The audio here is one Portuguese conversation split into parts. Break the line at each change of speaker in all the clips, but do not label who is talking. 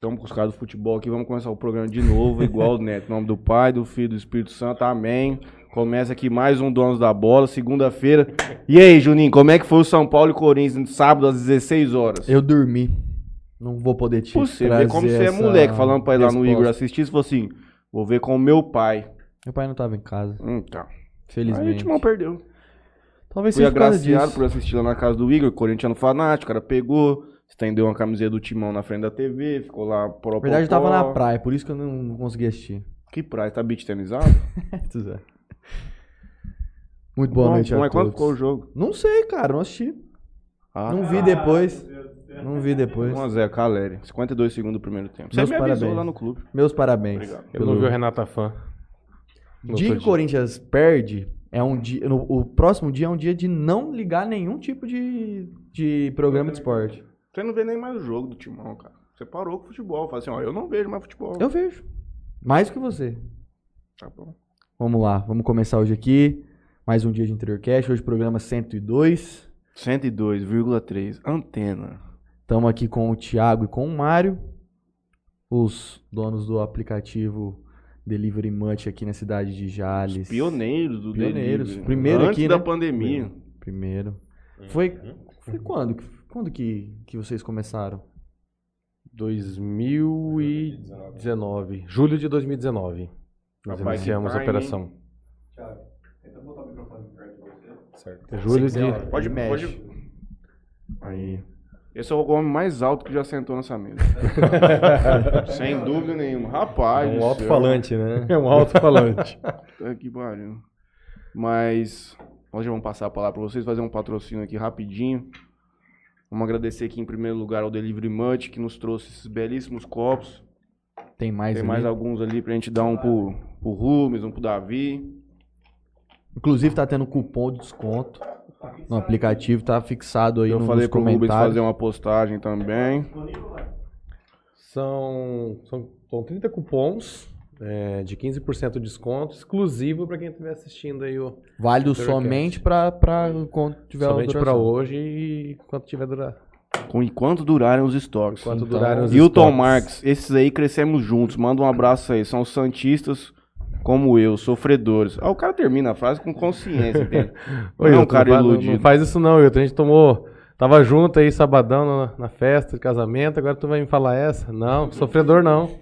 Estamos com os caras do futebol aqui, vamos começar o programa de novo, igual o Neto. Em nome do Pai, do Filho e do Espírito Santo, amém. Começa aqui mais um Donos da Bola, segunda-feira. E aí, Juninho, como é que foi o São Paulo e Corinthians no sábado às 16 horas?
Eu dormi. Não vou poder te
Por você ver como você é moleque, falando pra ir lá no Igor assistir, você falou assim, vou ver com o meu pai.
Meu pai não tava em casa,
Então, aí o
felizmente.
Timão perdeu.
Talvez
Fui
seja por causa disso.
agraciado por assistir lá na casa do Igor, corintiano fanático, o cara pegou, estendeu uma camiseta do Timão na frente da TV, ficou lá pro
Na verdade, eu tava na praia, por isso que eu não não consegui assistir.
Que praia, tá beat tenizado?
Isso, Zé. Muito boa
Bom,
noite a
Mas quanto
todos.
ficou o jogo?
Não sei, cara, não assisti.
Ah,
Não vi depois. Não vi depois.
1x0, Caleri. 52 segundos do primeiro tempo. Você
Meus
me avisou
parabéns.
lá no clube.
Meus parabéns.
Obrigado.
Eu não vi o Renata Fã.
o dia que o Corinthians perde, é um dia, no- o próximo dia é um dia de não ligar nenhum tipo de, de programa de esporte.
Você não vê nem mais o jogo do Timão, cara. Você parou com o futebol. Fala assim, ó, eu não vejo mais futebol.
Eu vejo. Mais que você.
Tá bom.
Vamos lá, vamos começar hoje aqui. Mais um dia de Interior Cash, hoje programa 102.
102,3. Antena.
Estamos aqui com o Thiago e com o Mário, os donos do aplicativo Delivery Munch aqui na cidade de Jales.
Pioneiros do
Pioneiros.
delivery.
Primeiro
Antes
aqui,
da
né?
pandemia.
Primeiro. Foi, foi quando? que- Quando que, que vocês começaram?
2019. Julho de 2019. Nós
Rapaz, que
iniciamos a
timing,
operação. Julho de.
Julho
é, Pode-
mexe.
Aí. Esse é o homem mais alto que já sentou nessa mesa. Sem dúvida nenhuma.
É
Rapaz. do
Um
céu.
alto-falante, né? É um alto-falante.
Puta que pariu. Mas nós já vamos passar a palavra para vocês, fazer um patrocínio aqui rapidinho. Vamos agradecer aqui em primeiro lugar ao Delivery Munch, que nos trouxe esses belíssimos copos.
Tem mais,
Tem
um
ali.
mais alguns ali pra gente dar um pro, pro Rubens, um pro Davi.
Inclusive tá tendo cupom de desconto no aplicativo, tá fixado aí
Eu
nos
falei pro Rubens
comentários.
fazer um- uma postagem também.
São, são, são 30 Então, cupons é, de 15% de desconto, exclusivo para quem estiver assistindo aí o,
Válido
Interior Cash.
somente pra, pra quando tiver a
somente para
duração.
hoje e quanto tiver durar.
Com enquanto durarem os estoques.
Enquanto
Então,
durarem os
Hilton
estoques.
Marques, esses aí crescemos juntos. Manda um abraço aí. São santistas como eu, sofredores. Ah, o cara termina a frase com consciência, entende?
Ô,
Não é um
Hilton,
cara
não, fa- não-
iludido.
não faz isso não, Hilton. A gente tomou. Tava junto aí sabadão na, na festa de casamento, agora tu vai me falar essa? Não, sofredor não.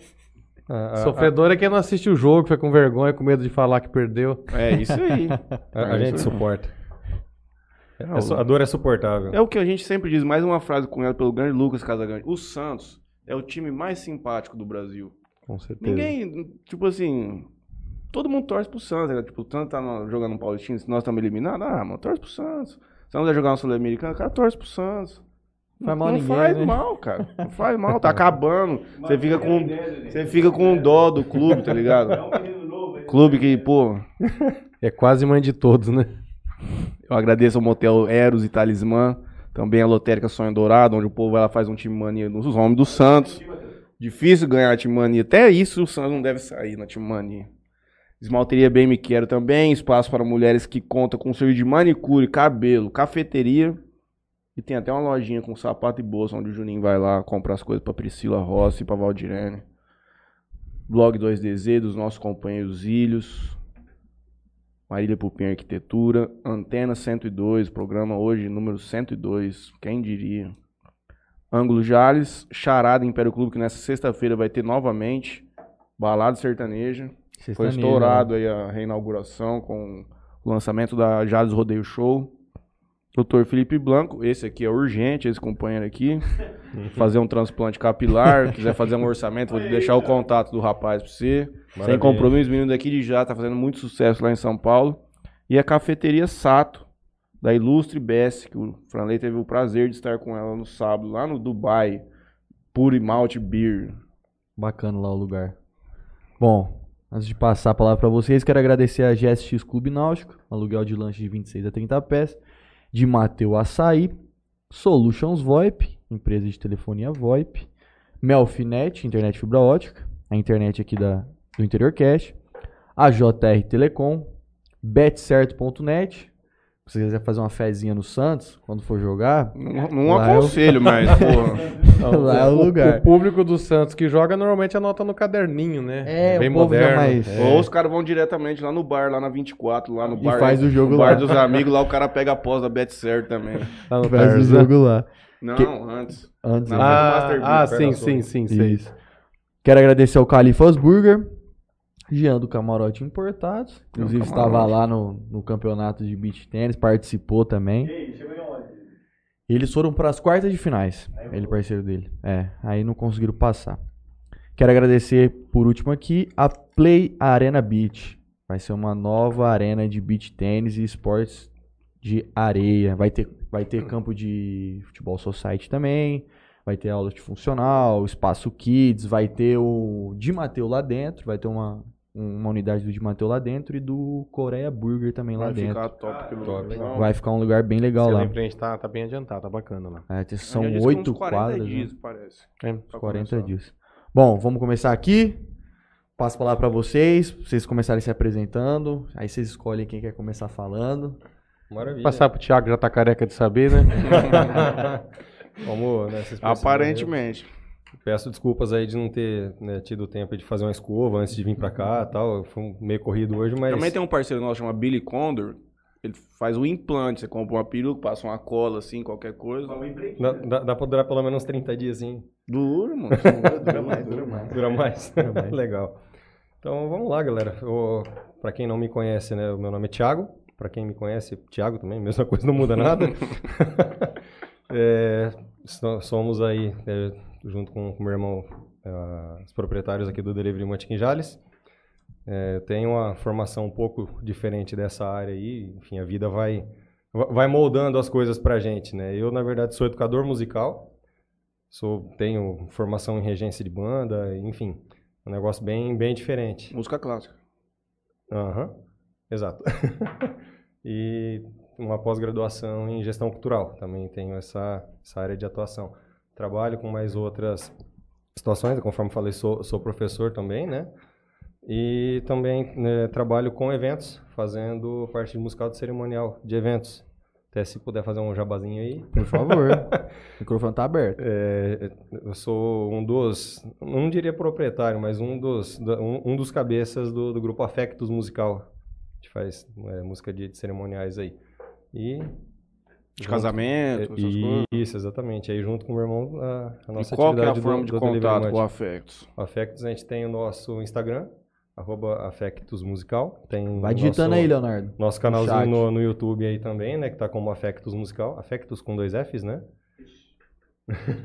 Sofredor é quem não assiste o jogo, fica com vergonha, com medo de falar que perdeu.
É isso aí.
A, a
É
gente
isso aí.
suporta. É su- a dor é suportável.
É o que a gente sempre diz, mais uma frase cunhada pelo grande Lucas Casagrande. O Santos é o time mais simpático do Brasil.
Com certeza.
Ninguém, tipo assim, todo mundo torce pro Santos, né? Tipo, o Santos tá no- jogando no Paulistino, se nós estamos eliminados, ah, mano, torce pro Santos. Se nós vai jogar no Sul-Americano, o cara torce pro Santos.
Não faz mal a
não
ninguém,
faz
né?
mal, cara. Não faz mal, tá acabando. Você fica com você fica com dó do clube, tá ligado? Clube que, pô,
É quase mãe de todos, né?
Eu agradeço ao Motel Eros e Talismã, também a Lotérica Sonho Dourado, onde o povo vai lá faz um time mania nos homens do Santos. Difícil ganhar a time mania. Até isso o Santos não deve sair na time mania. Esmalteria Bem Me Quero também, espaço para mulheres que conta com serviço de manicure, cabelo, cafeteria. E tem até uma lojinha com sapato e bolsa, onde o Juninho vai lá comprar as coisas para Priscila Rossi e para Valdirene. Blog 2DZ dos nossos companheiros Ilhos. Marília Pupim Arquitetura, Antena 102, programa hoje número 102, quem diria. Ângulo Jales, Charada Império Clube, que nessa sexta-feira vai ter novamente, Balada Sertaneja.
Vocês
Foi
estão nisso,
estourado aí a reinauguração com o lançamento da Jales Rodeio Show. Doutor Felipe Blanco, esse aqui é urgente, esse companheiro aqui. fazer um transplante capilar, quiser fazer um orçamento, vou deixar o contato do rapaz pra você. Sem
Maravilha.
compromisso, menino daqui de já, tá fazendo muito sucesso lá em São Paulo. E a cafeteria Sato, da Ilustre Bess, que o Franley teve o prazer de estar com ela no sábado, lá no Dubai. Pure Malt Beer.
Bacana lá o lugar. Bom, antes de passar a palavra para vocês, quero agradecer a GSX Clube Náutico, aluguel de lanche de 26 a 30 pés, de Mateu Açaí, Solutions VoIP, empresa de telefonia VoIP, Melfinet, internet fibra ótica, a internet aqui da, do Interior Cash, a JR Telecom, betcerto.net,
se você quiser fazer uma fezinha no Santos, quando for jogar,
Não, não
Lá é eu-
aconselho, mas, porra.
Então,
lá é o lugar.
O público do Santos que joga normalmente anota no caderninho, né?
É,
bem
o povo já
moderno.
mais-
É.
Ou os caras vão diretamente lá no bar, lá na 24, lá no
E
bar.
faz o jogo
no
lá.
bar dos amigos, lá o cara pega a pós da Betser também.
Tá no
Faz o
Tarzan.
jogo lá.
Não, antes.
Antes,
Não,
né?
mas-
Ah,
Master
ah,
Beat,
sim,
era
sim,
só.
sim,
Isso.
sei.
Quero agradecer ao Califas Burger, Jean do Camarote Importados. Inclusive,
Camarote.
estava lá no, no campeonato de beach tênis, participou também. Eles foram para as quartas de finais, ele parceiro dele. É, aí não conseguiram passar. Quero agradecer, por último aqui, a Play Arena Beach. Vai ser uma nova arena de beach tênis e esportes de areia. Vai ter, vai ter campo de futebol society também vai ter aula de funcional, espaço kids, vai ter o Di Mateu lá dentro, vai ter uma, uma unidade do Di Mateu lá dentro e do Coreia Burger também lá
Vai
dentro.
ficar top pelo
Top.
Não,
Vai ficar um lugar bem legal
Você lá
lá.
em frente tá, tá bem adiantado, tá bacana lá.
É, te- são
Eu disse que
oito
uns 40
quadras, né?
dias, parece.
É,
pra
40
começar.
dias. Bom, vamos começar aqui. Passo a palavra para vocês, pra vocês começarem se apresentando, aí vocês escolhem quem quer começar falando.
Maravilha.
Passar pro Thiago já tá careca de saber, né?
Vamos, né, vocês perceberam.
Aparentemente.
Peço desculpas aí de não ter né, tido tempo de fazer uma escova antes de vir pra cá e tal. Foi um meio corrido hoje, mas.
Também tem um parceiro nosso chamado Billy Condor. Ele faz o implante. Você compra uma peruca, passa uma cola assim, qualquer coisa.
um
Dá, dá, dá pra durar pelo menos 30 dias, hein?
Dura, mano. Dura mais, dura mais.
Dura mais?
Dura mais.
Legal. Então vamos lá, galera. Eu- Pra quem não me conhece, né? O meu nome é Thiago. Pra quem me conhece, Thiago também, mesma coisa, não muda nada. É, so- somos aí, é, junto com o meu irmão, ah, os proprietários aqui do Delivery Mantiquim Jales. É, eu tenho uma formação um pouco diferente dessa área aí. Enfim, a vida vai, va- vai moldando as coisas pra gente, né? Eu, na verdade, sou educador musical. Sou, tenho formação em regência de banda, enfim. Um negócio bem, bem diferente.
Música clássica.
Aham, exato. e uma pós-graduação em gestão cultural. Também tenho essa, essa área de atuação. Trabalho com mais outras situações, conforme falei, sou, sou professor também, né? E também né, trabalho com eventos, fazendo parte de musical de cerimonial de eventos. Até se puder fazer um jabazinho aí.
Por favor. o microfone tá aberto.
É, eu sou um dos, não diria proprietário, mas um dos, da- um, um dos cabeças do, do grupo Afectos Musical. A gente faz é, música de, de cerimoniais aí. E,
De casamento, essas
É, e-
coisas.
isso, exatamente. Aí junto com o meu irmão, a, a nossa
e qual que é
atividade
a forma de
do, do
contato
Delivery
com o
Munch.
Afectos?
O Afectos, a gente tem o nosso Instagram, arroba Afectos Musical. Tem
Vai
o
digitando
nosso,
aí, Leonardo.
Nosso
chat.
canalzinho no, no YouTube aí também, né? Que tá como Afectos Musical. Afectos com dois Fs, né?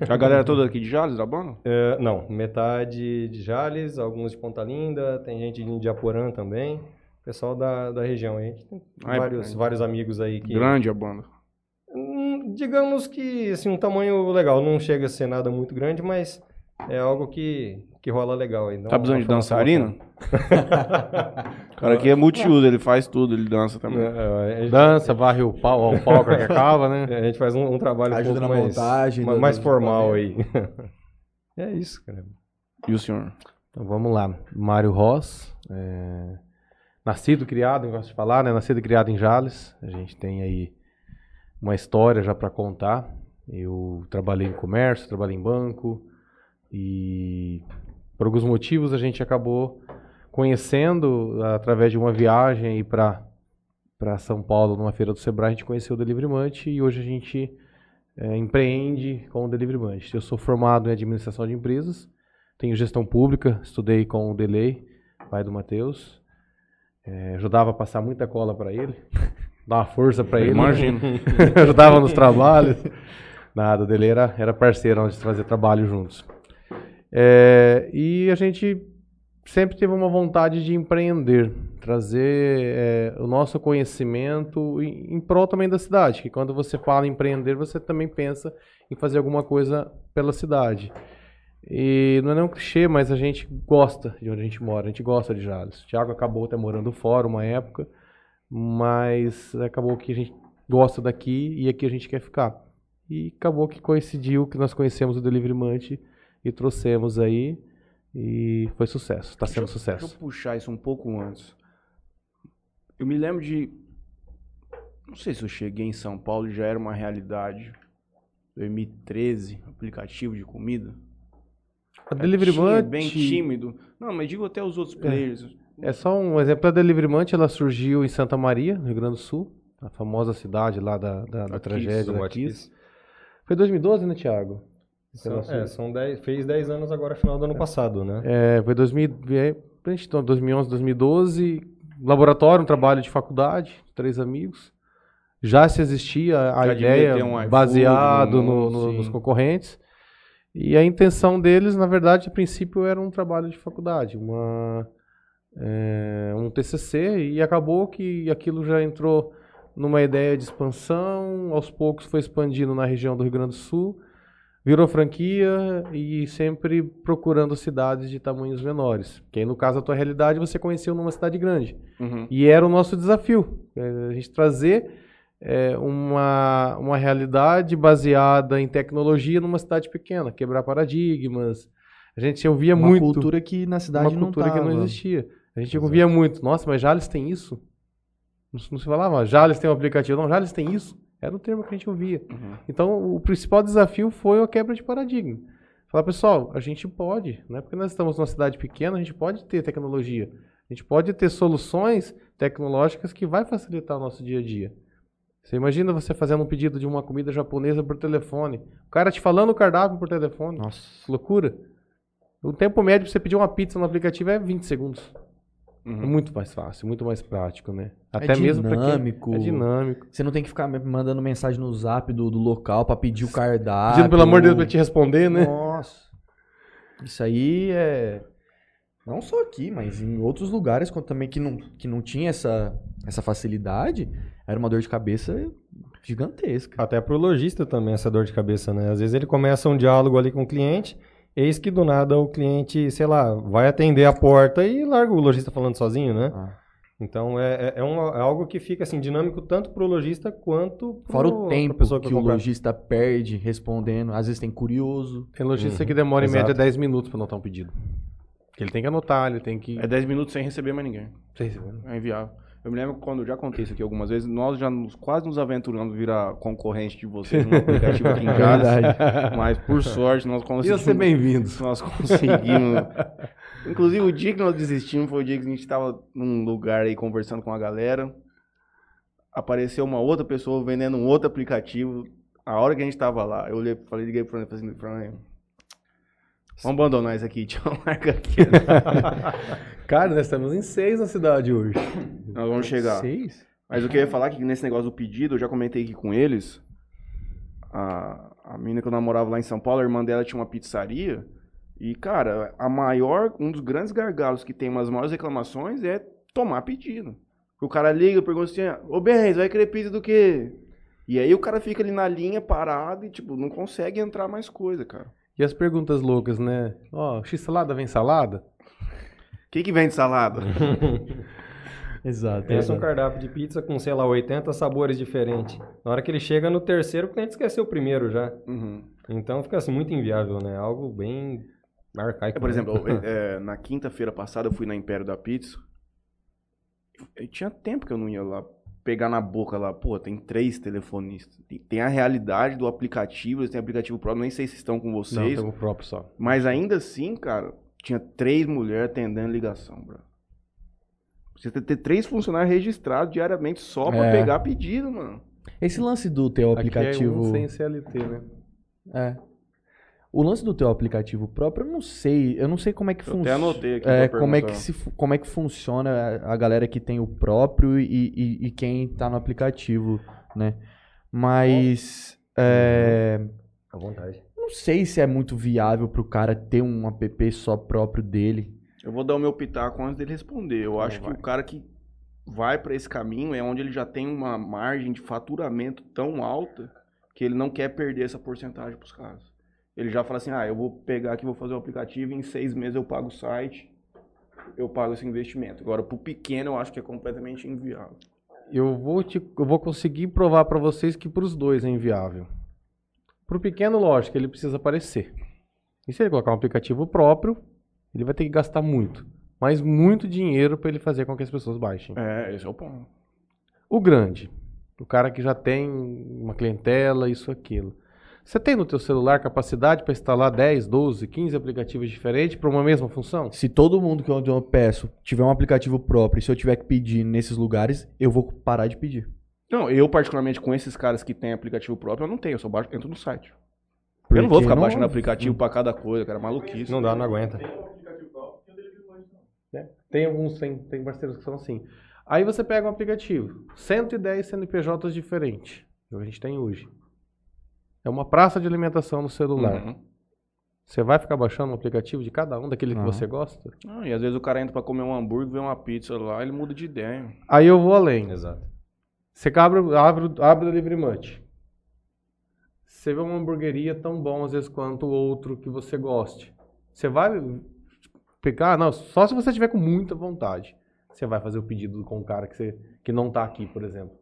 A galera toda aqui de Jales, da banda?
É, não, metade de Jales, alguns de Ponta Linda, tem gente de Indiaporã também. Pessoal da, da região aí. Tem
Ah, é
vários,
grande.
vários amigos aí que.
Grande a banda.
Hum, digamos que assim, um tamanho legal. Não chega a ser nada muito grande, mas é algo que, que rola legal aí. Dá
Tá
uma-
precisando
uma
de
formação
dançarina? O cara aqui é multiuso, ele faz tudo, ele dança também.
bacana. É, é,
Dança, varre o pau, ó, o pau que acaba, né?
é, a gente faz um, um trabalho um
Ajuda
pouco
na
mais,
montagem
ma-
do-
mais
do
formal aí. é isso, cara.
E o senhor?
Então vamos lá. Mário Ross. é, Nascido, criado, eu gosto de falar, né? Nascido e criado em Jales. A gente tem aí uma história já para contar. Eu trabalhei em comércio, trabalhei em banco e por alguns motivos a gente acabou conhecendo através de uma viagem aí para para São Paulo numa feira do Sebrae, a gente conheceu o Deliverimante e hoje a gente é, empreende com o Deliverimante. Eu sou formado em administração de empresas, tenho gestão pública, estudei com o Delay, pai do Matheus. É, ajudava a passar muita cola para ele, dar uma força para ele. né?
Imagino.
ajudava nos trabalhos. Nada, o Dele era, era parceiro, nós fazia trabalho juntos. É, e a gente sempre teve uma vontade de empreender, trazer é, o nosso conhecimento em, em prol também da cidade, que quando você fala em empreender, você também pensa em fazer alguma coisa pela cidade. E não é nem um clichê, mas a gente gosta de onde a gente mora, a gente gosta de Jales. O Thiago acabou até morando fora uma época, mas acabou que a gente gosta daqui e aqui a gente quer ficar. E acabou que coincidiu que nós conhecemos o Delivery Munch e trouxemos aí e foi sucesso, tá
um
sendo
Deixa
sucesso.
eu puxar isso um pouco antes. Eu me lembro de. Não sei se eu cheguei em São Paulo e já era uma realidade. 2013, aplicativo de comida.
A Delivery
é, Tinha,
Munch,
Bem tímido. Não, mas digo até os outros players.
É só um exemplo. A Delivery Munch, ela surgiu em Santa Maria, no Rio Grande do Sul. A famosa cidade lá da, da, da
Kiss,
tragédia.
do
Da
What
Kiss.
Kiss.
Foi 2012, né, Thiago?
São, é, são dez, fez 10 anos agora, final do ano passado, né?
É, foi 2000, e aí, a gente tá 2011, 2012. Laboratório, um trabalho de faculdade, três amigos. Já se existia a
Já devia ter
ideia
um iFood,
baseado no-
um-
no-
sim.
nos concorrentes. E a intenção deles, na verdade, a princípio era um trabalho de faculdade, uma, é, um TCC, e acabou que aquilo já entrou numa ideia de expansão, aos poucos foi expandindo na região do Rio Grande do Sul, virou franquia e sempre procurando cidades de tamanhos menores. Que aí, no caso, a tua realidade você conheceu numa cidade grande.
Uhum.
E era o nosso desafio, eh, a gente trazer eh, uma, uma realidade baseada em tecnologia numa cidade pequena, quebrar paradigmas. A gente ouvia
uma
muito
cultura que na cidade
uma
não
cultura que não
tava.
existia. A gente
Exato.
ouvia muito, nossa, mas Jales tem isso? Não, se- não se falava, Jales tem um aplicativo, não, Jales tem isso? Era o termo que a gente ouvia.
Uhum.
Então, o principal desafio foi a quebra de paradigma. Falar, pessoal, a gente pode, né? Porque nós estamos numa cidade pequena, a gente pode ter tecnologia. A gente pode ter soluções tecnológicas que vai facilitar o nosso dia a dia. Você imagina você fazendo um pedido de uma comida japonesa por telefone. O cara te falando o cardápio por telefone.
Nossa.
Loucura. O tempo médio pra você pedir uma pizza no aplicativo é 20 segundos. É
Uhum.
muito mais fácil, muito mais prático, né?
Hum. é
pra quem-
dinâmico.
É dinâmico.
Você não tem que ficar me- mandando mensagem no zap do, do local pra pedir o cardápio.
Pedindo, pelo amor de Deus, pra te responder, né?
Nossa. Isso aí é. Não só aqui, mas em outros lugares quando também que não, que não tinha essa, essa facilidade, era uma dor de cabeça gigantesca.
Até pro lojista também essa dor de cabeça, né? Às vezes ele começa um diálogo ali com o cliente, eis que do nada o cliente, sei lá, vai atender a porta e larga o lojista falando sozinho, né?
Ah.
Então é, é, é um- é algo que fica assim dinâmico tanto pro lojista quanto pro,
Fora o
pra
tempo
pessoa
que,
que
o
comprar.
lojista perde respondendo. Às vezes tem curioso.
Tem lojista que demora em
exato.
média 10 minutos pra anotar um pedido. Porque ele tem que anotar, ele tem que.
É 10 minutos sem receber mais ninguém.
Tá recebendo?
É inviável. Eu me lembro quando eu já contei isso aqui algumas vezes, nós já nos- quase nos aventuramos a virar concorrente de vocês num aplicativo aqui em
É
Jales. Mas por sorte nós
Ia
conseguimos.
ser bem-vindo.
Nós conseguimos. Inclusive, o dia que nós desistimos foi o dia que a gente tava num lugar aí conversando com a galera. Apareceu uma outra pessoa vendendo um outro aplicativo. A hora que a gente tava lá, eu olhei, falei, liguei pro Fran, falei assim, Fran, vamos abandonar isso aqui, tchau, marca aqui.
Cara, nós estamos em 6 na cidade hoje.
Nós vamos chegar.
Seis?
Mas o que eu ia falar é que nesse negócio do pedido, eu já comentei aqui com eles. A, a menina que eu namorava lá em São Paulo, a irmã dela tinha uma pizzaria. E, cara, a maior, um dos grandes gargalos que tem umas maiores reclamações é tomar pedido. O cara liga, pergunta assim: Ô Benz, vai querer pizza do quê? E aí o cara fica ali na linha parado e, tipo, não consegue entrar mais coisa, cara.
E as perguntas loucas, né? Ó, x-salada vem salada?
O que, que vende salada?
Exato.
Pensa um cardápio de pizza com, sei lá, 80 sabores diferentes. Na hora que ele chega no terceiro, o cliente esqueceu o primeiro já.
Uhum.
Então fica assim muito inviável, né? Algo bem arcaico.
É, por
né?
exemplo, eu- é, na quinta-feira passada eu fui na Império da Pizza. Eu tinha tempo que eu não ia lá pegar na boca lá, pô, tem três telefonistas. Tem, tem a realidade do aplicativo, eles têm aplicativo próprio, nem sei se estão com
Não,
vocês.
um-
tem o próprio só.
Mas ainda assim, cara, tinha três mulheres atendendo ligação, bro. Você tem que ter três funcionários registrados diariamente só pra
É.
pegar pedido, mano.
Esse lance do teu aplicativo.
Aqui é um sem CLT, né?
É. O lance do teu aplicativo próprio, eu não sei. Eu não sei como é que
Eu até
funciona.
anotei aqui.
É,
pra
como, é
perguntar.
que se, fu- como é que funciona a- a galera que tem o próprio e, e- e quem tá no aplicativo, né? Mas. é,
À vontade.
não sei se é muito viável pro cara ter um app só próprio dele.
Eu vou dar o meu pitaco antes dele responder. Eu acho
vai.
que o cara que vai pra esse caminho é onde ele já tem uma margem de faturamento tão alta que ele não quer perder essa porcentagem pros caras. Ele já fala assim: ah, eu vou pegar aqui, vou fazer o aplicativo, em seis meses eu pago o site, eu pago esse investimento. Agora, pro pequeno, eu acho que é completamente inviável.
Eu vou, te, eu vou conseguir provar pra vocês que pros dois é inviável. Pro pequeno, lógico, ele precisa aparecer. E se ele colocar um aplicativo próprio, ele vai ter que gastar muito. Mas muito dinheiro pra ele fazer com que as pessoas baixem.
É, esse é o ponto.
O grande. O cara que já tem uma clientela, isso, aquilo. Você tem no teu celular capacidade para instalar 10, 12, 15 aplicativos diferentes para uma mesma função?
Se todo mundo que eu- eu peço tiver um aplicativo próprio, e se eu tiver que pedir nesses lugares, eu vou parar de pedir.
Não, eu particularmente com esses caras que têm aplicativo próprio, eu não tenho, eu só baixo, entro no site. eu não vou
Porque
ficar baixando aplicativo pra cada coisa, cara, é maluquice.
Não dá, não aguenta.
Né? Tem alguns, tem, tem parceiros que são assim. Aí você pega um aplicativo, 110 CNPJs diferentes, que a gente tem hoje. É uma praça de alimentação no celular.
Uhum.
Você vai ficar baixando um aplicativo de cada um, daquele que
Não.
você gosta?
Ah, e às vezes o cara entra pra comer um hambúrguer, vê uma pizza lá, ele muda de ideia.
Aí eu vou além.
Exato.
Você abre, abre, abre o Livrimante. Você vê uma hamburgueria tão bom às vezes quanto o outro que você goste. Você vai pegar, não, só se você tiver com muita vontade. Você vai fazer o pedido com o cara que, você, que não tá aqui, por exemplo.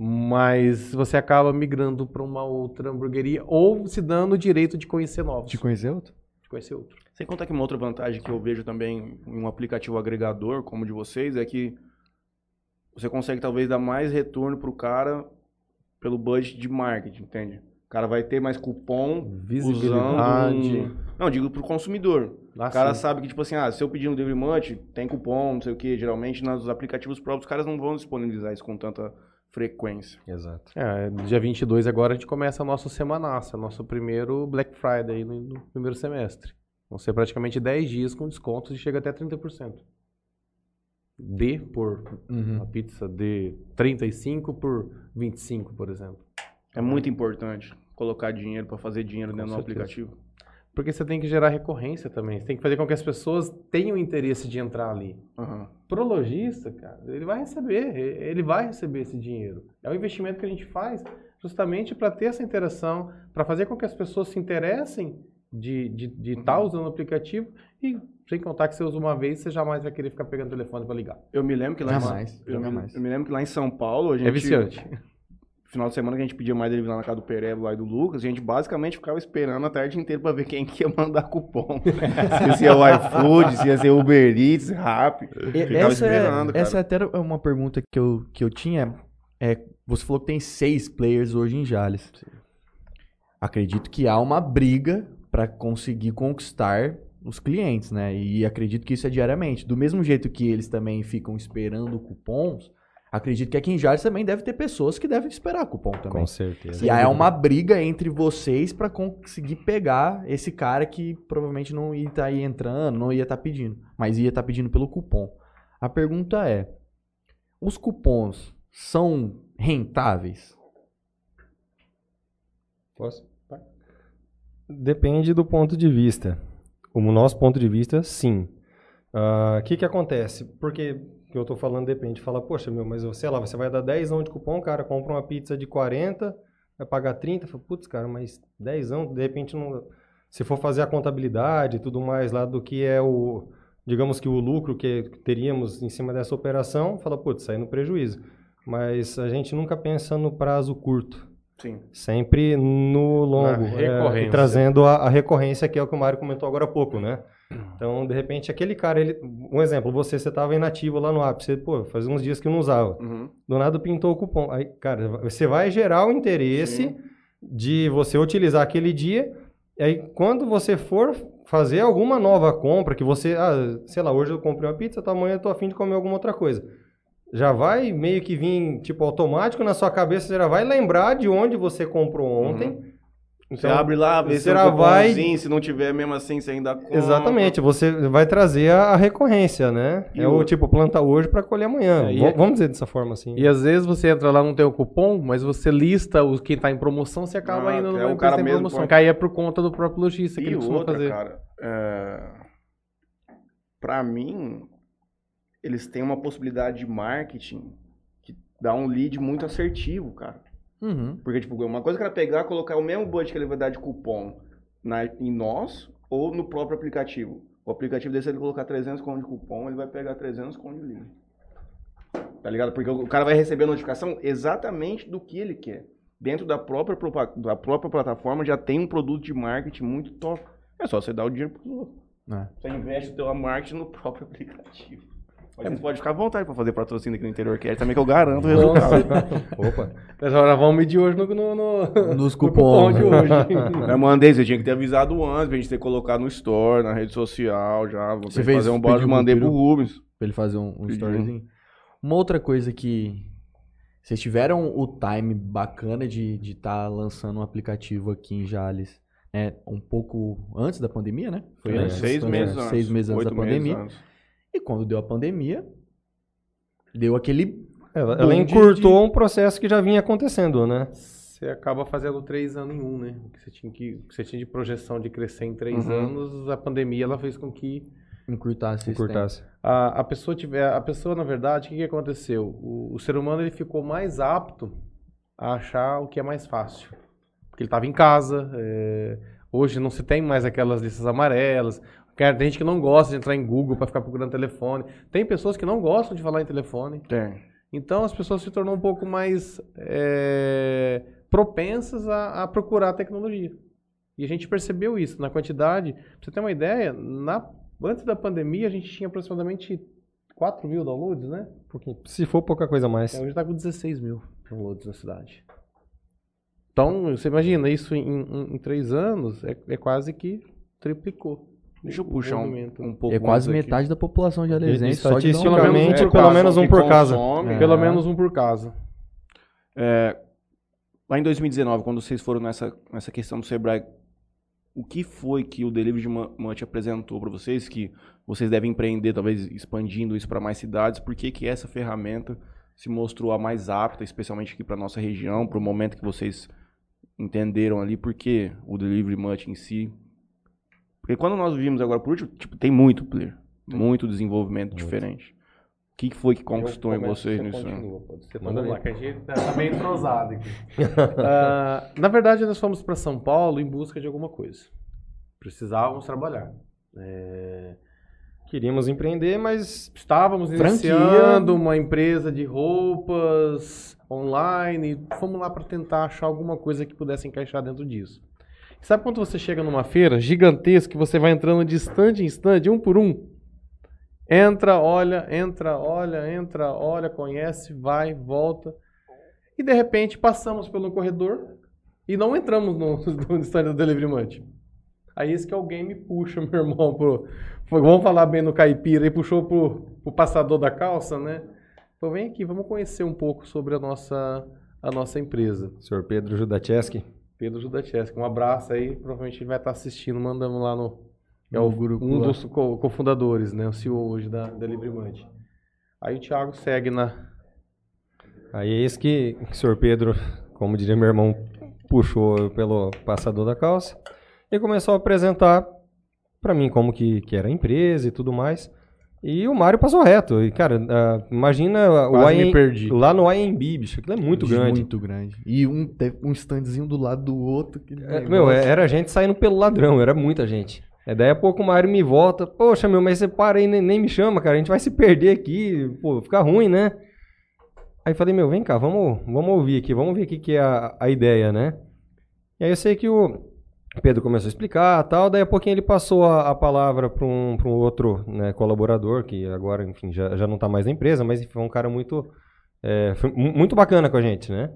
Mas você acaba migrando para uma outra hamburgueria ou se dando o direito de conhecer novos,
Te
de
conhecer outro?
conhecer outro.
Sem contar que uma outra vantagem que eu vejo também em um aplicativo agregador como o de vocês é que você consegue talvez dar mais retorno pro cara pelo budget de marketing, entende? O cara vai ter mais cupom usando... Não, digo pro consumidor.
Ah,
O cara
sim.
sabe que, tipo assim, ah, se eu pedir no Delivery Munch, tem cupom, não sei o quê. Geralmente, nos aplicativos próprios, os caras não vão disponibilizar isso com tanta frequência.
Exato.
É, dia 22 agora a gente começa nosso semanaça, nosso primeiro Black Friday no, no primeiro semestre. Vão ser praticamente 10 dias com descontos e chega até 30%. D por uma pizza de 35 por 25, por exemplo.
É muito importante colocar dinheiro para fazer dinheiro dentro do
certeza.
aplicativo.
Porque você tem que gerar recorrência também. Você tem que fazer com que as pessoas tenham interesse de entrar ali.
Aham.
Pro lojista, cara, ele vai receber, e- ele vai receber esse dinheiro. É um investimento que a gente faz justamente para ter essa interação, para fazer com que as pessoas se interessem de estar de, de tá usando o aplicativo e sem contar que você usa uma vez, você jamais vai querer ficar pegando o telefone para ligar.
Eu me lembro que lá em...
Jamais.
Eu, me-
Jamais.
eu me lembro que lá em São Paulo, a gente...
É viciante.
Final de semana que a gente pedia mais delivery lá na casa do Perebo lá e do Lucas, a gente basicamente ficava esperando a tarde inteira para ver quem que ia mandar cupom. se ia ser o iFood, se ia ser Uber Eats, Rappi. Ficava
essa, é,
esperando, cara.
essa é até uma pergunta que eu, que eu tinha. É, você falou que tem seis players hoje em Jales. Acredito que há uma briga para conseguir conquistar os clientes, né? E acredito que isso é diariamente. Do mesmo jeito que eles também ficam esperando cupons, acredito que aqui em Jales também deve ter pessoas que devem esperar cupom também.
Com certeza.
E aí é uma briga entre vocês pra conseguir pegar esse cara que provavelmente não ia estar aí entrando, não ia estar pedindo, mas ia estar pedindo pelo cupom. A pergunta é: os cupons são rentáveis?
Posso? Depende do ponto de vista. O nosso ponto de vista, sim. Ah, O que, que acontece? Porque que eu tô falando depende. Fala, poxa, meu, mas eu sei lá, você vai dar 10 de cupom, cara, compra uma pizza de 40, vai pagar 30. Fala, putz, cara, mas 10 de repente, não... se for fazer a contabilidade e tudo mais lá do que é o, digamos que o lucro que teríamos em cima dessa operação, fala, putz, saindo prejuízo. Mas a gente nunca pensa no prazo curto.
Sim.
Sempre no longo.
Na
é,
recorrência.
e trazendo a, a recorrência, que é o que o Mário comentou agora há pouco, né? Então, de repente, aquele cara, ele. Um exemplo, você, você tava inativo lá no app, você, pô, fazia uns dias que não usava.
Uhum.
Do nada pintou o cupom. Aí, cara, você vai gerar o interesse
Sim.
de você utilizar aquele dia. E aí, quando você for fazer alguma nova compra, que você, ah, sei lá, hoje eu comprei uma pizza, tá, amanhã eu tô afim de comer alguma outra coisa. Já vai meio que vir, tipo, automático na sua cabeça, você já vai lembrar de onde você comprou ontem.
Uhum.
Então,
Você abre lá, vê se
será
é um
vai-
cupomzinho, se não tiver mesmo assim, você ainda compra.
Exatamente, você vai trazer a, a recorrência, né?
E
é
o-
o tipo, planta hoje para colher amanhã.
É, e
Vo-
é-
Vamos dizer dessa forma assim.
E às vezes você entra lá, não tem o cupom, mas você lista os quem tá em promoção, você acaba
Ah,
indo
é,
numa
o
empresa
cara
em
mesmo
promoção.
põe.
Que aí é por conta do próprio lojista que
E
ele costuma
outra,
fazer.
cara, é... pra mim, eles têm uma possibilidade de marketing que dá um lead muito assertivo, cara.
Uhum.
Porque, tipo, uma coisa que era pegar, colocar o mesmo budget que ele vai dar de cupom na, em nós ou no próprio aplicativo. O aplicativo desse, ele colocar 300 conto de cupom, ele vai pegar 300 conto de lead. Tá ligado? Porque o o cara vai receber a notificação exatamente do que ele quer. Dentro da própria, propa- da própria plataforma já tem um produto de marketing muito top. É só você dar o dinheiro pro outro.
É.
Você investe o teu marketing no próprio aplicativo. É, mas pode ficar à vontade pra fazer patrocínio aqui no interior que é também que eu garanto o
Não,
resultado.
Opa.
Já vão medir hoje no, no, no-
Nos
no
cupom.
de hoje.
Eu mandei, você tinha que ter avisado antes, pra gente ter colocado no store, na rede social, já. Vou
Você
ter que
fez-
fazer um bode,
pediu
mandei
pro
pro Rubens.
Pra ele fazer um, um
Pediu.
storyzinho. Uma outra coisa que. Vocês tiveram o time bacana de estar de tá lançando um aplicativo aqui em Jales, né? Um pouco antes da pandemia, né?
Foi
É,
uns seis
foi
meses
uns
antes.
Seis meses antes
oito
da pandemia.
meses antes.
E quando deu a pandemia, deu aquele.
Ela,
Bom
ela
de-
encurtou um processo que já vinha acontecendo, né?
Você acaba fazendo três anos em um, né? O que você tinha, que, o que você tinha de projeção de crescer em três
Uhum.
anos, a pandemia ela fez com que
Encurtasse esse tempo.
Encurtasse.
a, a pessoa tiver a pessoa na verdade o que, que aconteceu o, o ser humano ele ficou mais apto a achar o que é mais fácil porque ele estava em casa é, hoje não se tem mais aquelas listas amarelas Cara, tem gente que não gosta de entrar em Google para ficar procurando telefone tem pessoas que não gostam de falar em telefone
Tem.
então as pessoas se tornam um pouco mais é, propensas a, a procurar tecnologia. E a gente percebeu isso na quantidade. Pra você ter uma ideia, na- antes da pandemia a gente tinha aproximadamente 4 mil downloads, né? É,
Porque se for pouca coisa a mais.
Hoje está com 16 mil downloads na cidade. Então, você imagina, isso em, em, em três anos é, é quase que triplicou.
Deixa eu
o
puxar um,
movimento.
um pouco.
É quase
mais aqui.
metade da população de
E-
Alesente, só de
estatisticamente,
download.
pelo menos,
É,
por- pelo
passa
menos
o
um
que
por casa.
consome.
É.
Pelo menos um por casa.
Lá em 2019, quando vocês foram nessa, nessa questão do Sebrae, o que foi que o Delivery de Ma- Munch apresentou para vocês que vocês devem empreender, talvez expandindo isso para mais cidades? Por que, que essa ferramenta se mostrou a mais apta, especialmente aqui para nossa região, para o momento que vocês entenderam ali? Por que o Delivery Munch em si? Porque quando nós vimos agora por último, tipo, tem muito player, muito desenvolvimento diferente. O que que foi que conquistou em vocês nisso? né?
Vamos
Manda ver.
lá, que a gente tá tá meio entrosado aqui. Ah, na verdade, nós fomos para São Paulo em busca de alguma coisa. Precisávamos trabalhar.
Queríamos empreender, mas
Estávamos
Franquia.
iniciando uma empresa de roupas online. Fomos lá para tentar achar alguma coisa que pudesse encaixar dentro disso. Sabe quando você chega numa feira gigantesca e você vai entrando de estande em estande, um por um? Entra, olha, entra, olha, entra, olha, conhece, vai, volta. E de repente passamos pelo corredor e não entramos no, no stand do Delivery Munch. Aí esse que alguém me puxa, meu irmão, pro. foi- vamos falar bem no caipira, e puxou pro, pro passador da calça, né? Falou, vem aqui, vamos conhecer um pouco sobre a nossa, a nossa empresa.
Sr. Pedro Judacheski,
Pedro Judacheski, um abraço aí, provavelmente ele vai estar assistindo, mandamos lá no, é
No
o,
grupo
um
lá.
dos co- cofundadores, né, o CEO hoje da, da Libremante. Aí o Thiago segue na...
aí é isso que o Sr. Pedro, como diria meu irmão, puxou eu pelo passador da calça e começou a apresentar pra mim como que, que era a empresa e tudo mais. E o Mário passou reto. E, cara, ah, imagina
Quase
o
me perdi.
lá no IMB, bicho, aquilo é muito
Diz
grande.
Muito grande. E um, teve um standzinho do lado do outro. Que
É,
negócio.
meu, é- era gente saindo pelo ladrão, era muita gente. É, daí a pouco o Mário me volta, poxa, meu, mas você para aí, nem, nem me chama, cara, a gente vai se perder aqui, pô, fica ruim, né? Aí falei, meu, vem cá, vamos, vamos ouvir aqui, vamos ver o que que é a, a ideia, né? E aí eu sei que o Pedro começou a explicar tal, daí a pouquinho ele passou a, a palavra para um, pra um outro né, colaborador, que agora, enfim, já, já não está mais na empresa, mas foi um cara muito, é, foi mu- muito bacana com a gente, né?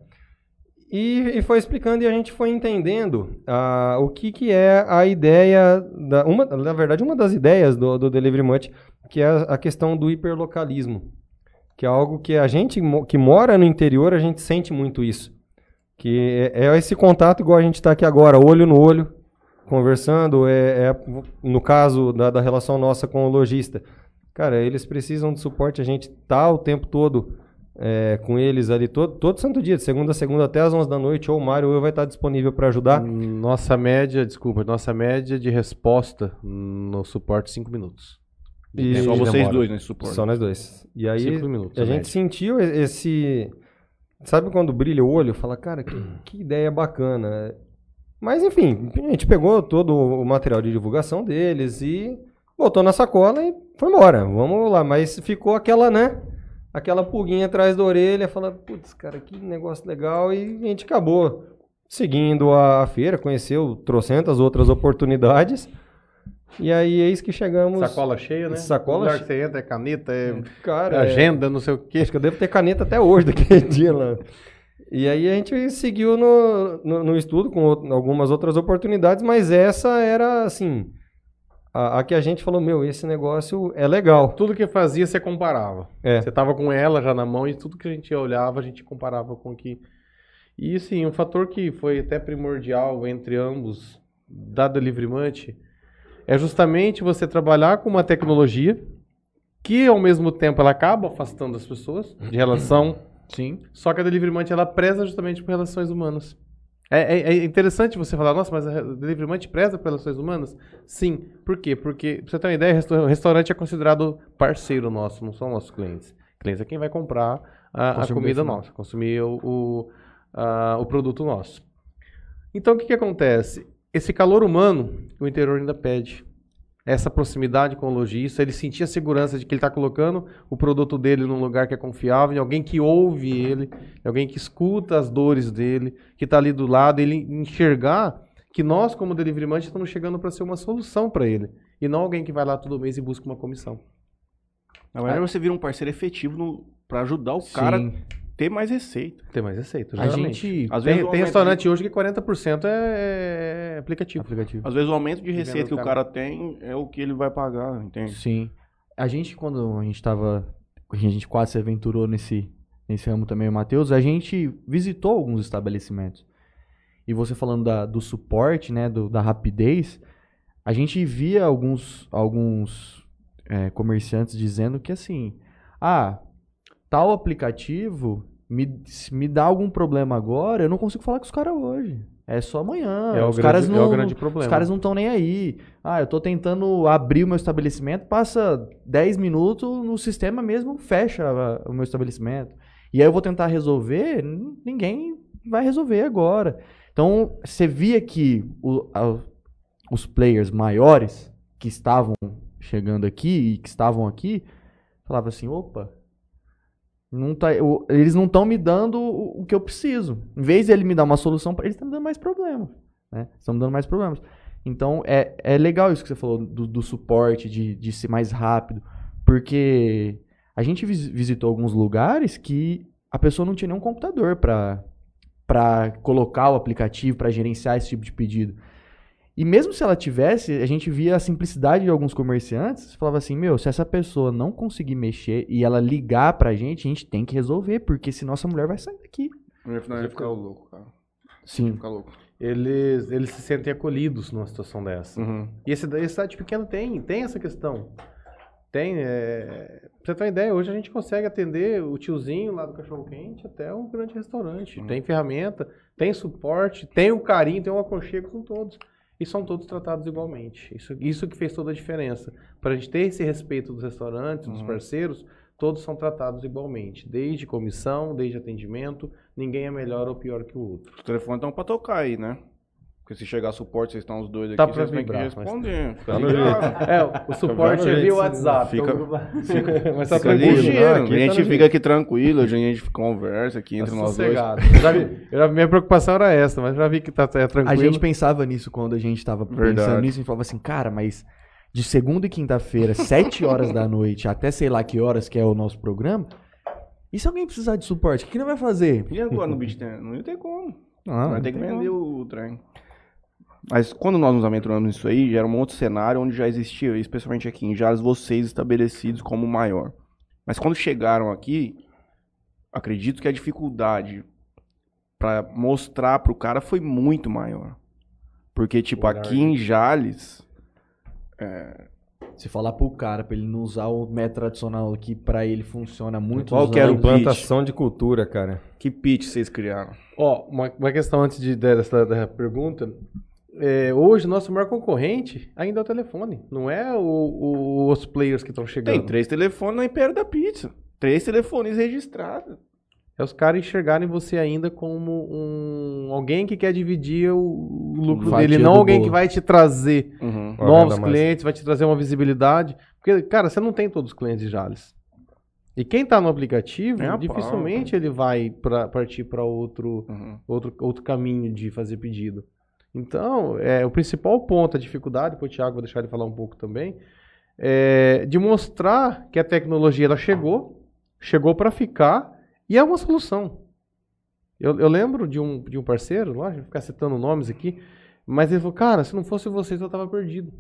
E, e foi explicando e a gente foi entendendo ah, o que, que é a ideia, da, uma, na verdade, uma das ideias do, do Delivery Much, que é a questão do hiperlocalismo, que é algo que a gente mo- que mora no interior, a gente sente muito isso. Que é, é esse contato igual a gente está aqui agora, olho no olho, conversando, é, é, no caso da, da relação nossa com o lojista. Cara, eles precisam de suporte, a gente tá o tempo todo é, com eles ali todo, todo santo dia, de segunda a segunda até às 11 da noite, ou o Mário ou eu vai estar disponível para ajudar.
Nossa média, desculpa, nossa média de resposta no suporte, 5 minutos.
E-
É só
e
vocês
demora.
dois nesse suporte.
Só nós dois. E aí
Cinco minutos, né?
a
a
gente
média.
sentiu e- esse. Sabe quando brilha o olho? Fala, cara, que, que ideia bacana. Mas enfim, a gente pegou todo o material de divulgação deles e botou na sacola e foi embora. Vamos lá, mas ficou aquela, né? Aquela pulguinha atrás da orelha, fala, putz, cara, que negócio legal. E a gente acabou seguindo a feira, conheceu trocentas outras oportunidades. E aí, eis que chegamos.
Sacola cheia, né?
Sacola
O lugar
che-
que você entra é caneta, é
Cara, é-
agenda, não sei o quê.
Acho que eu devo ter caneta até hoje, daquele dia lá. E aí a gente seguiu no, no, no estudo com out- algumas outras oportunidades, mas essa era, assim, a, a que a gente falou, meu, esse negócio é legal.
Tudo que fazia, você comparava.
É.
Você tava com ela já na mão e tudo que a gente olhava, a gente comparava com o que... E, sim, um fator que foi até primordial entre ambos da Deliverymante é justamente você trabalhar com uma tecnologia que, ao mesmo tempo, ela acaba afastando as pessoas de relação
Sim.
Só que a Deliverymante, ela preza justamente por relações humanas. É, é- é interessante você falar, nossa, mas a Deliverymante preza por relações humanas? Sim. Por quê? Porque, pra você ter uma ideia, resta- o restaurante é considerado parceiro nosso, não são nossos clientes. Clientes é quem vai comprar a, a
Consumir
comida
esse
nossa, consumir o, o, a- o produto nosso. Então, o que, que acontece? Esse calor humano, o interior ainda pede. Essa proximidade com o lojista, ele sentir a segurança de que ele está colocando o produto dele num lugar que é confiável, em alguém que ouve ele, em alguém que escuta as dores dele, que está ali do lado, ele enxergar que nós, como deliverimante, estamos chegando para ser uma solução para ele. E não alguém que vai lá todo mês e busca uma comissão.
Na
Ah.
verdade, você vira um parceiro efetivo no, pra ajudar o cara a
Sim.
ter mais receita.
Tem mais receita,
A gente.
Às vezes, o
Tem, tem
aumento
restaurante hoje que 40% é, é aplicativo.
Aplicativo.
de- às vezes o aumento de
venda
receita que
do
o cara tem é o que ele vai pagar, entende?
Sim. A gente, quando a gente tava. A gente quase se aventurou nesse, nesse ramo também, o Matheus, a gente visitou alguns estabelecimentos. E você falando da- do suporte, né? do- da rapidez, a gente via alguns, alguns é, comerciantes dizendo que assim. Ah, tal aplicativo me, se me dá algum problema agora, eu não consigo falar com os caras hoje. É só amanhã.
É o
os
grande-
caras
é o
não,
grande problema.
Os caras não estão nem aí. Ah, eu tô tentando abrir o meu estabelecimento, passa 10 minutos no sistema mesmo, fecha a- o meu estabelecimento. E aí eu vou tentar resolver, n- ninguém vai resolver agora. Então, você via que o- a- os players maiores que estavam chegando aqui e que estavam aqui, falava assim, opa, não tá, eu- eles não estão me dando o, o que eu preciso. Em vez de ele me dar uma solução, pra- eles estão me dando mais problemas. Né? Estão me dando mais problemas. Então é, é legal isso que você falou do, do suporte, de, de ser mais rápido. Porque a gente vis- visitou alguns lugares que a pessoa não tinha nenhum computador para para colocar o aplicativo, para gerenciar esse tipo de pedido. E mesmo se ela tivesse, a gente via a simplicidade de alguns comerciantes, falava assim, meu, se essa pessoa não conseguir mexer e ela ligar pra gente, a gente tem que resolver, porque senão essa mulher vai sair daqui.
Afinal,
Você
ele
fica
fica louco, cara.
Sim.
Fica louco.
Eles, eles se sentem acolhidos numa situação dessa.
Uhum.
E esse, esse site pequeno tem, tem essa questão. Tem, é... Pra você ter uma ideia, hoje a gente consegue atender o tiozinho lá do Cachorro Quente até um grande restaurante.
Uhum.
Tem ferramenta, tem suporte, tem o carinho, tem o aconchego com todos. E são todos tratados igualmente. Isso, isso que fez toda a diferença. Para a gente ter esse respeito dos restaurantes, dos
Uhum.
parceiros, todos são tratados igualmente. Desde comissão, desde atendimento, ninguém é melhor ou pior que o outro.
Os telefones estão pra tocar aí, né? Porque se chegar suporte, vocês estão os dois aqui,
Tá pra
vocês têm que
vibrar, mas-
responder. Fica
Tá no
ligado.
É, o suporte é
gente,
via
se-
WhatsApp.
fica-
então- mas tá
Fica
tranquilo.
ligeiro,
Aqui
a
tá
gente
ligeiro.
fica aqui tranquilo, a gente conversa aqui entre
Tá
nós dois.
sossegado. Eu já vi- eu já- minha preocupação era essa, mas já vi que tá, tá tranquilo.
A gente pensava nisso quando a gente tava pensando
Verdade.
nisso, a gente falava assim, cara, mas de segunda e quinta-feira, sete horas da noite, até sei lá que horas que é o nosso programa, e se alguém precisar de suporte, o que ele vai fazer?
E agora no beat tem? Não tem como.
Ah,
Não,
vai
não
ter que
tem
vender o trem. Mas quando nós nos aventuramos nisso aí, já era um outro cenário onde já existia, especialmente aqui em Jales, vocês estabelecidos como maior. Mas quando chegaram aqui, acredito que a dificuldade para mostrar pro cara foi muito maior. Porque, tipo,
Olhar,
aqui em Jales,
como. Se falar pro cara, pra ele não usar o método tradicional que pra ele funciona há muitos
Qual que era o
anos.
plantação de cultura, cara?
que pitch vocês criaram?
Ó, uma, uma questão antes de, dessa da pergunta. É, hoje, nosso maior concorrente ainda é o telefone. Não é o- o- os players que estão chegando.
Tem três telefones na Império da Pizza. Três telefones registrados.
É os caras enxergarem você ainda como um alguém que quer dividir o, o lucro
Fatia
dele, não
do
alguém
bolo.
que vai te trazer
Uhum.
Uma
novos
venda mais.
clientes, vai te trazer uma visibilidade. Porque, cara, você não tem todos os clientes de Jales. E quem tá no aplicativo,
Nem a pau.
dificilmente ele vai pra, partir para outro,
Uhum.
outro, outro caminho de fazer pedido. Então, é, o principal ponto, a dificuldade, para o Thiago, vou deixar ele falar um pouco também, é de mostrar que a tecnologia ela chegou, chegou para ficar e é uma solução. Eu, eu lembro de um, de um parceiro, lógico, vou ficar citando nomes aqui, mas ele falou, cara, se não fosse vocês eu estava perdido.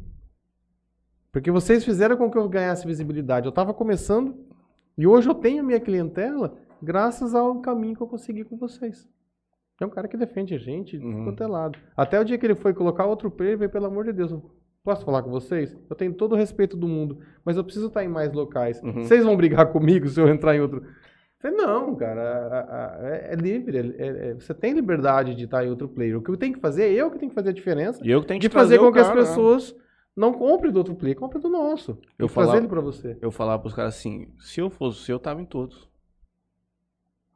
Porque vocês fizeram com que eu ganhasse visibilidade. Eu estava começando e hoje eu tenho minha clientela graças ao caminho que eu consegui com vocês. É um cara que defende a gente de
Uhum.
quanto é lado. Até o dia que ele foi colocar outro player, ele veio, pelo amor de Deus, eu posso falar com vocês? Eu tenho todo o respeito do mundo, mas eu preciso estar em mais locais.
Uhum.
Vocês vão brigar comigo se eu entrar em outro. Eu Falei, não, cara, a- a- a- é, é livre. é- é- você tem liberdade de estar em outro player. O que eu tenho que fazer é eu que tenho que fazer a diferença
E eu que tenho que
de fazer
trazer o
com que as
cara, né?
pessoas não comprem do outro player, comprem do nosso.
Eu
Eu fazer
falava-
ele pra você.
Eu falava pros caras assim, se eu fosse eu, tava em todos.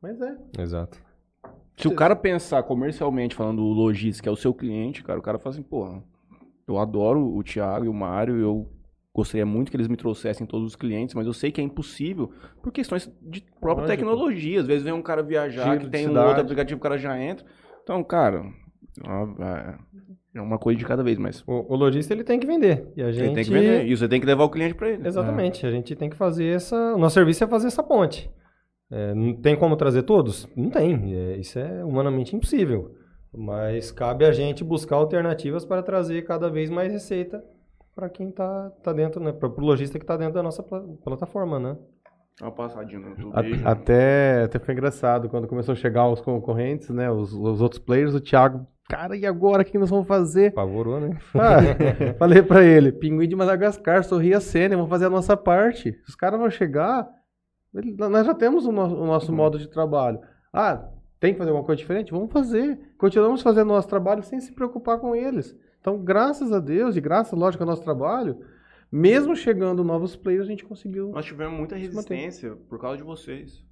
Mas é.
Exato.
Se o cara pensar comercialmente, falando o lojista, que é o seu cliente, cara, o cara fala assim, porra, eu adoro o Thiago e o Mário, eu gostaria muito que eles me trouxessem todos os clientes, mas eu sei que é impossível por questões de própria
Lógico.
tecnologia. Às vezes vem um cara viajar,
Giro
que
de
tem um
cidade.
outro aplicativo, o cara já entra. Então, cara, ó, é- é uma coisa de cada vez, mas
O, o lojista ele tem que vender. E a gente
você tem que vender. E você tem que levar o cliente pra ele. É.
Exatamente. A gente tem que fazer essa. O nosso serviço é fazer essa ponte. É, não tem como trazer todos? Não tem. É, isso é humanamente impossível. Mas cabe a gente buscar alternativas para trazer cada vez mais receita para quem está tá dentro, né? Para o lojista que está dentro da nossa pla- plataforma, né?
Dá É uma passadinha né? no no
A-
beijo.
Até, até foi engraçado, quando começou a chegar os concorrentes, né? Os, os outros players, o Thiago, cara, e agora? O que nós vamos fazer?
Apavorou, né?
Ah, falei pra ele, pinguim de Madagascar, sorria a cena, vamos fazer a nossa parte. Os caras vão chegar, ele- nós já temos o no- o nosso, modo de trabalho. Ah, tem que fazer alguma coisa diferente? Vamos fazer. Continuamos fazendo nosso trabalho sem se preocupar com eles. Então, graças a Deus, e graças, lógico, ao nosso trabalho, mesmo chegando novos players, a gente conseguiu.
Nós tivemos muita
Isso mantém.
resistência por causa de vocês.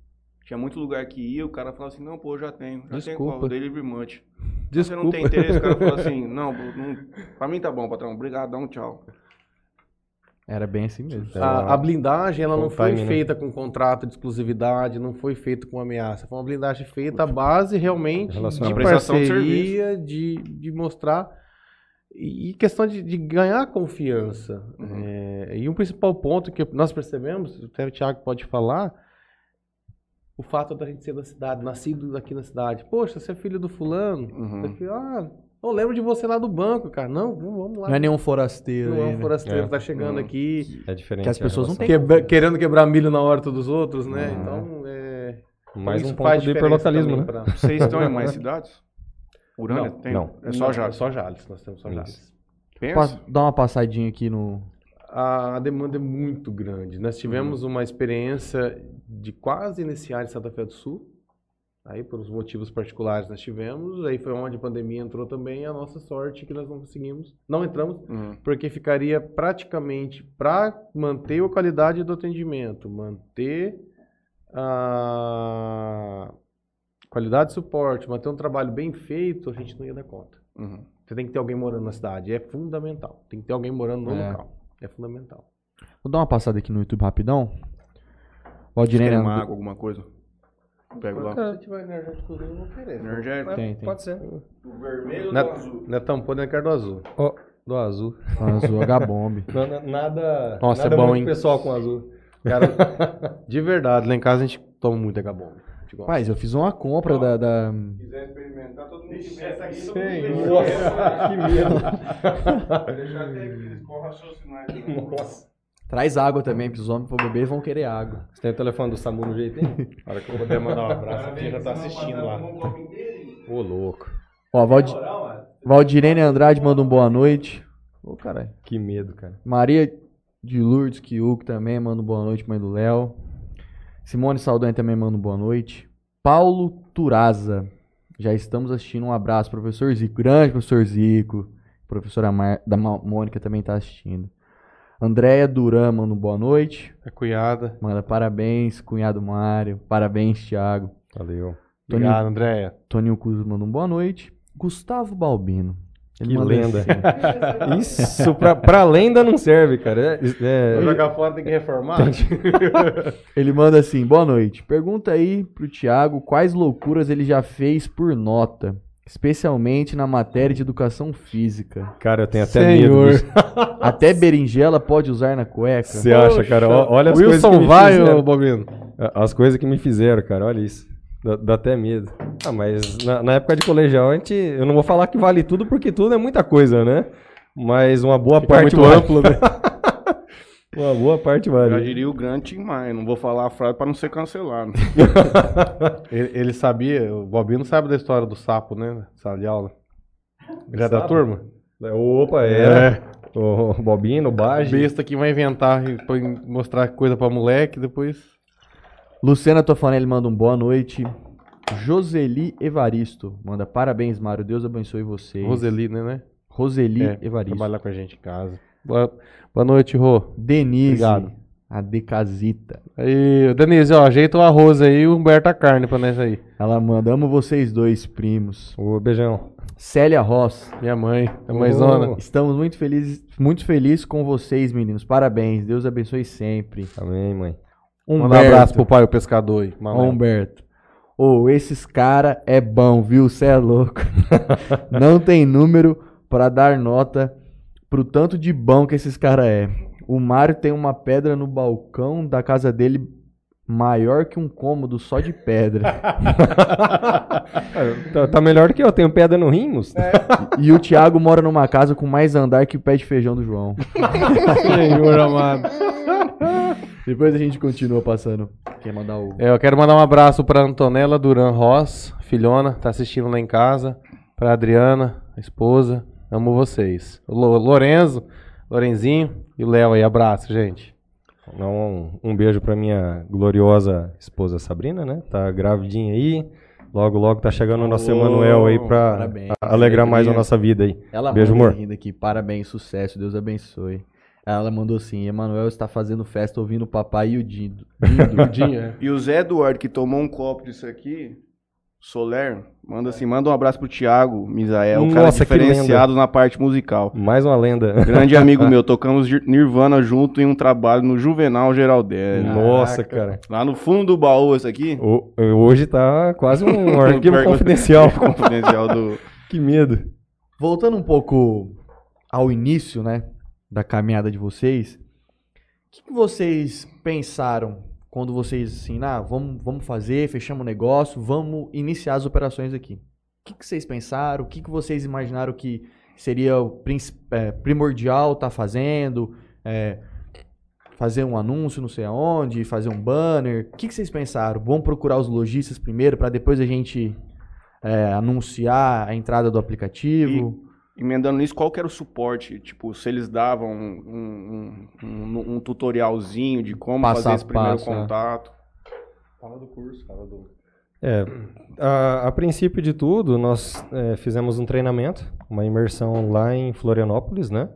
Tinha muito lugar que ia, o cara falava assim, não, pô, eu já tenho. Já tenho
Desculpa.
qual? Dei livre monte. Você não
Desculpa.
tem interesse, o cara fala assim, não, não, pra mim tá bom, patrão. Obrigadão, tchau.
Era bem assim mesmo.
A, a blindagem ela
Full
não foi
time, né?
feita com contrato de exclusividade, não foi feita com ameaça. Foi uma blindagem feita à base realmente
Relação
de
à prestação de
parceria, de, de mostrar e, e questão de, de ganhar confiança.
Uhum.
É, e um principal ponto que nós percebemos, até o Thiago pode falar, o fato da gente ser da cidade, nascido aqui na cidade. Poxa, você é filho do fulano? Eu
Uhum.
falei, ah, eu lembro de você lá do banco, cara. Não, vamos vamos lá.
Não é nenhum forasteiro
Não é
aí,
um
né?
forasteiro,
É.
tá chegando
Uhum.
aqui.
É diferente.
Que as
a
pessoas não
relação.
têm
Quebra- querendo quebrar milho na horta dos outros, né?
Uhum.
Então, é,
Mais
isso
um
faz
ponto de
diferença
hiperlocalismo, né?
também pra-
Vocês estão em mais cidades? Urânia
Não,
tem?
não.
É só
Não,
já.
É só Jales, nós temos só
Isso.
Jales.
Pensa.
Pa- Dá uma passadinha aqui no.
A demanda é muito grande. Nós tivemos uma experiência de quase iniciar em Santa Fé do Sul. Aí, por uns motivos particulares, nós tivemos. Aí foi onde a pandemia entrou também. A nossa sorte é que nós não conseguimos, não entramos,
Uhum.
porque ficaria praticamente para manter a qualidade do atendimento, manter a qualidade de suporte, manter um trabalho bem feito, a gente não ia dar conta.
Uhum.
Você tem que ter alguém morando na cidade, é fundamental. Tem que ter alguém morando no
É.
local, é fundamental.
Vou dar uma passada aqui no YouTube rapidão.
Tem
Valdirene.
uma água, alguma coisa? Pego lá.
Se tiver energético, eu não querer. né?
Energético.
Tem, tem.
Pode ser.
é O vermelho
Na-
ou o azul?
Não é tampão, nem é do azul.
Ó, do azul.
Azul, H-Bomb.
Na- na- né, Nada.
Nossa,
nada
é bom,
muito
hein?
pessoal com azul.
De verdade, lá em casa a gente toma muito Egabomb.
Mas eu fiz uma compra da. da-
Se quiser experimentar, todo mundo que essa aqui, todo
Senhor.
Nossa,
que
Deixar até que eles corram raciocinar.
medo. Nossa.
Traz água também, porque os homens que for beber vão querer água.
Você tem o telefone do Samu no jeito, hein? Na hora que eu puder mandar um abraço aqui, já tá assistindo lá.
um
Ô, louco.
Ó, Valdi... Valdirene Andrade manda um boa noite. Ô, caralho.
Que medo, cara.
Maria de Lourdes Kiuk também manda um boa noite, mãe do Léo. Simone Saldanha também manda um boa noite. Paulo Turaza. Já estamos assistindo. Um abraço, professor Zico. Grande professor Zico. Professora Mar- da Ma- Mônica também está assistindo. Andréia Duran manda um boa noite.
A cunhada.
Manda parabéns, cunhado Mário. Parabéns, Thiago.
Valeu.
Toninho-
Obrigado, Andréia.
Toninho Cruz manda um boa noite. Gustavo Balbino.
Que
manda
lenda.
assim,
Isso pra, pra lenda não serve, cara. É, é-
Jogar fora tem que reformar.
ele manda assim: boa noite. Pergunta aí pro Thiago quais loucuras ele já fez por nota. especialmente na matéria de educação física.
Cara, eu tenho até
Senhor.
medo. disso.
Até berinjela pode usar na cueca.
Você acha, cara? Ó, Olha as coisas que
Wilson
me
vai,
fizeram.
ô Bobino.
As coisas que me fizeram, cara, olha isso. Dá, dá até medo. Ah, mas na, na época de colegial, a gente, eu não vou falar que vale tudo, porque tudo é muita coisa, né? Mas uma boa
Fica
parte
muito né?
vale. uma boa parte
Eu já
vale.
diria o grande Tim Maia, não vou falar a frase pra não ser cancelado.
Ele, ele sabia, o Bobino sabe da história do sapo, né? na Sala de aula. Ele é da
Sapo?
turma?
Opa, é. O Bobino, o Baji.
Besta que vai inventar e põe- mostrar coisa pra moleque depois.
Luciana Tofanelli manda um boa noite. Joseli Evaristo manda parabéns, Mário. Deus abençoe vocês.
Roseli, né, né?
Roseli
É,
Evaristo.
Trabalhar com a gente em casa. Boa, boa noite, Rô.
Denise.
Obrigado.
A Decasita.
Aí, Denise, ó, ajeita o arroz aí e o Humberto a carne pra nós aí.
Ela manda, amo vocês dois, primos.
Ô, beijão.
Célia Ross.
Minha mãe, a mãezona.
Ô.
Estamos muito felizes, muito felizes com vocês, meninos. Parabéns. Deus abençoe sempre.
Amém, mãe.
Manda um abraço pro pai, o pescador aí.
Ô,
malandro.
Humberto. Ô, esses cara é bom, viu? Cê é louco. Não tem número pra dar nota pro tanto de bom que esses cara é. O Mário tem uma pedra no balcão da casa dele maior que um cômodo só de pedra.
Ah, tá, tá melhor do que eu, tenho pedra no rim, moço.
E o Thiago mora numa casa com mais andar que o pé de feijão do João.
Senhor amado.
Depois a gente continua passando. Quer mandar o.
É, eu quero mandar um abraço pra Antonella Duran Ross, filhona, tá assistindo lá em casa. Pra Adriana, a esposa. Amo vocês. O Lo- Lorenzo, Lorenzinho e o Léo aí. Abraço, gente.
Dá Um, um beijo pra minha gloriosa esposa Sabrina, né? Tá gravidinha aí. Logo, logo tá chegando o nosso
Ô,
Emanuel aí pra
parabéns.
alegrar mais a nossa vida aí.
Ela
Beijo,
manda
amor.
rindo aqui, parabéns, sucesso, Deus abençoe. Ela mandou assim, Emanuel está fazendo festa ouvindo o papai e o Dindo. Dindo.
Dinho,
E o Zé Eduardo, que tomou um copo disso aqui, Soler, manda assim, manda um abraço pro Thiago Misael, o cara
Nossa, que lenda.
diferenciado na parte musical.
Mais uma lenda.
Grande amigo meu, tocamos Gir- Nirvana junto em um trabalho no Juvenal Geraldelli.
Nossa, cara.
Lá no fundo do baú, esse aqui.
O- hoje tá quase um arquivo
Pergunta-
confidencial.
Confidencial do.
Que medo.
Voltando um pouco ao início, né, da caminhada de vocês, o que, que vocês pensaram quando vocês, assim, ah, vamos, vamos fazer, fechamos o negócio, vamos iniciar as operações aqui? O que, que vocês pensaram? O que, que vocês imaginaram que seria o princi- eh, primordial estar fazendo? Eh, fazer um anúncio, não sei aonde, fazer um banner? O que, que vocês pensaram? Vamos procurar os lojistas primeiro para depois a gente eh, anunciar a entrada do aplicativo?
emendando nisso, qual que era o suporte? Tipo, se eles davam um, um- um- um tutorialzinho de como
Passo a
fazer esse primeiro
passo, né?
contato.
Fala do curso, fala do.
É, a, a princípio de tudo, nós é, fizemos um treinamento, uma imersão lá em Florianópolis, né?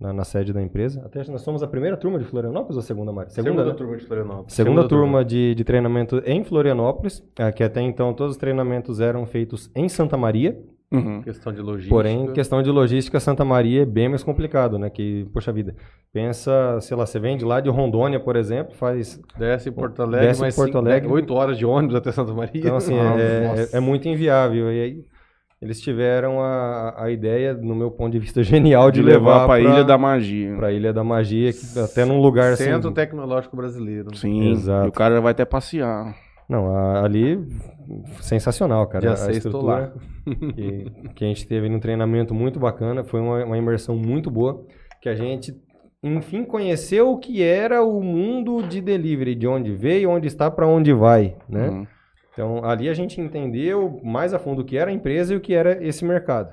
Na, na sede da empresa. Até nós somos a primeira turma de Florianópolis ou a segunda, Mari? né?
turma de Florianópolis.
Segunda turma de, de treinamento em Florianópolis, é, que até então todos os treinamentos eram feitos em Santa Maria,
Uhum.
Questão de logística.
porém, questão de logística, Santa Maria é bem mais complicado, né? Que, poxa vida, pensa, sei lá, você vende lá de Rondônia, por exemplo, faz
Desce em Porto Alegre,
Desce em
mais
Porto
cinco,
Alegre.
8 horas de ônibus até Santa Maria.
Então, assim,
Ah,
é,
nossa.
é- é muito inviável. E aí, eles tiveram a, a ideia, no meu ponto de vista genial, de,
De levar pra Ilha da Magia.
pra Ilha da Magia, que até num lugar assim.
Centro Tecnológico Brasileiro.
Sim, e
Exato.
o cara já vai até passear.
Não, a- ali, sensacional, cara.
Dia
a
seis, tô
estrutura que, que a gente teve ali um treinamento muito bacana, foi uma, uma imersão muito boa, que a gente, enfim, conheceu o que era o mundo de delivery, de onde veio, onde está, pra onde vai, né?
Uhum.
Então, ali a gente entendeu mais a fundo o que era a empresa e o que era esse mercado.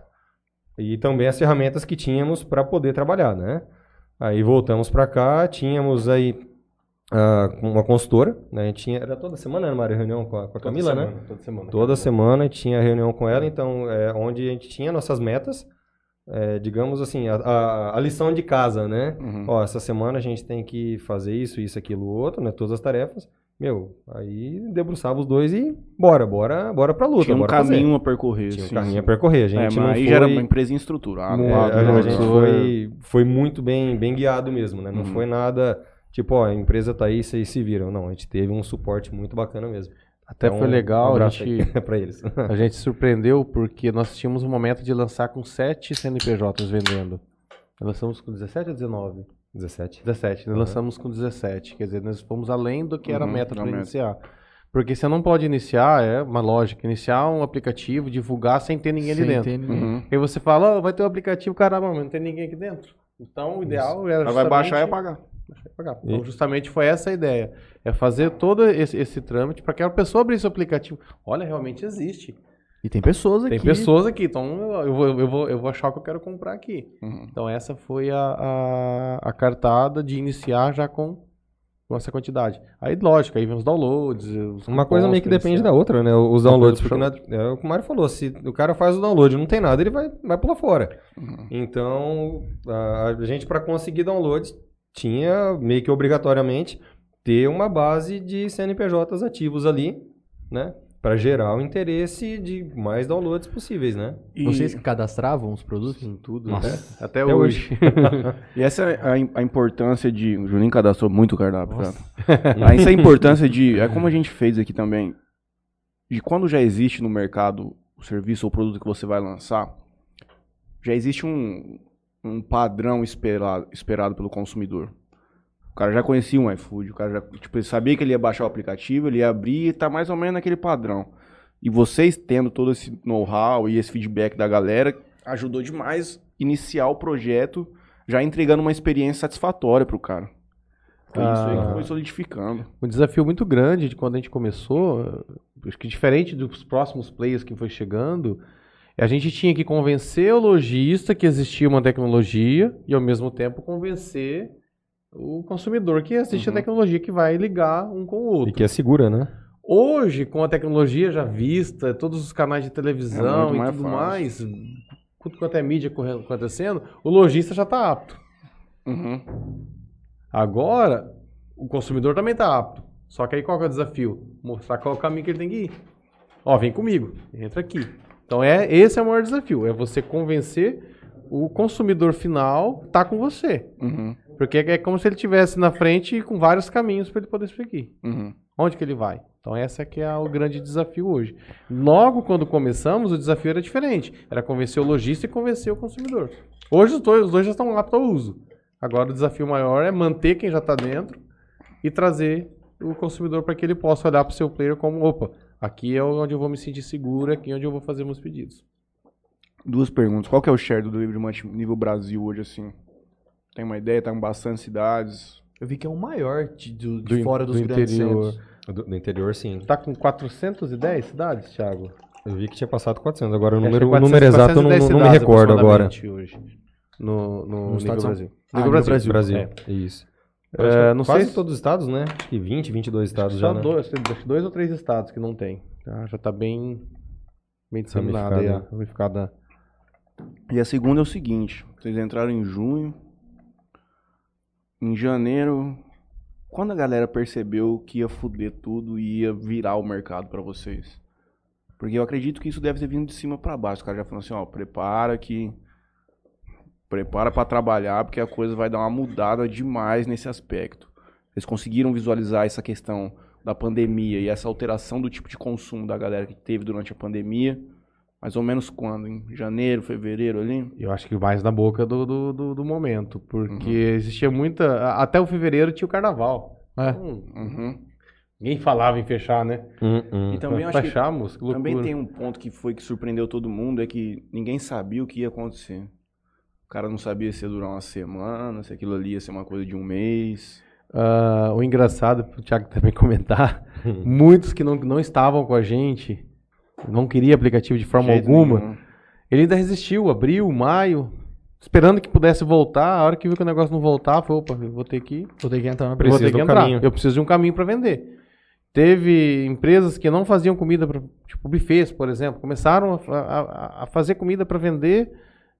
E também as ferramentas que tínhamos para poder trabalhar, né? Aí voltamos para cá, tínhamos aí ah, uma consultora, né? A gente tinha, era toda semana, né, Mário, reunião com a, com a Camila, né?
Toda semana.
Toda semana tinha reunião com ela, então, é, onde a gente tinha nossas metas, é, digamos assim, a- a, a lição de casa, né?
Uhum.
Ó, essa semana a gente tem que fazer isso, isso, aquilo, outro, né? Todas as tarefas. Meu, aí debruçava os dois e bora, bora, bora pra luta.
Tinha um
bora fazer.
caminho a percorrer.
Tinha um
sim,
caminho a
sim.
percorrer. A gente
É,
não
mas aí
foi...
já era uma empresa estruturada.
É,
né?
Não,
a,
não,
a gente
não.
foi, foi muito bem, bem guiado mesmo, né? Não
Uhum.
foi nada tipo, ó, a empresa tá aí, vocês se viram. Não, a gente teve um suporte muito bacana mesmo.
Até
Então,
foi
um
legal, a
abraço
gente,
aí pra eles.
a gente se surpreendeu porque nós tínhamos um momento de lançar com 7 CNPJs vendendo. Nós lançamos com 17 ou 19?
17.
17, nós
Aham.
lançamos com 17. Quer dizer, nós fomos além do que era a
Uhum,
meta
da
para
meta.
iniciar. Porque você não pode iniciar, é uma lógica, iniciar um aplicativo, divulgar sem ter ninguém
Sem
ali dentro.
ter ninguém.
Uhum.
Aí você fala, "Ó, vai ter um aplicativo, caramba, mas não tem ninguém aqui dentro. Então o ideal era.
Mas vai baixar e
justamente-
apagar.
pagar. Então, justamente foi essa a ideia. É fazer todo esse, esse trâmite para que a pessoa abrisse o aplicativo. Olha, realmente existe.
E tem pessoas aqui.
Tem pessoas aqui, então eu vou, eu, vou, eu vou achar o que eu quero comprar aqui.
Uhum.
Então essa foi a, a, a cartada de iniciar já com, com essa quantidade. Aí, lógico, aí vem os downloads. os
Uma coisa
cupons
meio que
pra
depende
iniciar.
da outra, né? Os downloads.
é. Uma
Porque
coisa
na- é o que o Mário falou, se o cara faz o download e não tem nada, ele vai, vai pular fora. Então, a, a gente, para conseguir downloads, tinha meio que obrigatoriamente ter uma base de CNPJs ativos ali, né? Para gerar o interesse de mais downloads possíveis, né?
E,
Vocês que cadastravam os produtos?
Em tudo,
Nossa.
né? Até,
Até
hoje.
e essa é a, im- a importância de. O Juninho cadastrou muito o cardápio, cara. Ah, Essa é a importância de. É como a gente fez aqui também. De quando já existe no mercado o serviço ou produto que você vai lançar, já existe um, um padrão esperado, esperado pelo consumidor. O cara já conhecia um iFood, o cara já tipo, ele sabia que ele ia baixar o aplicativo, ele ia abrir e tá mais ou menos naquele padrão. E vocês tendo todo esse know-how e esse feedback da galera, ajudou demais iniciar o projeto já entregando uma experiência satisfatória pro cara. Foi isso aí que
Ah.
foi solidificando.
um desafio muito grande de quando a gente começou, acho que diferente dos próximos players que foi chegando, a gente tinha que convencer o lojista que existia uma tecnologia e ao mesmo tempo convencer o consumidor que existe
Uhum.
a tecnologia que vai ligar um com o outro.
E que é segura, né?
Hoje, com a tecnologia já vista, todos os canais de
É
televisão
muito
e
mais
tudo
fácil.
mais, tudo quanto é mídia correndo- acontecendo, o lojista já está apto.
Uhum.
Agora, o consumidor também está apto. Só que aí qual que é o desafio? Mostrar qual é o caminho que ele tem que ir. Ó, vem comigo, entra aqui. Então é esse é o maior desafio, é você convencer o consumidor final tá com você,
Uhum.
porque é como se ele tivesse na frente com vários caminhos para ele poder seguir.
Uhum.
Onde que ele vai? Então essa que é o grande desafio hoje. Logo quando começamos, o desafio era diferente, era convencer o lojista e convencer o consumidor. Hoje os dois, os dois já estão aptos ao uso. Agora o desafio maior é manter quem já está dentro e trazer o consumidor para que ele possa olhar para o seu player como, opa, aqui é onde eu vou me sentir seguro, aqui é onde eu vou fazer meus pedidos.
Duas perguntas. Qual que é o share do livro de mate- nível Brasil hoje, assim? Tem uma ideia? Tá em bastante cidades.
Eu vi que é o maior de, do- de
Do in-
fora dos
do
grandes
interior.
centros.
Do, do interior, sim.
Está Tá com 410 cidades, Thiago?
Eu vi que tinha passado 400. Agora o
Acho que é
número, o
400,
número exato eu não,
410
não me
cidades
recordo agora.
aproximadamente Hoje, no, no,
No estado
nível
de São-
Brasil.
Ah,
Nível
nível Brasil.
Brasil.
É.
Isso.
É,
Acho que
não
quase
sei se-
todos os estados, né? Acho que 20, 22 estados
Só
já, né?
dois, assim, acho que dois ou três estados que não tem. Tá? Já tá bem, bem disseminada aí,
Ramificado.
a- ramificada.
E a segunda é o seguinte. Vocês entraram em junho. Em janeiro. Quando a galera percebeu que ia fuder tudo e ia virar o mercado pra vocês? Porque eu acredito que isso deve ter vindo de cima pra baixo. Os caras já falaram assim, ó, prepara que... Prepara pra trabalhar, porque a coisa vai dar uma mudada demais nesse aspecto. Vocês conseguiram visualizar essa questão da pandemia e essa alteração do tipo de consumo da galera que teve durante a pandemia? Mais ou menos quando? Em janeiro, fevereiro ali?
Eu acho que mais na boca do, do, do- do momento, porque existia muita... a- Até o fevereiro tinha o carnaval.
É.
Então,
Uhum.
ninguém falava em fechar, né?
Hum, hum.
E também eu acho que
Fechamos, que loucura.
também tem um ponto que foi que surpreendeu todo mundo, é que ninguém sabia o que ia acontecer. O cara não sabia se ia durar uma semana, se aquilo ali ia ser uma coisa de um mês.
Ah, o engraçado, pro Thiago também comentar, muitos que não, não estavam com a gente, não queria aplicativo de né? forma
Jeito
alguma,
nenhum.
Ele ainda resistiu, abril, maio, esperando que pudesse voltar. A hora que viu que o negócio não voltar, foi, opa, eu vou ter que, eu
Vou ter que entrar na
Preciso
vou ter
de
que
um
entrar.
caminho.
Eu preciso de um caminho para vender. Teve empresas que não faziam comida, pra, tipo bufês, por exemplo, começaram a, a- a fazer comida para vender,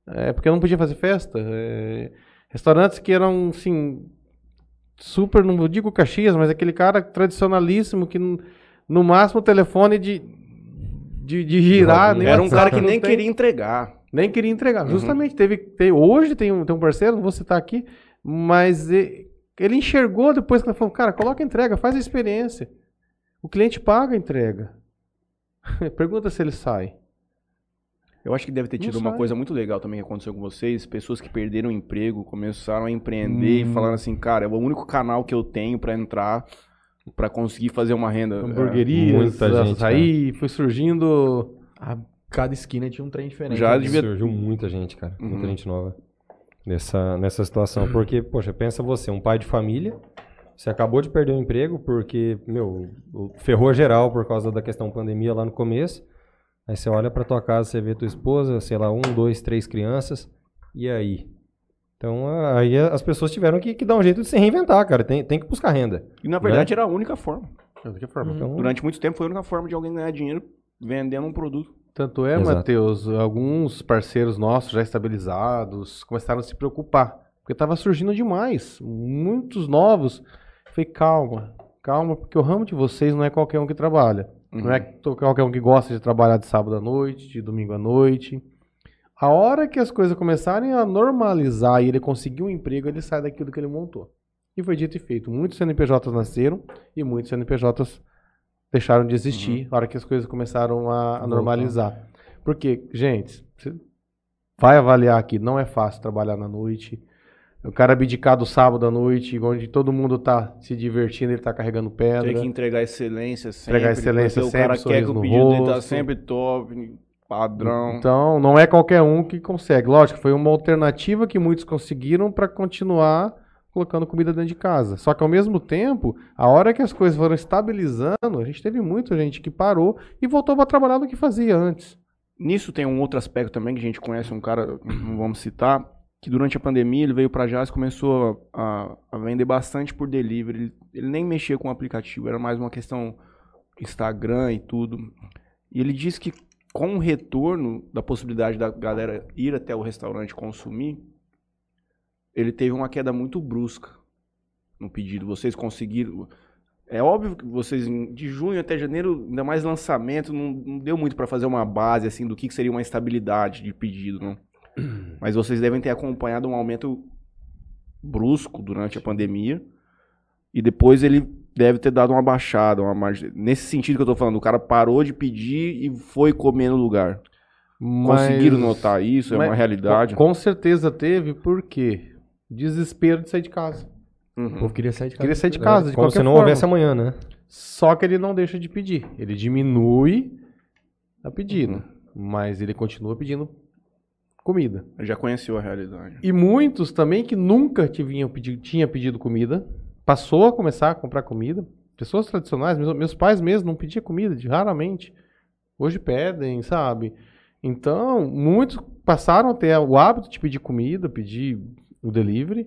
é, porque não podia fazer festa. é, restaurantes que eram, assim, super, não digo Caxias, mas aquele cara tradicionalíssimo que, no, no máximo, o telefone de, de, de girar. nem
Era um
WhatsApp
cara que
não
nem
tem.
queria entregar.
Nem queria entregar.
Uhum.
Justamente, teve, tem- hoje tem um, tem um parceiro, não vou citar aqui, mas e- ele enxergou depois que ele falou, cara, coloca a entrega, faz a experiência. O cliente paga a entrega. Pergunta se ele sai.
Eu acho que deve ter
Não
tido uma
sai.
coisa muito legal também que aconteceu com vocês. Pessoas que perderam o emprego começaram a empreender
Hum.
e falaram assim, cara, é o único canal que eu tenho pra entrar, pra conseguir fazer uma renda.
Hamburguerias,
muita gente,
açaí, foi surgindo.
A cada esquina tinha um trem diferente.
Já
né?
devia-
Surgiu muita gente, cara. Muita
Uhum.
gente nova nessa, nessa situação. Porque, poxa, pensa você, um pai de família, você acabou de perder o emprego porque, meu, o- ferrou geral por causa da questão pandemia lá no começo. Aí você olha pra tua casa, você vê tua esposa, sei lá, um, dois, três crianças, e aí? Então, a- aí a- as pessoas tiveram que, que dar um jeito de se reinventar, cara. Tem, tem que buscar renda.
É. E na verdade
Né?
era a única forma.
De que forma?
Então,
Durante muito tempo foi a única forma de alguém ganhar dinheiro vendendo um produto.
Tanto é,
Exato.
Matheus, alguns parceiros nossos já estabilizados começaram a se preocupar, porque estava surgindo demais, muitos novos. Eu Falei, calma, calma, porque o ramo de vocês não é qualquer um que trabalha. Não
Uhum.
é to- qualquer um que gosta de trabalhar de sábado à noite, de domingo à noite. A hora que as coisas começarem a normalizar e ele conseguir um emprego, ele sai daquilo que ele montou. E foi dito e feito. Muitos CNPJs nasceram e muitos CNPJs deixaram de
Uhum.
existir na hora que as coisas começaram a, a
Voltar.
normalizar. Porque, gente, você vai avaliar aqui, não é fácil trabalhar na noite. O cara abdicar do sábado à noite, onde todo mundo tá se divertindo, ele tá carregando pedra.
Tem que entregar excelência sempre.
Entregar excelência
manter O
sempre,
cara quer que
sorriso
o
no
pedido dele tá
rosto.
sempre top, padrão.
Então, não é qualquer um que consegue. Lógico, foi uma alternativa que muitos conseguiram para continuar colocando comida dentro de casa. Só que ao mesmo tempo, a hora que as coisas foram estabilizando, a gente teve muita gente que parou e voltou para trabalhar no que fazia antes.
Nisso tem um outro aspecto também que a gente conhece um cara, não vamos citar, que durante a pandemia ele veio pra Jazz e começou a, a vender bastante por delivery. Ele, ele nem mexia com o aplicativo, era mais uma questão Instagram e tudo. E ele disse que com o retorno da possibilidade da galera ir até o restaurante consumir, ele teve uma queda muito brusca no pedido. Vocês conseguiram. É óbvio que vocês, em- de junho até janeiro, ainda mais lançamento, não, não deu muito pra fazer uma base assim do que, que seria uma estabilidade de pedido, não. Mas vocês devem ter acompanhado um aumento brusco durante a pandemia. E depois ele deve ter dado uma baixada, uma margem. Nesse sentido que eu tô falando, o cara parou de pedir e foi comer no lugar. Conseguiram
Mas-
notar isso? é
mas-
uma realidade?
Com, com certeza teve, por quê? Desespero de sair de casa.
Uhum.
O povo queria sair de casa.
Queria sair de casa, de
É, como
qualquer
se não
forma.
houvesse amanhã, né?
Só que ele não deixa de pedir. Ele diminui a pedida,
Uhum.
mas ele continua pedindo comida.
Ele Já conheceu a realidade.
E muitos também que nunca tinham pedido, tinha pedido comida, passou a começar a comprar comida. Pessoas tradicionais, meus, meus pais mesmo não pediam comida, de- raramente. Hoje pedem, sabe? Então, muitos passaram a ter o hábito de pedir comida, pedir o delivery.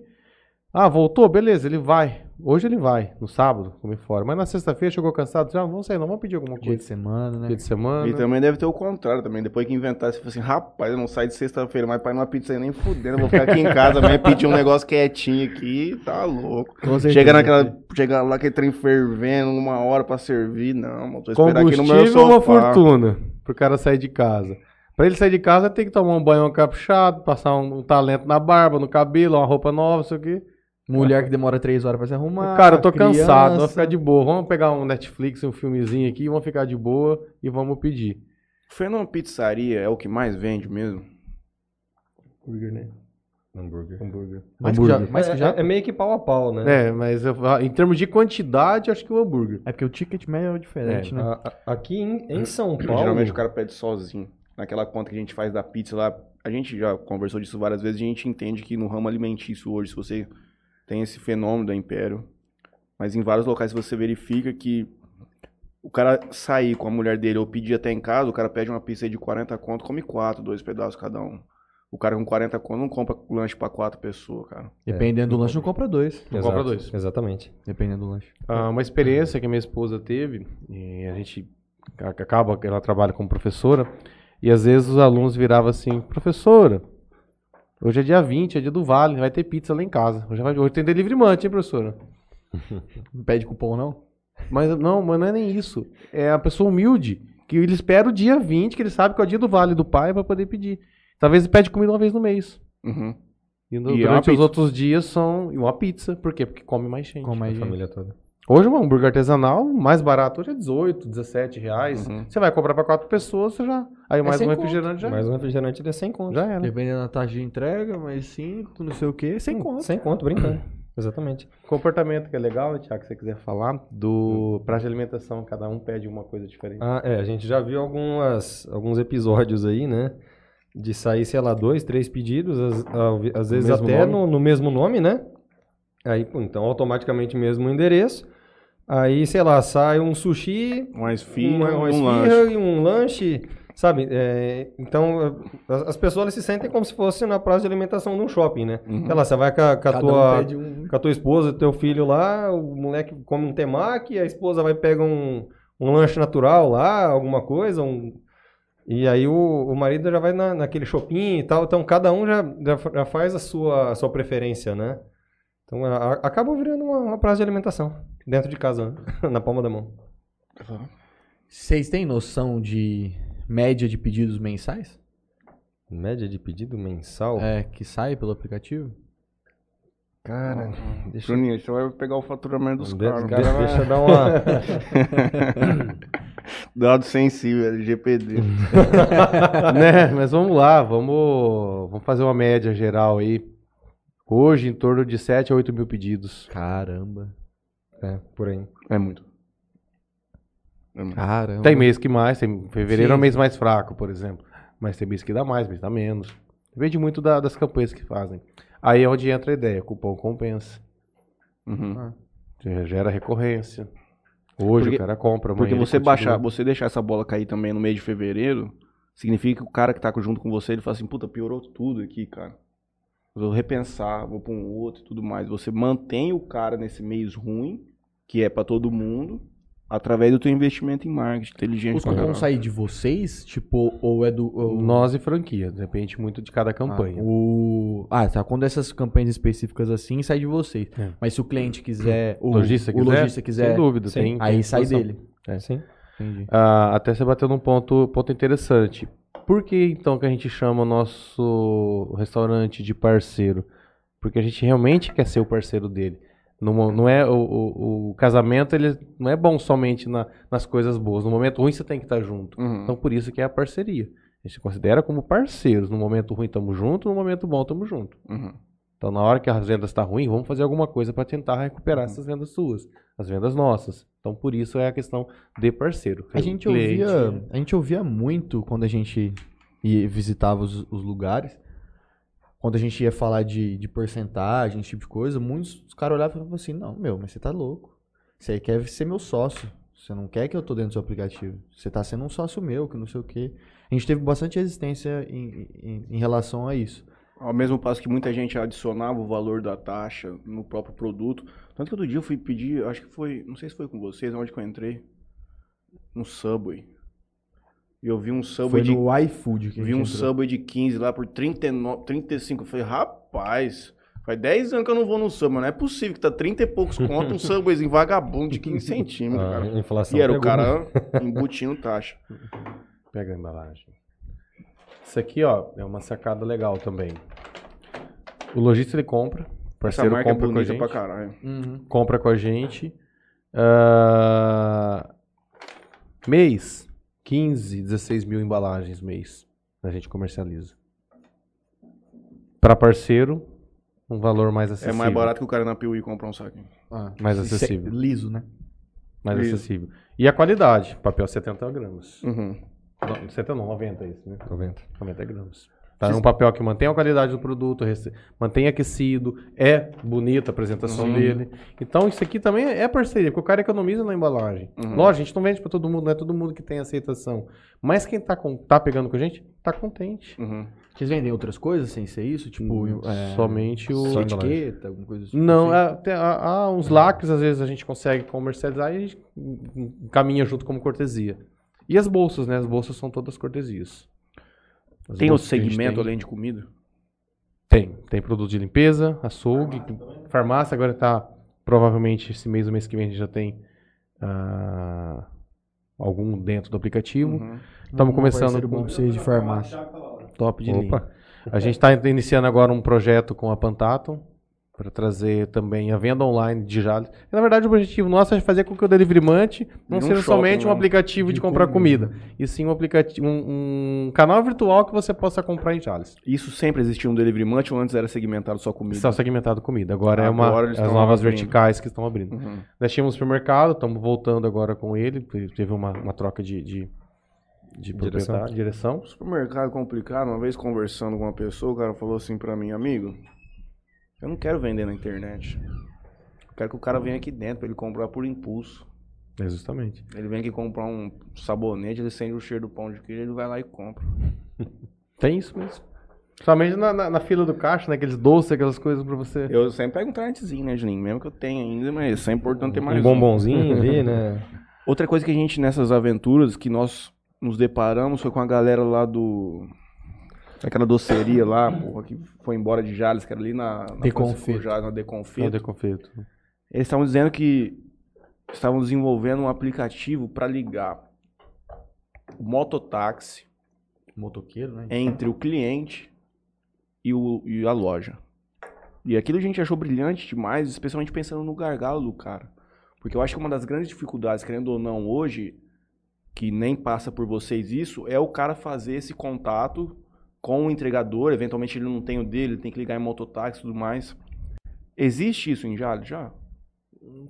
Ah, voltou? Beleza, ele vai. Hoje ele vai, no sábado, comer fora. Mas na sexta-feira chegou cansado, já ah, vamos sair, não vamos pedir alguma
Dia de
coisa.
semana, né?
Dia de semana.
E também deve ter o contrário também. Depois que inventar, você fala assim, rapaz, eu não saio de sexta-feira, mas pai, numa pizza aí nem fudendo, eu vou ficar aqui em casa mesmo, pedir um negócio quietinho aqui, tá louco.
Com certeza.
Chega naquela. Chega lá aquele trem fervendo, uma hora pra servir. Não, mano, tô esperando aqui no meu
Combustível é
sofá.
uma fortuna pro cara sair de casa. Pra ele sair de casa, tem que tomar um banho caprichado, passar um, um talento na barba, no cabelo, uma roupa nova, isso aqui.
Mulher que demora três horas pra se arrumar.
cara, eu tô
criança.
cansado, vamos ficar de boa. Vamos pegar um Netflix, um filmezinho aqui, vamos ficar de boa e vamos pedir.
Um Fernando Pizzaria é o que mais vende mesmo.
né? Hambúrguer.
Mas que já-
Hambúrguer.
mas que já-
É, é meio que pau a pau, né?
É, mas eu- em termos de quantidade, acho que o hambúrguer.
É porque o ticket médio é diferente, né?
A- a- aqui em, em São Paulo.
Geralmente o cara pede sozinho. Naquela conta que a gente faz da pizza lá, a gente já conversou disso várias vezes, a gente entende que no ramo alimentício hoje, se você tem esse fenômeno da Império, mas em vários locais você verifica que o cara sair com a mulher dele ou pedir até em casa, o cara pede uma pizza aí de 40 conto, come quatro, dois pedaços cada um. O cara com 40 conto não compra lanche pra quatro pessoas, cara.
Dependendo do lanche, não compra dois.
Não
Exato,
compra dois.
Exatamente.
Dependendo do lanche.
Ah, uma experiência que a minha esposa teve, e a gente a- acaba, ela trabalha como professora, e às vezes os alunos viravam assim, professora, hoje é dia 20, é dia do Vale, vai ter pizza lá em casa. Hoje, vai- hoje tem delivery munch, hein, professora?
Não pede cupom, não?
Mas não, mas não é nem isso. É a pessoa humilde, que ele espera o dia 20, que ele sabe que é o dia do Vale do pai, para poder pedir. Talvez ele pede comida uma vez no mês.
Uhum.
E, no-
E é uma
durante os
pizza.
outros dias são e uma pizza. Por quê? Porque come mais gente.
Com mais
a família toda.
Hoje um hambúrguer artesanal, o mais barato hoje é 18, 17 reais.
Uhum.
Você vai comprar pra quatro pessoas, você já. Aí mais
sem
um
conta.
refrigerante já,
Mas um refrigerante ele é sem conto.
já era.
Dependendo da taxa de entrega, mas 5, não sei o quê, sem conta.
Sem conto, brincando. Exatamente.
Hum. Comportamento que é legal, né, Tiago, se você quiser falar, do prato de alimentação, cada um pede uma coisa diferente.
Ah, é, a gente já viu algumas, alguns episódios aí, né? De sair, sei lá, dois, três pedidos, às, ao- às vezes
mesmo
até
nome.
no, no mesmo nome, né? Aí, pô, então, automaticamente mesmo endereço. Aí, sei lá, sai um sushi,
Um esfirra,
uma,
um,
uma
lanche.
esfirra e um lanche, sabe? É, então, as, as pessoas elas se sentem como se fosse na praça de alimentação de um shopping, né?
Uhum.
Sei lá, você vai com a, com a
Cada
tua
um pede um.
com a tua esposa, teu filho lá, o moleque come um temaki, a esposa vai pegar um, um lanche natural lá, alguma coisa, um... E aí o, o marido já vai na, naquele shopping e tal, então cada um já, já, fa- já faz a sua, a sua preferência, né? Então a, a- acaba virando uma, uma praça de alimentação, dentro de casa, né? na palma da mão.
Uhum.
Vocês têm noção de média de pedidos mensais?
Média de pedido mensal?
É, que sai pelo aplicativo?
Cara, deixa,
Juninho, você vai pegar o faturamento dos
de,
caras.
de- um deixa eu dar uma...
Dado sensível, LGPD.
né? Mas vamos lá, vamos, vamos fazer uma média geral aí. Hoje, em torno de 7 a 8 mil pedidos.
Caramba.
é, por aí.
É muito.
Caramba.
Tem mês que mais, tem fevereiro é um
Uhum. Sim.
mês mais fraco, por exemplo. Mas tem mês que dá mais, mês que dá menos. Depende muito da- das campanhas que fazem. Aí é onde entra a ideia, cupom compensa.
Uhum.
Já Gera recorrência. Hoje
Porque-
o cara compra, amanhã
Porque
ele
você
continua.
baixar, você deixar essa bola cair também no mês de fevereiro, significa que o cara que tá junto com você, ele fala assim, puta, piorou tudo aqui, cara. Vou repensar, vou pra um outro e tudo mais. Você mantém o cara nesse mês ruim, que é pra todo mundo, através do teu investimento em marketing inteligente.
Os
pra
cupons
Ah,
caralho.
saem de vocês? Tipo, ou é do. ou-
Nós e franquia, depende muito de cada
Ah,
campanha.
o... ah, tá. Quando essas campanhas específicas assim, sai de vocês.
É.
Mas se o cliente quiser. O
lojista
o
quiser,
lojista
Sem
quiser
dúvida,
Sim.
tem.
aí
tem
sai
situação.
dele.
É, sim.
Entendi.
Ah, até você bateu num ponto, ponto interessante. Por que então que a gente chama o nosso restaurante de parceiro? Porque a gente realmente quer ser o parceiro dele. Não, não é o, o- o casamento ele não é bom somente na- nas coisas boas. No momento ruim você tem que estar junto.
Uhum.
Então por isso que é a parceria. A gente se considera como parceiros. No momento ruim estamos junto, no momento bom estamos junto.
Uhum.
Então na hora que as vendas estão ruim, vamos fazer alguma coisa para tentar recuperar
Uhum.
essas vendas suas, as vendas nossas. Então por isso é a questão de parceiro.
A gente,
Cliente, né?
ouvia, a gente ouvia muito quando a gente ia, visitava os, os lugares. Quando a gente ia falar de, de porcentagem, esse tipo de coisa, muitos os caras olhavam e falavam assim, não, meu, mas você tá louco. Você quer ser meu sócio. Você não quer que eu tô dentro do seu aplicativo. Você tá sendo um sócio meu, que não sei o quê. A gente teve bastante resistência em, em, em relação a isso.
Ao mesmo passo que muita gente adicionava o valor da taxa no próprio produto. Tanto que outro dia eu fui pedir, acho que foi, não sei se foi com vocês, onde que eu entrei, um Subway. E eu vi um
Foi
Subway de
no iFood que a
Vi
gente
um
entrou.
Subway de 15 lá por 39, 35. Eu falei, rapaz, faz 10 anos que eu não vou no Subway, mas não é possível que tá 30 e poucos conto um Subwayzinho vagabundo de 15 centímetros,
A
cara.
inflação
E era o
Ah, é. pegou.
cara embutindo taxa.
Pega a embalagem. Isso aqui, ó, é uma sacada legal também. O lojista ele compra, o
Essa
parceiro
marca é
compra com a
bonita
gente,
pra caralho.
Uhum.
compra com a gente. Ah, mês, 15, 16 mil embalagens mês a gente comercializa. Para parceiro, um valor mais
É
acessível.
mais barato que o cara na Piuí comprar um saquinho.
Ah,
Mais
isso é
acessível.
liso, né?
Mais
Isso.
acessível. E a qualidade, papel 70 gramas.
Uhum.
Não, 70 não, 90 é isso, né?
90.
90 gramas. Tá num papel que mantém a qualidade do produto, rece- mantém aquecido, é bonita a apresentação
Sim.
dele. Então isso aqui também é parceria, porque o cara economiza na embalagem.
Uhum.
Lógico, a gente não vende pra todo mundo, não é todo mundo que tem aceitação. Mas quem tá, com- tá pegando com a gente, tá contente.
Uhum.
Vocês vendem outras coisas sem ser isso? Tipo,
Hum,
é,
Somente o...
só etiqueta, alguma coisa assim?
Não, é, tem- há- há uns lacres, às vezes a gente consegue comercializar e a gente hum, caminha junto como cortesia. E as bolsas, né? As bolsas são todas cortesias. As
Tem outro
bolsas que a gente
segmento
tem.
além de comida?
Tem. Tem produto de limpeza, açougue, farmácia. Agora tá. Provavelmente esse mês, o mês que vem, a gente já tem ah, algum dentro do aplicativo.
Uhum.
Estamos
Um
começando
parceiro
com-
bom pra vocês de farmácia.
Top de
Tipo
Opa.
tá linha. A gente está iniciando agora um projeto com a Pantaton para trazer também a venda online de Jales. Na verdade, o objetivo nosso é fazer com que o deliverimante não
Vira um
seja
shopping,
somente um
né?
aplicativo de,
De
comprar
comida.
comida, e sim um, aplicativo, um, um canal virtual que você possa comprar em Jales.
Isso sempre existia um deliverimante ou antes era segmentado só comida?
Está segmentado comida. Agora, é
Agora
uma
eles
as
estão
novas
abrindo.
verticais que estão abrindo.
Uhum.
Nós tínhamos o supermercado, estamos voltando agora com ele. te- Teve uma, uma troca de, de, de
Direção.
proprietário, direção.
Supermercado complicado, uma vez conversando com uma pessoa, o cara falou assim pra mim, amigo, eu não quero vender na internet. Eu quero que o cara venha aqui dentro pra ele comprar por impulso.
É, justamente.
Ele vem aqui comprar um sabonete, ele sente o cheiro do pão de queijo, ele vai lá e compra.
Tem isso mesmo. Somente na, na- na fila do caixa, né? Aqueles doces, aquelas coisas pra você.
Eu sempre pego um talentezinho, né, Juninho? Mesmo que eu tenha ainda, mas isso é importante ter mais
Um bombonzinho ali, né?
Outra coisa que a gente, nessas aventuras, que nós nos deparamos foi com a galera lá do. Aquela doceria lá, porra, que foi embora de Jales, que era ali na. na
Deconfito.
Francisco Jales, na
Não,
Deconfito.
de confeito.
Eles estavam dizendo que estavam desenvolvendo um aplicativo para ligar o mototáxi
Motoqueiro, né?
entre o cliente e, o, e a loja. E aquilo a gente achou brilhante demais, especialmente pensando no gargalo do cara. Porque eu acho que uma das grandes dificuldades, querendo ou não, hoje, que nem passa por vocês isso, é o cara fazer esse contato com o entregador. Eventualmente ele não tem o dele, ele tem que ligar em mototáxi e tudo mais. Existe isso em Jales já?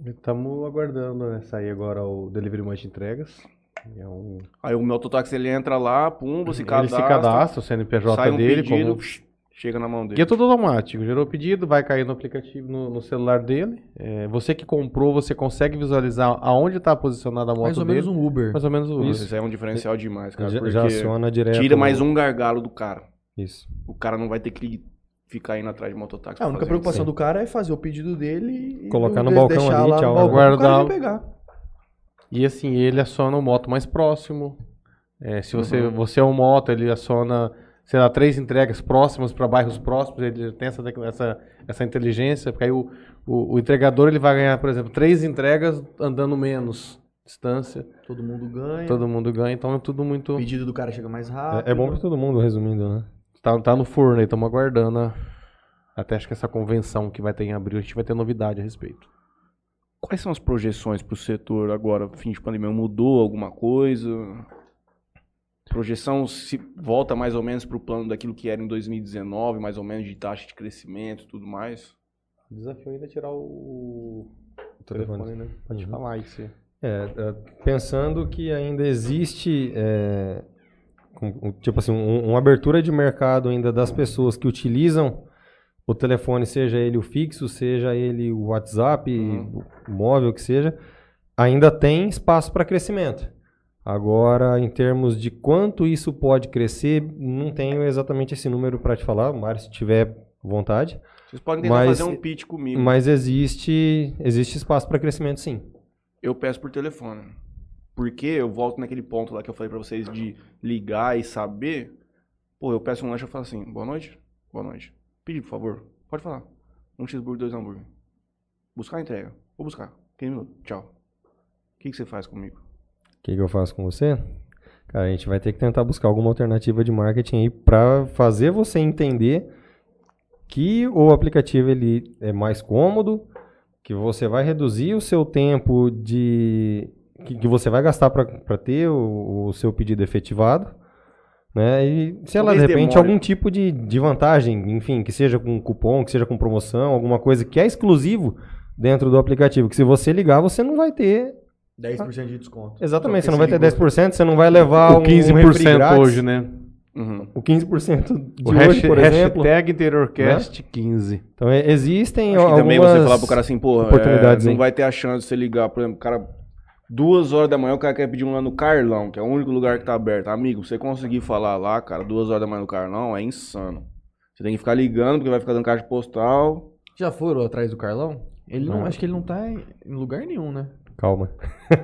Estamos aguardando, né? Sair agora o Delivery Mante Entregas. É um
Aí o mototáxi ele entra lá, pum, você
Ele
Tipo, cadastra,
se cadastra, o CNPJ
sai um
dele.
pedido,
como-
psh, chega na mão
E
dele.
é tudo automático. Gerou o pedido, vai cair no aplicativo, no, no celular dele. É, você que comprou, você consegue visualizar aonde está posicionada a moto
Mais ou
dele.
menos um Uber.
Mais ou menos o
Isso, isso é um diferencial demais, cara,
já,
porque
já aciona direto.
tira mais um gargalo do cara.
Isso.
O cara não vai ter que ficar indo atrás de mototáxi. pra
Ah, a única
fazer
preocupação do cara é fazer o pedido dele e
Colocar no
de-
balcão
deixar
ali,
lá
tchau,
no
né?
balcão, o cara
Guardar
vai
o-
pegar.
E assim, ele aciona o moto mais próximo. É, se você,
Uhum.
você é um moto, ele aciona, sei lá, três entregas próximas para bairros próximos, ele tem essa, tec- essa, essa inteligência, porque aí o, o, o entregador ele vai ganhar, por exemplo, três entregas andando menos distância,
Todo mundo ganha.
todo mundo ganha, então é tudo muito...
O pedido do cara chega mais rápido.
É, é bom pra todo mundo, resumindo, né?
Tá, tá no forno aí, estamos aguardando a- até acho que essa convenção que vai ter em abril, a gente vai ter novidade a respeito.
isso. Quais são as projeções pro setor agora, fim de pandemia? Mudou alguma coisa? Projeção se volta mais ou menos pro plano daquilo que era em 2019, mais ou menos de taxa de crescimento e tudo mais?
O desafio ainda é tirar o,
telefone,
né?
Pode
Pode
falar
falar isso.
É, é, pensando que ainda existe, é, com- um- tipo assim, um- uma abertura de mercado ainda das pessoas que utilizam o telefone, seja ele o fixo, seja ele o WhatsApp,
Uhum.
o móvel que seja, ainda tem espaço para crescimento. Agora, em termos de quanto isso pode crescer, não tenho exatamente esse número para te falar, Mário, se tiver vontade.
Vocês podem tentar
Mas-
fazer um pitch comigo.
Mas existe, existe espaço para crescimento, sim.
Eu peço por telefone. Porque eu volto naquele ponto lá que eu falei pra vocês de ligar e saber. Pô, eu peço um lanche, eu falo assim, boa noite, boa noite. Pedir, por favor. Pode falar. Um cheeseburger, dois hambúrguer. Buscar a entrega. Vou buscar. 15 minutos. Tchau. O que, que você faz comigo?
O que, que eu faço com você? Cara, a gente vai ter que tentar buscar alguma alternativa de marketing aí para fazer você entender que o aplicativo ele é mais cômodo, que você vai reduzir o seu tempo de que, que você vai gastar para ter o, o seu pedido efetivado, né? E sei lá, de
Talvez
repente
demore.
algum tipo de, de vantagem, enfim, que seja com cupom, que seja com promoção, alguma coisa que é exclusivo dentro do aplicativo, que se você ligar, você não vai ter
10% de desconto.
Exatamente,
Só
você
que
não vai ter
Então, esse
10%, você não vai levar
o
um 15
15% hoje, né?
Uhum.
O 15% de
O é
hoje,
hash-
por exemplo.
hashtag
Né?
interiorcast 15.
Então, e- existem
Acho que
algumas...
também você falar pro cara assim, porra, é,
oportunidades,
não
hein?
vai ter a chance de você ligar, por exemplo, o cara. Duas horas da manhã o cara quer pedir um lá no Carlão, que é o único lugar que tá aberto. Amigo, pra você conseguir falar lá, cara, duas horas da manhã no Carlão é insano. Você tem que ficar ligando, porque vai ficar dando caixa postal.
Já foram atrás do Carlão? Ele não,
Não.
acho que ele não tá em em lugar nenhum, né?
Calma.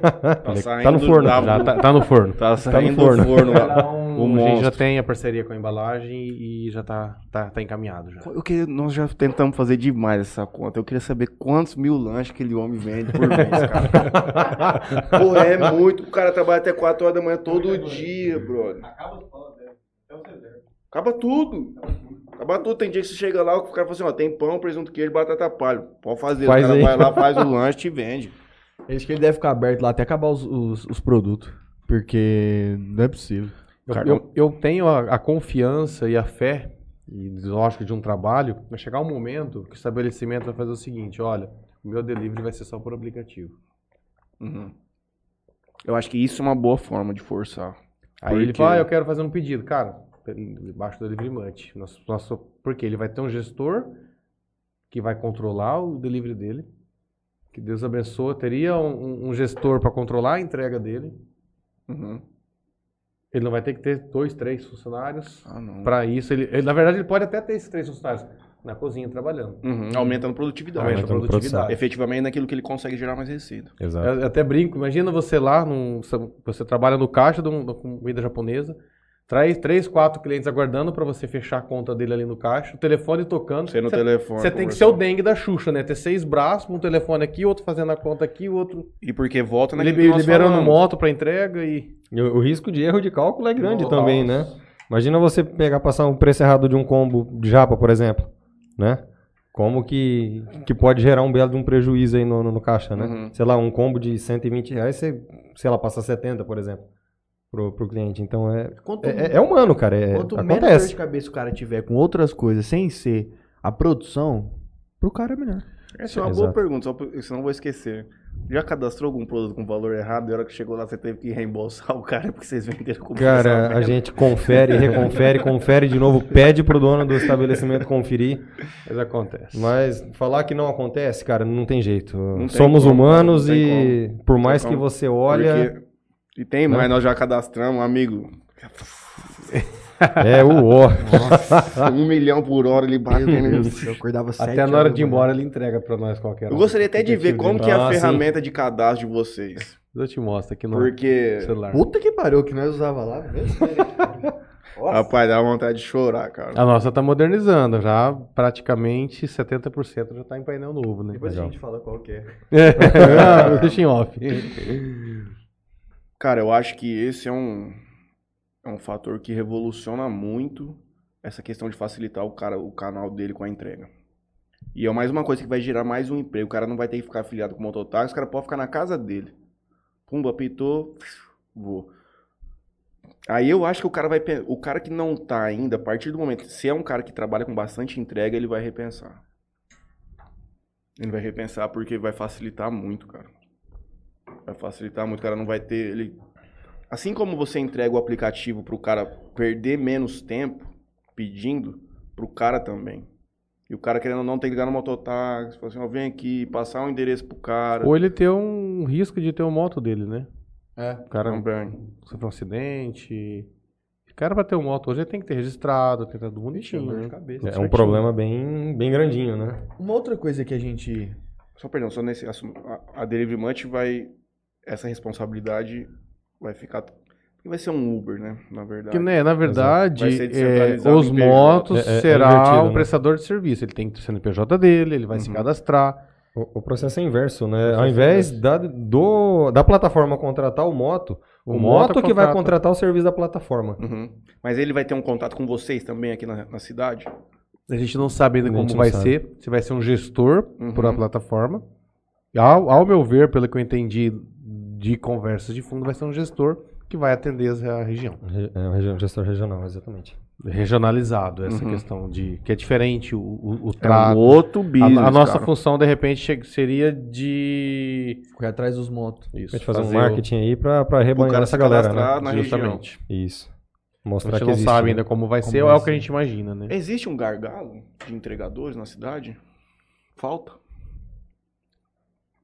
tá
saindo
no forno.
da-
já,
Já
tá-
tá, tá no forno.
Tá saindo do
forno.
forno lá.
Então,
O
a gente já
monstro.
tem a parceria com a embalagem e já tá, tá, tá encaminhado já.
Eu queria, nós já tentamos fazer demais essa conta. Eu queria saber quantos mil lanches aquele homem vende por mês, cara. Porra, é muito. O cara trabalha até 4 horas da né? manhã todo dia, brother. Acaba tudo. A batuta tem dia que você chega lá, o cara fala assim, ó, tem pão, presunto, queijo, batata palha. Pode fazer.
Faz
o cara
aí.
vai lá, faz o lanche e te vende.
Acho que ele deve ficar aberto lá até acabar os, os, os produtos. Porque não é possível.
Eu,
Cara,
eu- eu tenho a, a confiança e a fé, e lógico, de um trabalho, vai chegar um momento que o estabelecimento vai fazer o seguinte: olha, o meu delivery vai ser só por aplicativo.
Uhum. Eu acho que isso é uma boa forma de forçar.
Aí
Por
ele
quê?
fala, ah, eu quero fazer um pedido. Cara, debaixo do delivery munch. Nosso, nosso, porque ele vai ter um gestor que vai controlar o delivery dele. Que Deus abençoe. Teria um, um gestor para controlar a entrega dele.
Uhum.
Ele não vai ter que ter dois, três funcionários.
Ah, não.
Para isso, ele, ele- na verdade, ele pode até ter esses três funcionários na cozinha trabalhando.
Uhum. Aumentando produtividade.
Aumenta a
aumentando
produtividade.
Efetivamente naquilo que ele consegue gerar mais receita.
Exato.
Eu, eu até brinco, imagina você lá, num- você trabalha no caixa de um- de uma comida japonesa, traz três, quatro clientes aguardando para você fechar a conta dele ali no caixa, o telefone tocando.
Você no telefone.
você tem que ser o
conversando.
dengue da Xuxa, né? Ter seis braços, um telefone aqui, outro fazendo a conta aqui, outro
E porque volta naquilo
liber-
é que nós
liberando
falamos.
moto para entrega e...
E o, o risco de erro de cálculo é grande
Nossa.
também, né? Imagina você pegar, passar um preço errado de um combo de japa, por exemplo, né? Como que, que pode gerar um belo de um prejuízo aí no, no, no caixa, né?
Uhum.
Sei lá, um combo de 120 reais, você, sei lá, passa 70, por exemplo, pro, pro cliente. Então é,
Quanto,
é, é humano, cara. É,
quanto menos dor
acontece.
de cabeça o cara tiver com outras coisas sem ser a produção, pro cara é melhor.
Essa é uma
Exato.
boa pergunta, só pra- senão eu vou esquecer. Já cadastrou algum produto com valor errado e a hora que chegou lá você teve que reembolsar o cara porque vocês venderam com
Cara,
preço
a
menos?
gente confere, reconfere, confere de novo, pede pro dono do estabelecimento conferir.
Mas acontece.
Mas falar que não acontece, cara, não tem jeito.
tem
Somos
como,
humanos
não tem
e por mais
tem
que
como.
você olha, Né?
Porque- E tem mais, nós já cadastramos, amigo.
é o ó. Ah.
Um milhão por hora ele bate.
Meu
né?
Deus, eu acordava sete
Até na hora
horas
de ir
né?
da manhã.
embora, ele entrega para nós qualquer
Eu gostaria até de ver como que é a
Ah, sim.
ferramenta de cadastro de vocês.
Eu te mostro aqui no
Porque,
celular.
Puta que pariu, que nós usava lá. meu Deus.
rapaz, dá vontade de chorar, cara.
A nossa tá modernizando, já praticamente 70% já tá em painel novo, né?
Depois
Legal.
a gente fala qual que é.
Ah, Deixa em off.
Cara, eu acho que esse é um, é um fator que revoluciona muito essa questão de facilitar o cara, o canal dele com a entrega. E é mais uma coisa que vai gerar mais um emprego. O cara não vai ter que ficar afiliado com o mototáxi, o cara pode ficar na casa dele. Pumba, apitou, vou. Aí eu acho que o cara vai. pe- O cara que não tá ainda, a partir do momento. Se é um cara que trabalha com bastante entrega, ele vai repensar. Ele vai repensar porque vai facilitar muito, cara. Vai facilitar muito, o cara não vai ter. Ele... Assim como você entrega o aplicativo pro cara perder menos tempo pedindo, pro cara também. E o cara querendo ou não tem que ligar no mototáxi, falar assim, ó, vem aqui, passar um endereço pro cara.
Ou ele ter um risco de ter uma moto dele, né?
É.
O cara
Também.
sofreu um acidente. O cara pra ter uma moto hoje ele tem que ter registrado, tem que estar tudo bonitinho,
dor de
né?
cabeça.
É um
certinho.
problema bem, bem grandinho, né?
Uma outra coisa que a gente.
Só perdão, só nesse assunto. A, a Delivery Munch vai. Essa responsabilidade vai ficar. porque Vai ser um Uber, né? Na verdade.
Que, né, na verdade,
Vai ser
é,
descentralizado
os
em PJ.
motos
É, é, é
será
invertido,
o
né?
prestador de serviço. Ele tem que ter o CNPJ dele, ele vai se
Uhum.
cadastrar.
O, o processo é inverso, né? Ao invés da, do, da plataforma contratar o moto, o, moto, que vai
contrata.
contratar o serviço da plataforma.
Uhum. Mas ele vai ter um contato com vocês também aqui na, na cidade?
A gente não sabe ainda
A gente
como
não
vai
sabe.
ser. Se vai ser um gestor
Uhum.
por a plataforma. Ao, ao meu ver, pelo que eu entendi de conversas de fundo, vai ser um gestor que vai atender a região.
Re- É, o regi- gestor regional, exatamente.
Regionalizado, essa
Uhum.
questão de. que é diferente o, o, o
É um
trato.
outro
a,
business.
a nossa
cara.
função, de repente, che- seria de. é
Correr atrás dos motos.
Isso,
A gente fazer um marketing aí pra, pra
é
O
rebanhar
cara se
essa galera,
cadastrar
né?
na região.
Justamente.
Isso.
A
Mostrar
gente
que
não
existe,
sabe
né?
ainda como vai
Como
ser,
vai
ou é o que
ser.
a gente imagina, né?
Existe um gargalo de entregadores na cidade? Falta.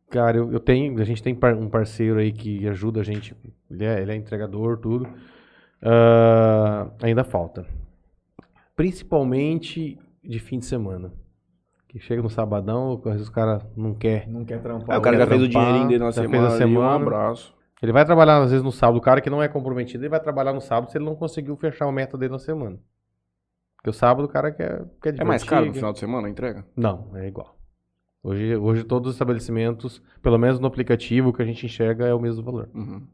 Cara, eu, eu tenho, a gente tem par- um parceiro aí que ajuda a gente, ele é, ele é entregador, tudo. Ah, ainda falta. Principalmente de fim de semana. Que chega no sabadão, às vezes o cara não quer.
Não quer trampar.
Ah, o cara já fez o dinheirinho dele na
já fez
semana.
a
ali,
semana.
Um abraço.
Ele vai trabalhar, às vezes, no sábado. O cara que não é comprometido, ele vai trabalhar no sábado se ele não conseguiu fechar a meta dele na semana. Porque o sábado o cara quer, quer
É mais
divertir,
caro no
quer-
final de semana a entrega?
Não, é igual. Hoje, hoje todos os estabelecimentos, pelo menos no aplicativo, o que a gente enxerga é o mesmo valor.
Uhum.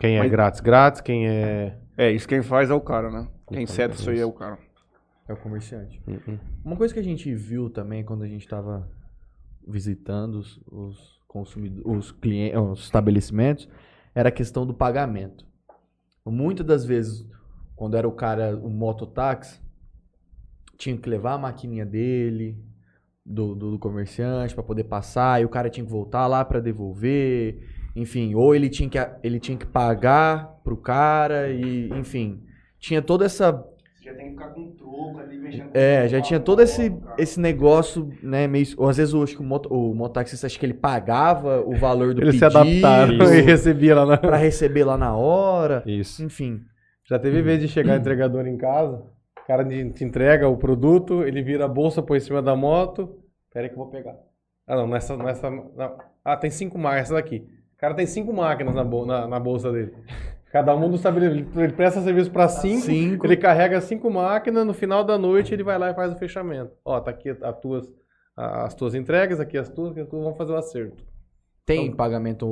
Quem é
Mas-
grátis, grátis, quem é
É, isso quem faz é o cara, né? Quem
Então,
seta isso aí
isso.
é o cara.
É o comerciante. Uma coisa que a gente viu também quando a gente estava visitando os, os consumidores, os clientes, os estabelecimentos, era a questão do pagamento. Muitas das vezes, quando era o cara, o mototáxi, tinha que levar a maquininha dele, do, do- do comerciante, para poder passar, e o cara tinha que voltar lá para devolver, enfim, ou ele tinha que, a- ele tinha que pagar pro cara, e enfim, tinha toda essa
Já tem que ficar com troco ali, mexendo
é, já tinha todo esse, esse negócio, né? Meio, ou às vezes eu acho que o, moto, o mototaxista acho que ele pagava o valor do
Eles se
pedido
adaptaram e recebia lá na.
pra receber lá na hora.
Isso.
Enfim.
Já teve vez de chegar o entregador em casa, o cara te te entrega o produto, ele vira a bolsa, põe em cima da moto. Pera aí que eu vou pegar. Ah, não, nessa. nessa não. Ah, tem cinco máquinas, essa daqui. O cara tem cinco máquinas na, bol- na- na bolsa dele. Cada um do estabelecimento. Ele presta serviço para cinco,
Cinco.
ele carrega cinco máquinas, no final da noite ele vai lá e faz o fechamento. Ó, tá aqui a tuas, a- as tuas entregas, aqui as tuas, aqui as tuas, vamos fazer o acerto.
Tem pagamento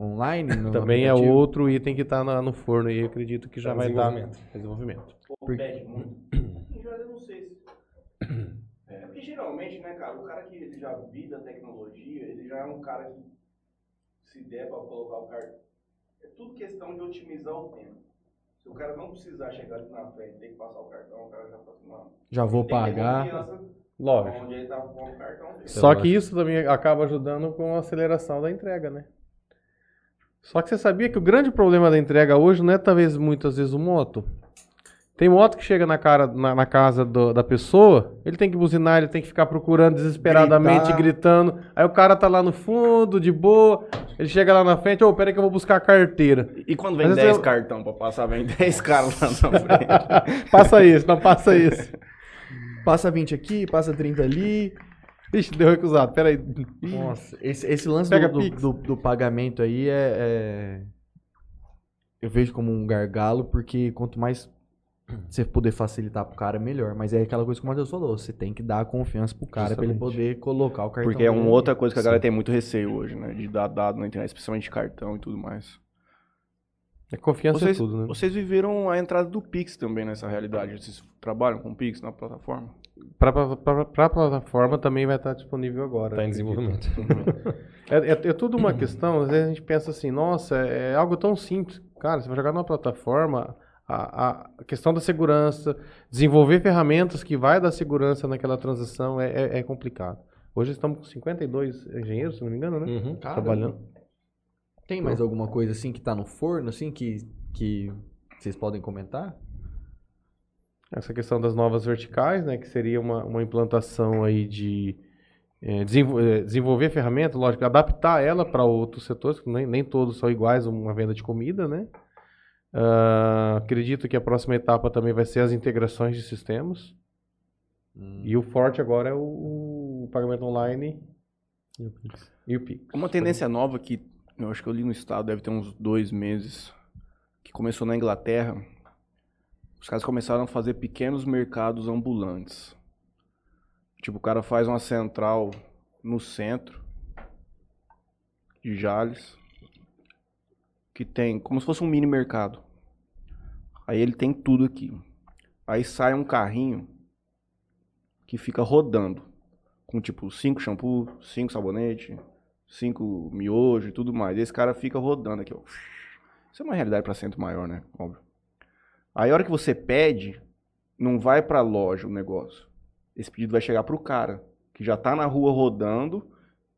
online? no
Também é
aplicativo?
outro item que tá na- no forno e eu acredito que já
Tá
vai dar
desenvolvimento.
desenvolvimento.
Pô, pede muito. Em geral, eu não sei se. É porque geralmente, né, cara, o cara que ele já vive da tecnologia, ele já é um cara que se der pra colocar o cara. É tudo questão de otimizar o tempo. Se o cara não precisar chegar ali na frente, tem que passar o cartão, o cara já fala assim, mano.
Já vou
tem que ter
pagar.
confiança
Lógico.
Onde ele tá com o cartão dele.
Só que isso também acaba ajudando com a aceleração da entrega, né? Só que você sabia que o grande problema da entrega hoje não é talvez muitas vezes o moto. Tem moto que chega na, cara, na, na casa do- da pessoa, ele tem que buzinar, ele tem que ficar procurando desesperadamente,
Gritar.
gritando. Aí o cara tá lá no fundo, de boa, ele chega lá na frente, ô, peraí que eu vou buscar a carteira.
E quando
vem Mas dez eu-
cartão pra passar, vem 10 caras lá na frente.
passa isso, não passa isso.
Passa 20 aqui, passa 30 ali.
Ixi, deu recusado, peraí.
Nossa, esse, esse lance
Pega
do, do-
Pix.
do- do pagamento aí é, é- Eu vejo como um gargalo, porque quanto mais você puder facilitar pro cara, melhor. Mas é aquela coisa que o Matheus falou: você tem que dar a confiança pro cara pra ele
Justamente.
poder colocar o cartão.
Porque é
dele
uma
ali.
outra coisa que a
Sim.
galera tem muito receio hoje, né? De dar dado na internet, especialmente de cartão e tudo mais.
É confiança
Vocês,
em tudo, né?
vocês viveram a entrada do Pix também nessa realidade? Vocês trabalham com Pix na plataforma?
Pra, pra, pra- pra plataforma também vai estar disponível agora.
Tá em
acredito.
desenvolvimento.
É, é- é tudo uma questão, às vezes a gente pensa assim, nossa, é algo tão simples. Cara, você vai jogar numa plataforma, a, a- a questão da segurança, desenvolver ferramentas que vai dar segurança naquela transação é, é- é complicado. Hoje estamos com 52 engenheiros, se não me engano, né?
Uhum.
Cara,
Trabalhando.
Tem mais alguma coisa assim que tá no forno, assim, que, que vocês podem comentar?
Essa questão das novas verticais, né? Que seria uma, uma implantação aí de eh, desenvol- eh, desenvolver ferramenta, lógico, adaptar ela para outros setores, que nem, nem todos são iguais uma venda de comida, né? Ah, acredito que a próxima etapa também vai ser as integrações de sistemas. E o forte agora é o, o pagamento online e o Pix.
Uma tendência nova que eu acho que eu li no estado, deve ter uns dois meses, que começou na Inglaterra. Os caras começaram a fazer pequenos mercados ambulantes. Tipo, o cara faz uma central no centro de Jales, que tem como se fosse um mini mercado. Aí ele tem tudo aqui. Aí sai um carrinho que fica rodando com tipo cinco shampoo, cinco sabonete, cinco miojo e tudo mais. Esse cara fica rodando aqui, ó. Isso é uma realidade para centro maior, né? Óbvio. Aí a hora que você pede, não vai para loja o negócio. Esse pedido vai chegar pro cara, que já tá na rua rodando,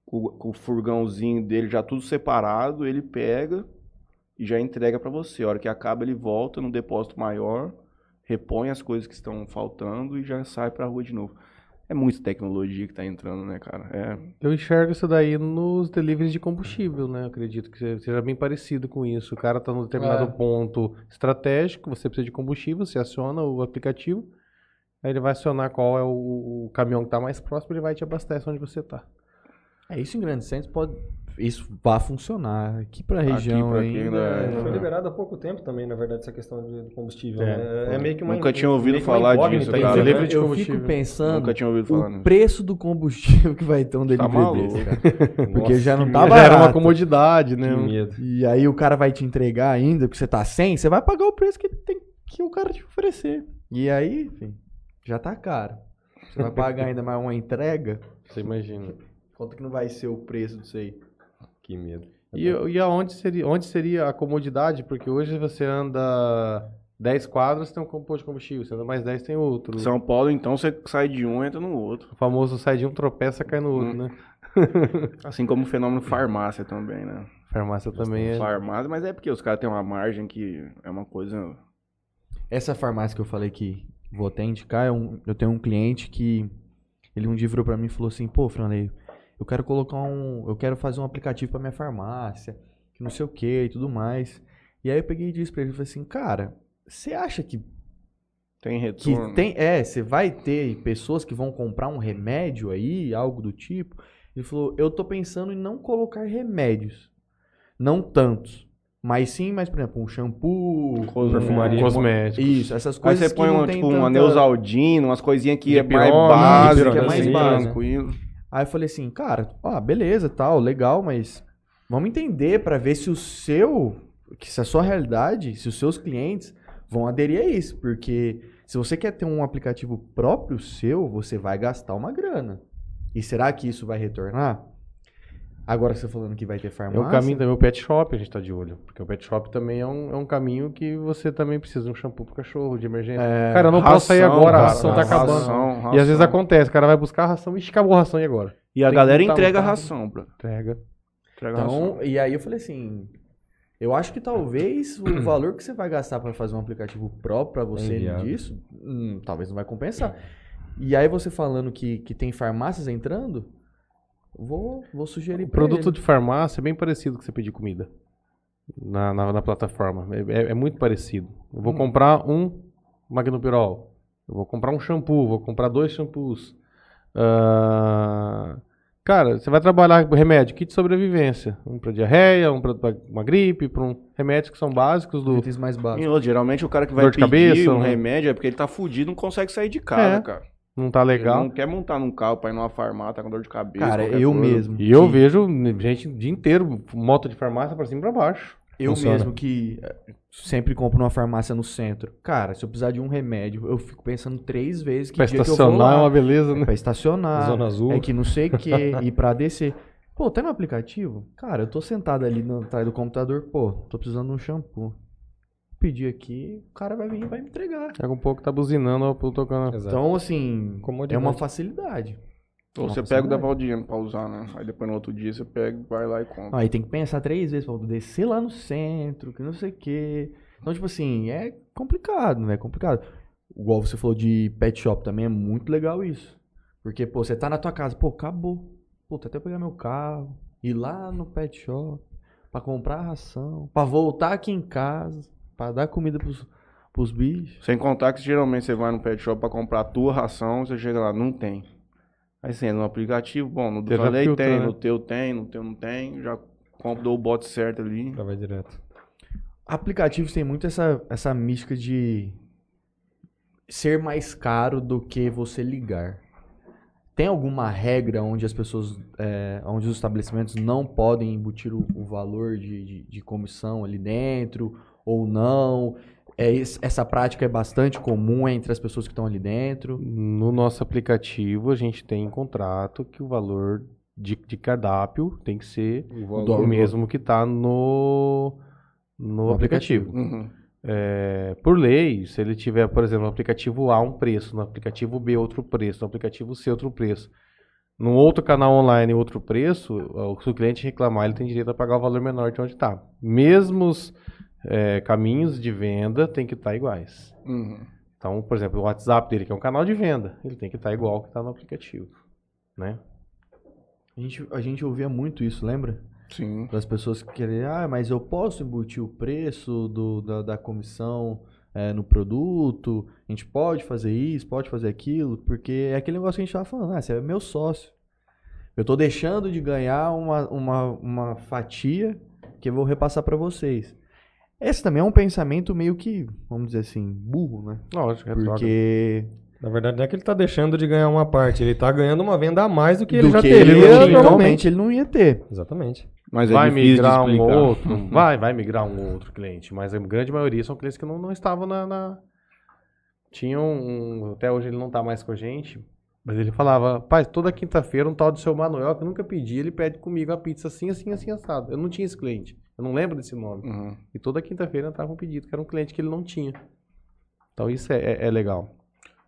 com, com o furgãozinho dele já tudo separado, ele pega e já entrega para você. A hora que acaba, ele volta no depósito maior, repõe as coisas que estão faltando e já sai pra rua de novo. É muita tecnologia que tá entrando, né, cara? É,
Eu enxergo isso daí nos deliveries de combustível, né? Acredito que se- seja bem parecido com isso. O cara está num determinado
É.
ponto estratégico, você precisa de combustível, você aciona o aplicativo, aí ele vai acionar qual é o, o caminhão que está mais próximo, ele vai te abastecer onde você tá. está.
É isso em grandes centros pode. Isso vai funcionar. Aqui pra região
pra aqui
ainda.
ainda
Foi
É.
liberado há pouco tempo também, na verdade, essa questão do combustível.
É.
né? É, é meio que uma.
Nunca tinha ouvido
meio que uma
falar
incógnita
disso,
isso,
cara.
né?
Delivery de
eu
combustível.
fico pensando
Nunca tinha ouvido falar
o
nisso.
preço do combustível que vai ter um delivery
Tá maluco.
desse, cara. Porque
Nossa,
já não
que
tá
Já
barato.
era uma comodidade, né?
Que medo.
E aí o cara vai te entregar ainda, porque você tá sem, você vai pagar o preço que, tem, que o cara te oferecer. E aí, enfim. já tá caro. Você vai pagar ainda mais uma entrega?
Você imagina.
é Quanto que não vai ser o preço disso aí?
Que medo.
E, e aonde seria, onde seria a comodidade? Porque hoje você anda 10 quadros, tem um posto de combustível. Você anda mais 10, tem outro.
São Paulo, então, você sai de um e entra no outro.
O famoso sai de um, tropeça, cai no
Hum.
outro, né?
Assim como o fenômeno farmácia também, né?
Farmácia também é...
Farmácia, mas é porque os caras têm uma margem que é uma coisa.
Essa farmácia que eu falei que vou até indicar, é um- eu tenho um cliente que ele um dia virou pra mim e falou assim, pô, Franley, eu quero colocar um, eu quero fazer um aplicativo pra minha farmácia, que não sei o que e tudo mais. E aí eu peguei e disse pra ele, eu falei assim, cara, você acha que,
Tem
que
retorno.
tem, é, você vai ter pessoas que vão comprar um remédio aí, algo do tipo? Ele falou, eu tô pensando em não colocar remédios, não tantos, mas sim, mas por exemplo, um shampoo,
Perfumaria.
Cosmético.
isso, essas
Aí
coisas
você põe
que não
um,
tem
tipo,
tanta-
uma Neusaldina, umas coisinhas que é mais
Dipirona,
básica,
que é mais
assim,
básica, né?
tranquilo.
Aí eu falei assim, cara, ó, beleza, tal, legal, mas vamos entender pra ver se o seu, que se a sua realidade, se os seus clientes vão aderir a isso, porque se você quer ter um aplicativo próprio seu, você vai gastar uma grana. E será que isso vai retornar? Agora que você tá falando que vai ter
É
farmácia.
o caminho também, o pet shop a gente tá de olho. Porque o pet shop também é um, é um caminho que você também precisa de um shampoo pro cachorro, de emergência. Cara, eu não posso sair agora, a É, ração tá
ração,
acabando.
ração.
E às vezes acontece, o cara vai buscar a ração, ixi, acabou a ração e agora?
E a
tem que
galera
botar um
entrega a
carro.
ração, bro.
Entrega.
Entrega a ração.
Então, e aí eu falei assim, eu acho que talvez o valor que você vai gastar para fazer um aplicativo próprio para você
Enviado.
disso, hum, talvez não vai compensar.
É.
E aí você falando que, que tem farmácias entrando, vou, vou sugerir
O
pra
produto
ele.
de farmácia é bem parecido com você pedir comida na, na, na plataforma. É, é- é muito parecido. Eu
Hum.
vou comprar um Magnopirol. Eu vou comprar um shampoo. Vou comprar dois shampoos. Ah, cara, você vai trabalhar com remédio, kit de sobrevivência. Um para diarreia, um para uma gripe, para um remédios que são básicos do.
itens mais
E
básicos.
outro, geralmente o cara que vai
Dor de
pedir
cabeça,
um
né?
remédio é porque ele tá fudido, não consegue sair de casa,
É,
cara.
Não tá
Ele
legal.
não quer montar num carro pra ir numa farmácia, tá com dor de cabeça.
Cara,
qualquer
eu
coisa.
mesmo.
E eu
que-
vejo gente o dia inteiro, moto de farmácia para cima e pra baixo.
Eu
Funciona.
mesmo que eh, sempre compro numa farmácia no centro. Cara, se eu precisar de um remédio, eu fico pensando três vezes que
Pra
dia que eu vou
estacionar é
lá.
uma beleza,
É
né?
pra estacionar.
Zona Azul.
É que não sei o que, e pra descer. Pô, tá no aplicativo? Cara, eu tô sentado ali no- atrás do computador, pô, tô precisando de um shampoo. Pedir aqui, o cara vai vir e vai me entregar.
Daqui a um pouco tá buzinando, ó, tocando.
Exato.
Então, assim, é
Comodidade.
uma facilidade.
Ou você
Nossa,
pega o da
né?
Valdiano pra usar, né? Aí depois no outro dia você pega, vai lá e compra.
Aí tem que pensar três vezes pra descer lá no centro, que não sei o que. Então, tipo assim, é complicado, né? É complicado. Igual você falou de pet shop também, é muito legal isso. Porque, pô, você tá na tua casa, pô, acabou. Puta, até pegar meu carro, ir lá no pet shop, pra comprar ração, pra voltar aqui em casa, pra dar comida pros, pros bichos.
Sem contar que geralmente você vai no pet shop pra comprar a tua ração, você chega lá, não tem. Aí você entra no aplicativo, bom, no do
Você já
falei
filtra,
tem,
né?
no teu tem, no teu não tem, já compra dou o bote certo ali.
Já vai direto.
Aplicativos tem muito essa, essa mística de ser mais caro do que você ligar. Tem alguma regra onde as pessoas, é, onde os estabelecimentos não podem embutir o, o valor de, de, de comissão ali dentro ou não? É, es- essa prática é bastante comum entre as pessoas que estão ali dentro.
No nosso aplicativo, a gente tem um contrato que o valor de, de cardápio tem que ser
valor.
o mesmo que está no, no
No
aplicativo.
Uhum.
É, por lei, se ele tiver, por exemplo, no aplicativo A um preço, no aplicativo B outro preço, no aplicativo C outro preço, num outro canal online outro preço, o- se o cliente reclamar, ele tem direito a pagar o valor menor de onde está. Mesmos é, caminhos de venda tem que estar iguais.
Uhum.
Então, por exemplo, o WhatsApp dele, que é um canal de venda, ele tem que estar igual ao que está no aplicativo. Né?
A gente, a gente ouvia muito isso, lembra?
Sim.
Para as pessoas que querem, ah, mas eu posso embutir o preço do, da, da comissão é, no produto, a gente pode fazer isso, pode fazer aquilo, porque é aquele negócio que a gente estava falando, ah, você é meu sócio. Eu estou deixando de ganhar uma, uma, uma fatia que eu vou repassar para vocês. Esse também é um pensamento meio que, vamos dizer assim, burro, né?
Lógico, é troca.
Porque
Na verdade, não é que ele tá deixando de ganhar uma parte, ele tá ganhando uma venda a mais do que ele
do
já
que
teria
ele,
normalmente.
normalmente ele não ia ter.
Exatamente.
Mas
vai
é difícil de
migrar um
explicar.
outro, vai, vai migrar um outro cliente, mas a grande maioria são clientes que não, não estavam na, na, Tinha um, um- Até hoje ele não tá mais com a gente. Mas ele falava, pai, toda quinta-feira um tal de seu Manuel, que eu nunca pedi, ele pede comigo a pizza assim, assim, assim, assado. Eu não tinha esse cliente. Eu não lembro desse nome.
Uhum.
E toda quinta-feira entrava um pedido, que era um cliente que ele não tinha. Então isso é, é- é legal.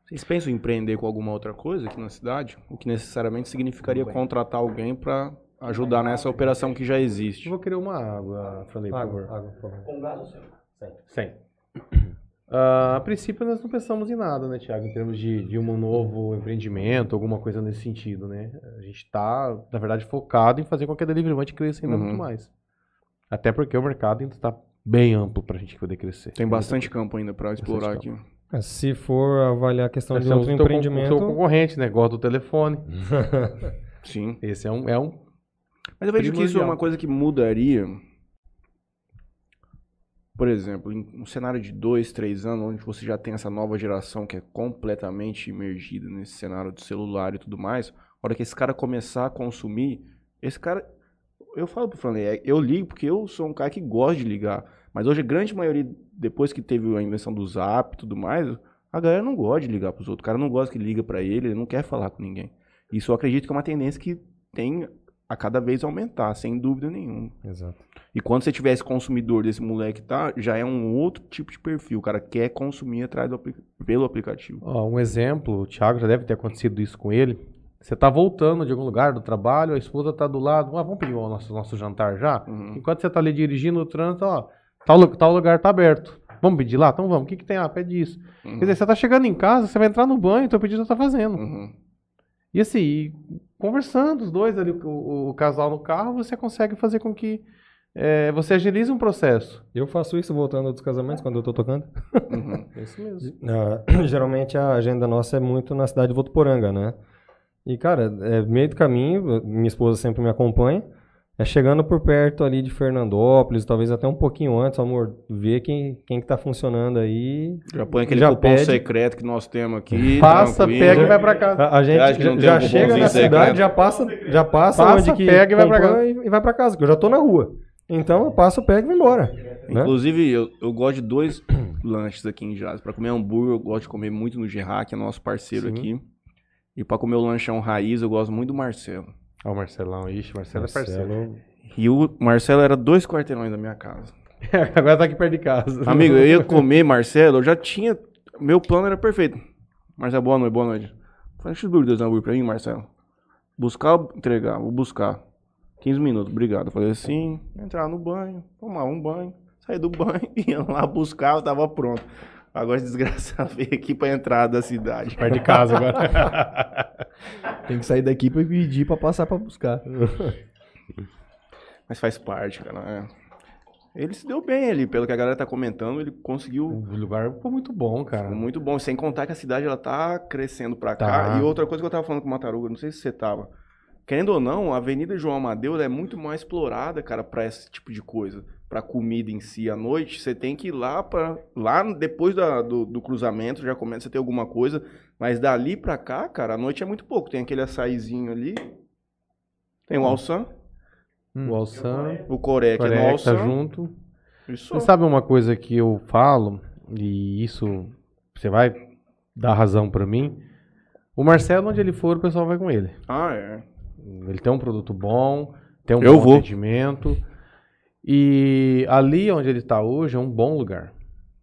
Vocês pensam em empreender com alguma outra coisa aqui na cidade? O que necessariamente significaria contratar alguém para ajudar nessa operação que já
Eu
existe.
vou querer uma água, Franley, por favor.
Água, água, por favor.
Com gás ou sem? Sempre.
Sim. Ah, a princípio nós não pensamos em nada, né, Thiago, em termos de, de um novo empreendimento, alguma coisa nesse sentido, né? A gente está, na verdade, focado em fazer qualquer delivery crescer ainda
Uhum.
muito mais. Até porque o mercado ainda está bem amplo para a gente poder crescer.
Tem bastante campo ainda para explorar aqui.
É, Se for avaliar a questão
Nós
Então, de
temos
outro
o teu con-
empreendimento,
o seu concorrente, né? Gosta do telefone.
Uhum. Sim.
Esse é um, é um
Mas eu vejo que isso é
Primordial.
uma coisa que mudaria. Por exemplo, em um cenário de dois, três anos, onde você já tem essa nova geração que é completamente imergida nesse cenário do celular e tudo mais, a hora que esse cara começar a consumir, esse cara. Eu falo pro Franley, é, eu ligo porque eu sou um cara que gosta de ligar. Mas hoje a grande maioria, depois que teve a invenção do zap e tudo mais, a galera não gosta de ligar pros outros. O cara não gosta que liga pra ele, ele não quer falar com ninguém. Isso eu acredito que é uma tendência que tem a cada vez aumentar, sem dúvida nenhuma.
Exato.
E quando você tiver esse consumidor desse moleque, tá? Já é um outro tipo de perfil. O cara quer consumir atrás do apli- pelo aplicativo.
Ó, um exemplo, o Thiago já deve ter acontecido isso com ele. Você tá voltando de algum lugar do trabalho, a esposa tá do lado, ah, vamos pedir o nosso, nosso jantar já?
Uhum.
Enquanto você tá ali dirigindo o trânsito, ó, tal, lu- tal lugar tá aberto. Vamos pedir lá? Então vamos. O que que tem? Ah, pede isso.
Uhum.
Quer dizer, você tá chegando em casa, você vai entrar no banho, teu pedido já tá fazendo.
Uhum.
E assim, e conversando os dois ali, o, o- o casal no carro, você consegue fazer com que eh, você agilize um processo.
Eu faço isso voltando dos casamentos quando eu tô tocando.
Uhum.
É isso mesmo.
Ah, geralmente a agenda nossa é muito na cidade de Votuporanga, né? E, cara, é meio do caminho, minha esposa sempre me acompanha. É chegando por perto ali de Fernandópolis, talvez até um pouquinho antes, amor, ver quem, quem que tá funcionando aí.
Já põe aquele
Já
cupom
pede.
secreto que nós temos aqui.
Passa,
tranquilo.
pega e vai pra casa.
A, a
acha
gente
que não
já,
tem
já
um
chega
cupomzinho
na
secreto?
cidade, já passa, já passa,
Passa,
onde que
pega e vai pra
comprou
casa.
E e vai pra casa, porque eu já tô na rua. Então eu passo, pego e vou embora. né?
Inclusive, eu, eu gosto de dois lanches aqui em Jales. Pra comer hambúrguer, eu gosto de comer muito no Gerard, que é nosso parceiro
Sim.
aqui. E pra comer o lanchão raiz, eu gosto muito do Marcelo.
Ó, o Marcelão, ixi, Marcelo, é
Marcelo,
E o Marcelo era dois quarteirões da minha casa.
parceiro. Agora tá aqui perto de casa.
Amigo, eu ia comer, Marcelo, eu já tinha. Meu plano era perfeito. Marcelo, boa noite, boa noite. Faz um cheeseburger, dois hambúrguer pra mim, Marcelo. Buscar ou entregar? Vou buscar. 15 minutos, obrigado. Eu Falei assim, entrar no banho, tomar um banho, sair do banho, ia lá buscar, eu tava pronto. Agora esse desgraçado veio aqui pra entrada da cidade.
Perto de casa agora.
Tem que sair daqui pra pedir pra passar pra buscar.
Mas faz parte, cara. né? Ele se deu bem ali, pelo que a galera tá comentando, ele conseguiu
O lugar ficou muito bom, cara.
Muito bom. Sem contar que a cidade ela tá crescendo pra cá.
Tá.
E outra coisa que eu tava falando com o Mataruga, não sei se você tava. Querendo ou não, a Avenida João Amadeu ela é muito mais explorada, cara, pra esse tipo de coisa. Pra comida em si à noite, você tem que ir lá para Lá depois da- do, do cruzamento já começa a ter alguma coisa. Mas dali pra cá, cara, a noite é muito pouco. Tem aquele açaizinho ali.
Hum.
Tem o Alçan,
O Alçan,
o Coré,
o
que é no
Careca tá
Alçan.
junto.
Isso.
Você sabe uma coisa que eu falo, e isso você vai dar razão pra mim? O Marcelo, onde ele for, o pessoal vai com ele.
Ah, é.
Ele tem um produto bom, tem um
Eu
bom
vou.
atendimento. E ali onde ele tá hoje é um bom lugar.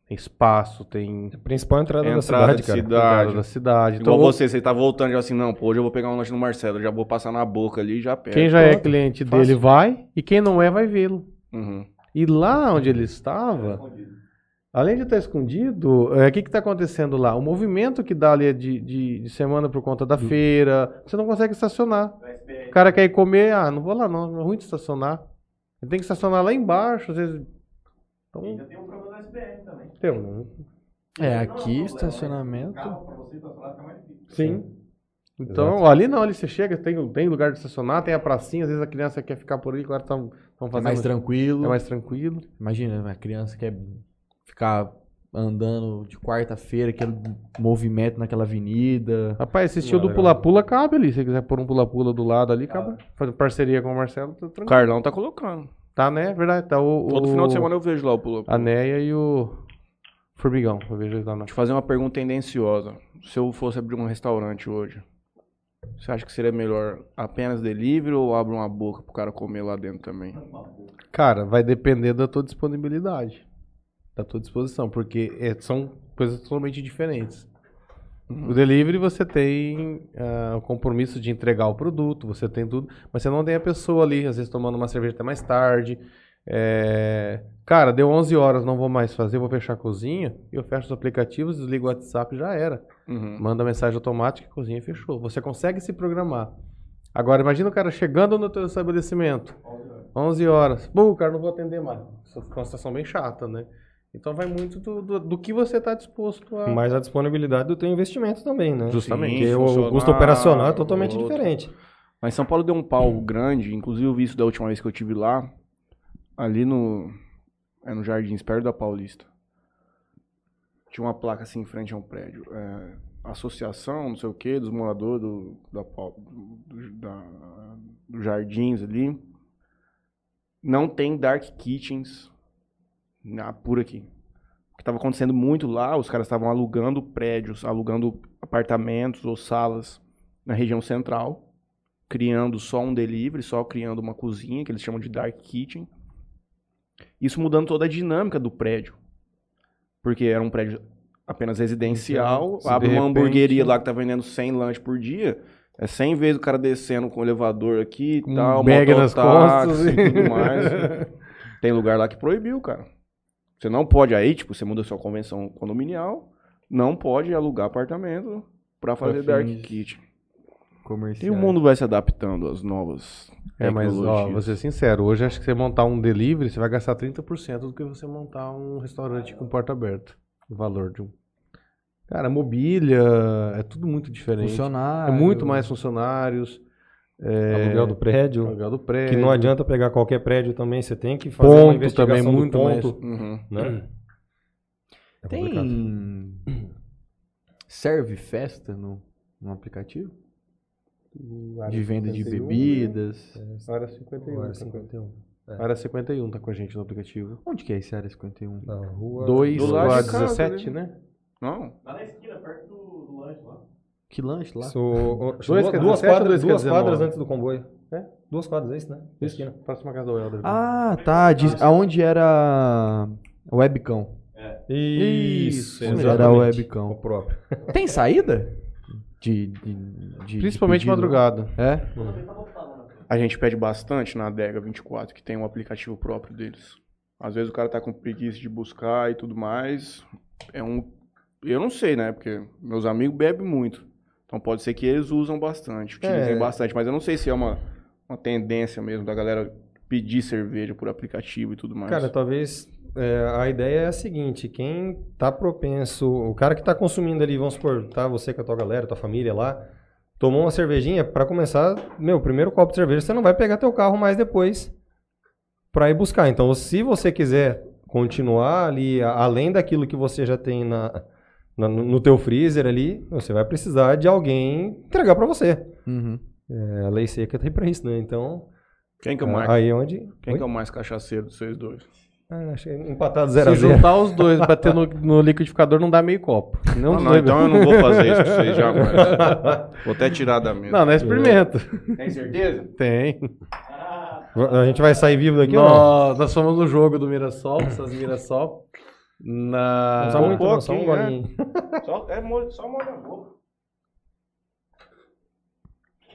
Tem espaço, tem
a principal entrada,
Entrada
da cidade,
de
cara.
cidade.
cuidado da cidade.
Igual
Então,
você, você tá voltando já assim, não, pô, hoje eu vou pegar um lanche no Marcelo, já vou passar na boca ali e já pego.
quem já é cliente
Então, Fácil.
dele vai, e quem não é, vai vê-lo.
Uhum.
E lá
Tá
onde ele estava, além de estar escondido, é, o que está acontecendo lá? O movimento que dá ali é de, de- de semana por conta
Hum.
da feira, você não consegue estacionar. O cara quer ir comer, ah, não vou lá não, é ruim de estacionar. Ele tem que estacionar lá embaixo, às vezes. Então,
Ainda tem um problema da SBR também.
tem um-
É, aqui, estacionamento.
Carro pra você estacionar fica mais difícil.
Sim. Então, ali não, ali você chega, tem, tem lugar de estacionar, tem a pracinha, às vezes a criança quer ficar por aí, claro, estão
É
fazendo.
mais tranquilo.
É mais tranquilo.
Imagina, né, uma criança quer ficar andando de quarta-feira, aquele movimento naquela avenida.
Rapaz, esse estilo
Não,
do
legal.
pula-pula cabe ali. Se você quiser pôr um pula-pula do lado ali, cabe. Fazer parceria com o Marcelo, tá
O
tranquilo.
Carlão tá colocando.
Tá, né? Verdade. Tá o, o...
Todo final de semana eu vejo lá o pula
A Neia e o Formigão, eu vejo eles lá na.
Vou te fazer uma pergunta tendenciosa. Se eu fosse abrir um restaurante hoje, você acha que seria melhor apenas delivery ou abre uma boca pro cara comer lá dentro também?
Cara, vai depender da tua disponibilidade, da tua disposição, porque é- são coisas totalmente diferentes. O delivery você tem ah, o compromisso de entregar o produto, você tem tudo, mas você não tem a pessoa ali, às vezes tomando uma cerveja até mais tarde. É, Cara, deu 11 horas, não vou mais fazer, vou fechar a cozinha, eu fecho os aplicativos, desligo o WhatsApp, já era.
Uhum.
Manda mensagem automática, cozinha fechou. Você consegue se programar. Agora, imagina o cara chegando no teu estabelecimento, 11 horas. Pô, cara, não vou atender mais. Isso fica uma situação bem chata, né? Então vai muito do, do, do que você está disposto a...
Mas a disponibilidade do teu investimento também, né?
Justamente.
Porque o
Funcionar,
custo operacional é totalmente
outro.
diferente.
Mas São Paulo deu um pau grande, inclusive eu vi isso da última vez que eu tive lá, ali no é no Jardins, perto da Paulista. Tinha uma placa assim em frente a um prédio. é, associação, não sei o que, dos moradores do, da, Pau- do, da- do Jardins ali. Não tem dark kitchens na, por aqui. O que estava acontecendo muito lá, os caras estavam alugando prédios, alugando apartamentos ou salas na região central criando só um delivery, só criando uma cozinha, que eles chamam de dark kitchen. Isso mudando toda a dinâmica do prédio. Porque era um prédio apenas residencial,
Se
abre
de
uma
repente-
hamburgueria lá que tá vendendo 100 lanches por dia, é 100 vezes o cara descendo com o elevador aqui e
Um
tal,
bag nas
mototáxi
costas
e
e-
tudo mais. Tem lugar lá que proibiu, cara. Você não pode aí, tipo, você muda sua convenção condominial, não pode alugar apartamento pra fazer dark
fins
kitchen. E
Comercial.
um
o mundo vai se adaptando às novas
É, mas ó,
tecnologias.
vou ser sincero, hoje acho que você montar um delivery, você vai gastar 30% do que você montar um restaurante com porta aberta. O valor de um. Cara, mobília, é tudo muito diferente. É
Funcionário.
muito mais funcionários.
Aluguel do prédio.
Aluguel do prédio.
Que não adianta pegar qualquer prédio também, você tem que fazer uma
Ponto
investigação
também,
do
muito
ponto,
Uhum.
né? É complicado.
Tem. Serve festa no, no aplicativo? De venda de
um,
bebidas.
né?
Hora 51.
Agora
Hora
51.
Hora 51 tá com a gente no aplicativo.
Onde que é esse área 51?
Na rua...
2
do lado
a
de casa,
17, né?
Não.
Lá na esquina, perto do, do lanche lá.
Que lanche lá?
Isso, o-
Dois
duas,
quer 17,
duas quadras,
dois quer
duas
19.
quadras antes do comboio.
É?
Duas quadras, é isso, né? Na
Isso.
esquina.
Próxima casa do Helder.
Ah, tá. Diz, aonde era a webcam?
Isso,
Onde
exatamente.
era a
O
webcam.
próprio.
Tem saída? De, de- de-
Principalmente
de pedido?
madrugada.
É?
A gente pede bastante na Adega 24, que tem um aplicativo próprio deles. Às vezes o cara tá com preguiça de buscar e tudo mais. É um. Eu não sei, né? Porque meus amigos bebem muito. Então pode ser que eles usam bastante, utilizem
É.
bastante. Mas eu não sei se é uma, uma tendência mesmo da galera pedir cerveja por aplicativo e tudo mais.
Cara, talvez é, a ideia é a seguinte: quem tá propenso, o cara que tá consumindo ali, vamos supor, tá você com a tua galera, tua família lá, tomou uma cervejinha, pra começar, meu, primeiro copo de cerveja, você não vai pegar teu carro mais depois pra ir buscar. Então, se você quiser continuar ali, a- além daquilo que você já tem na, na- no no teu freezer ali, você vai precisar de alguém entregar pra você.
Uhum.
É, a lei seca tem pra isso, né? Então,
Quem que é o mais,
aí é onde.
quem
Oi?
que é o mais cachaceiro dos seus dois?
Ah, achei empatado
Se
0 a 0
juntar os dois, bater no, no liquidificador, não dá meio copo. Não,
Não,
os
não,
dois-
então eu não vou fazer isso com vocês já, mas. Vou até tirar da mesa.
Não, não é experimento.
Tem certeza?
Tem.
A gente vai sair vivo daqui ou não?
Nós, nós fomos no jogo do Mirassol, do Santos Mirassol. Na...
Não só muito,
né?
não, só um
pouquinho, né?
golinho.
Só, é, molho- só molha a boca.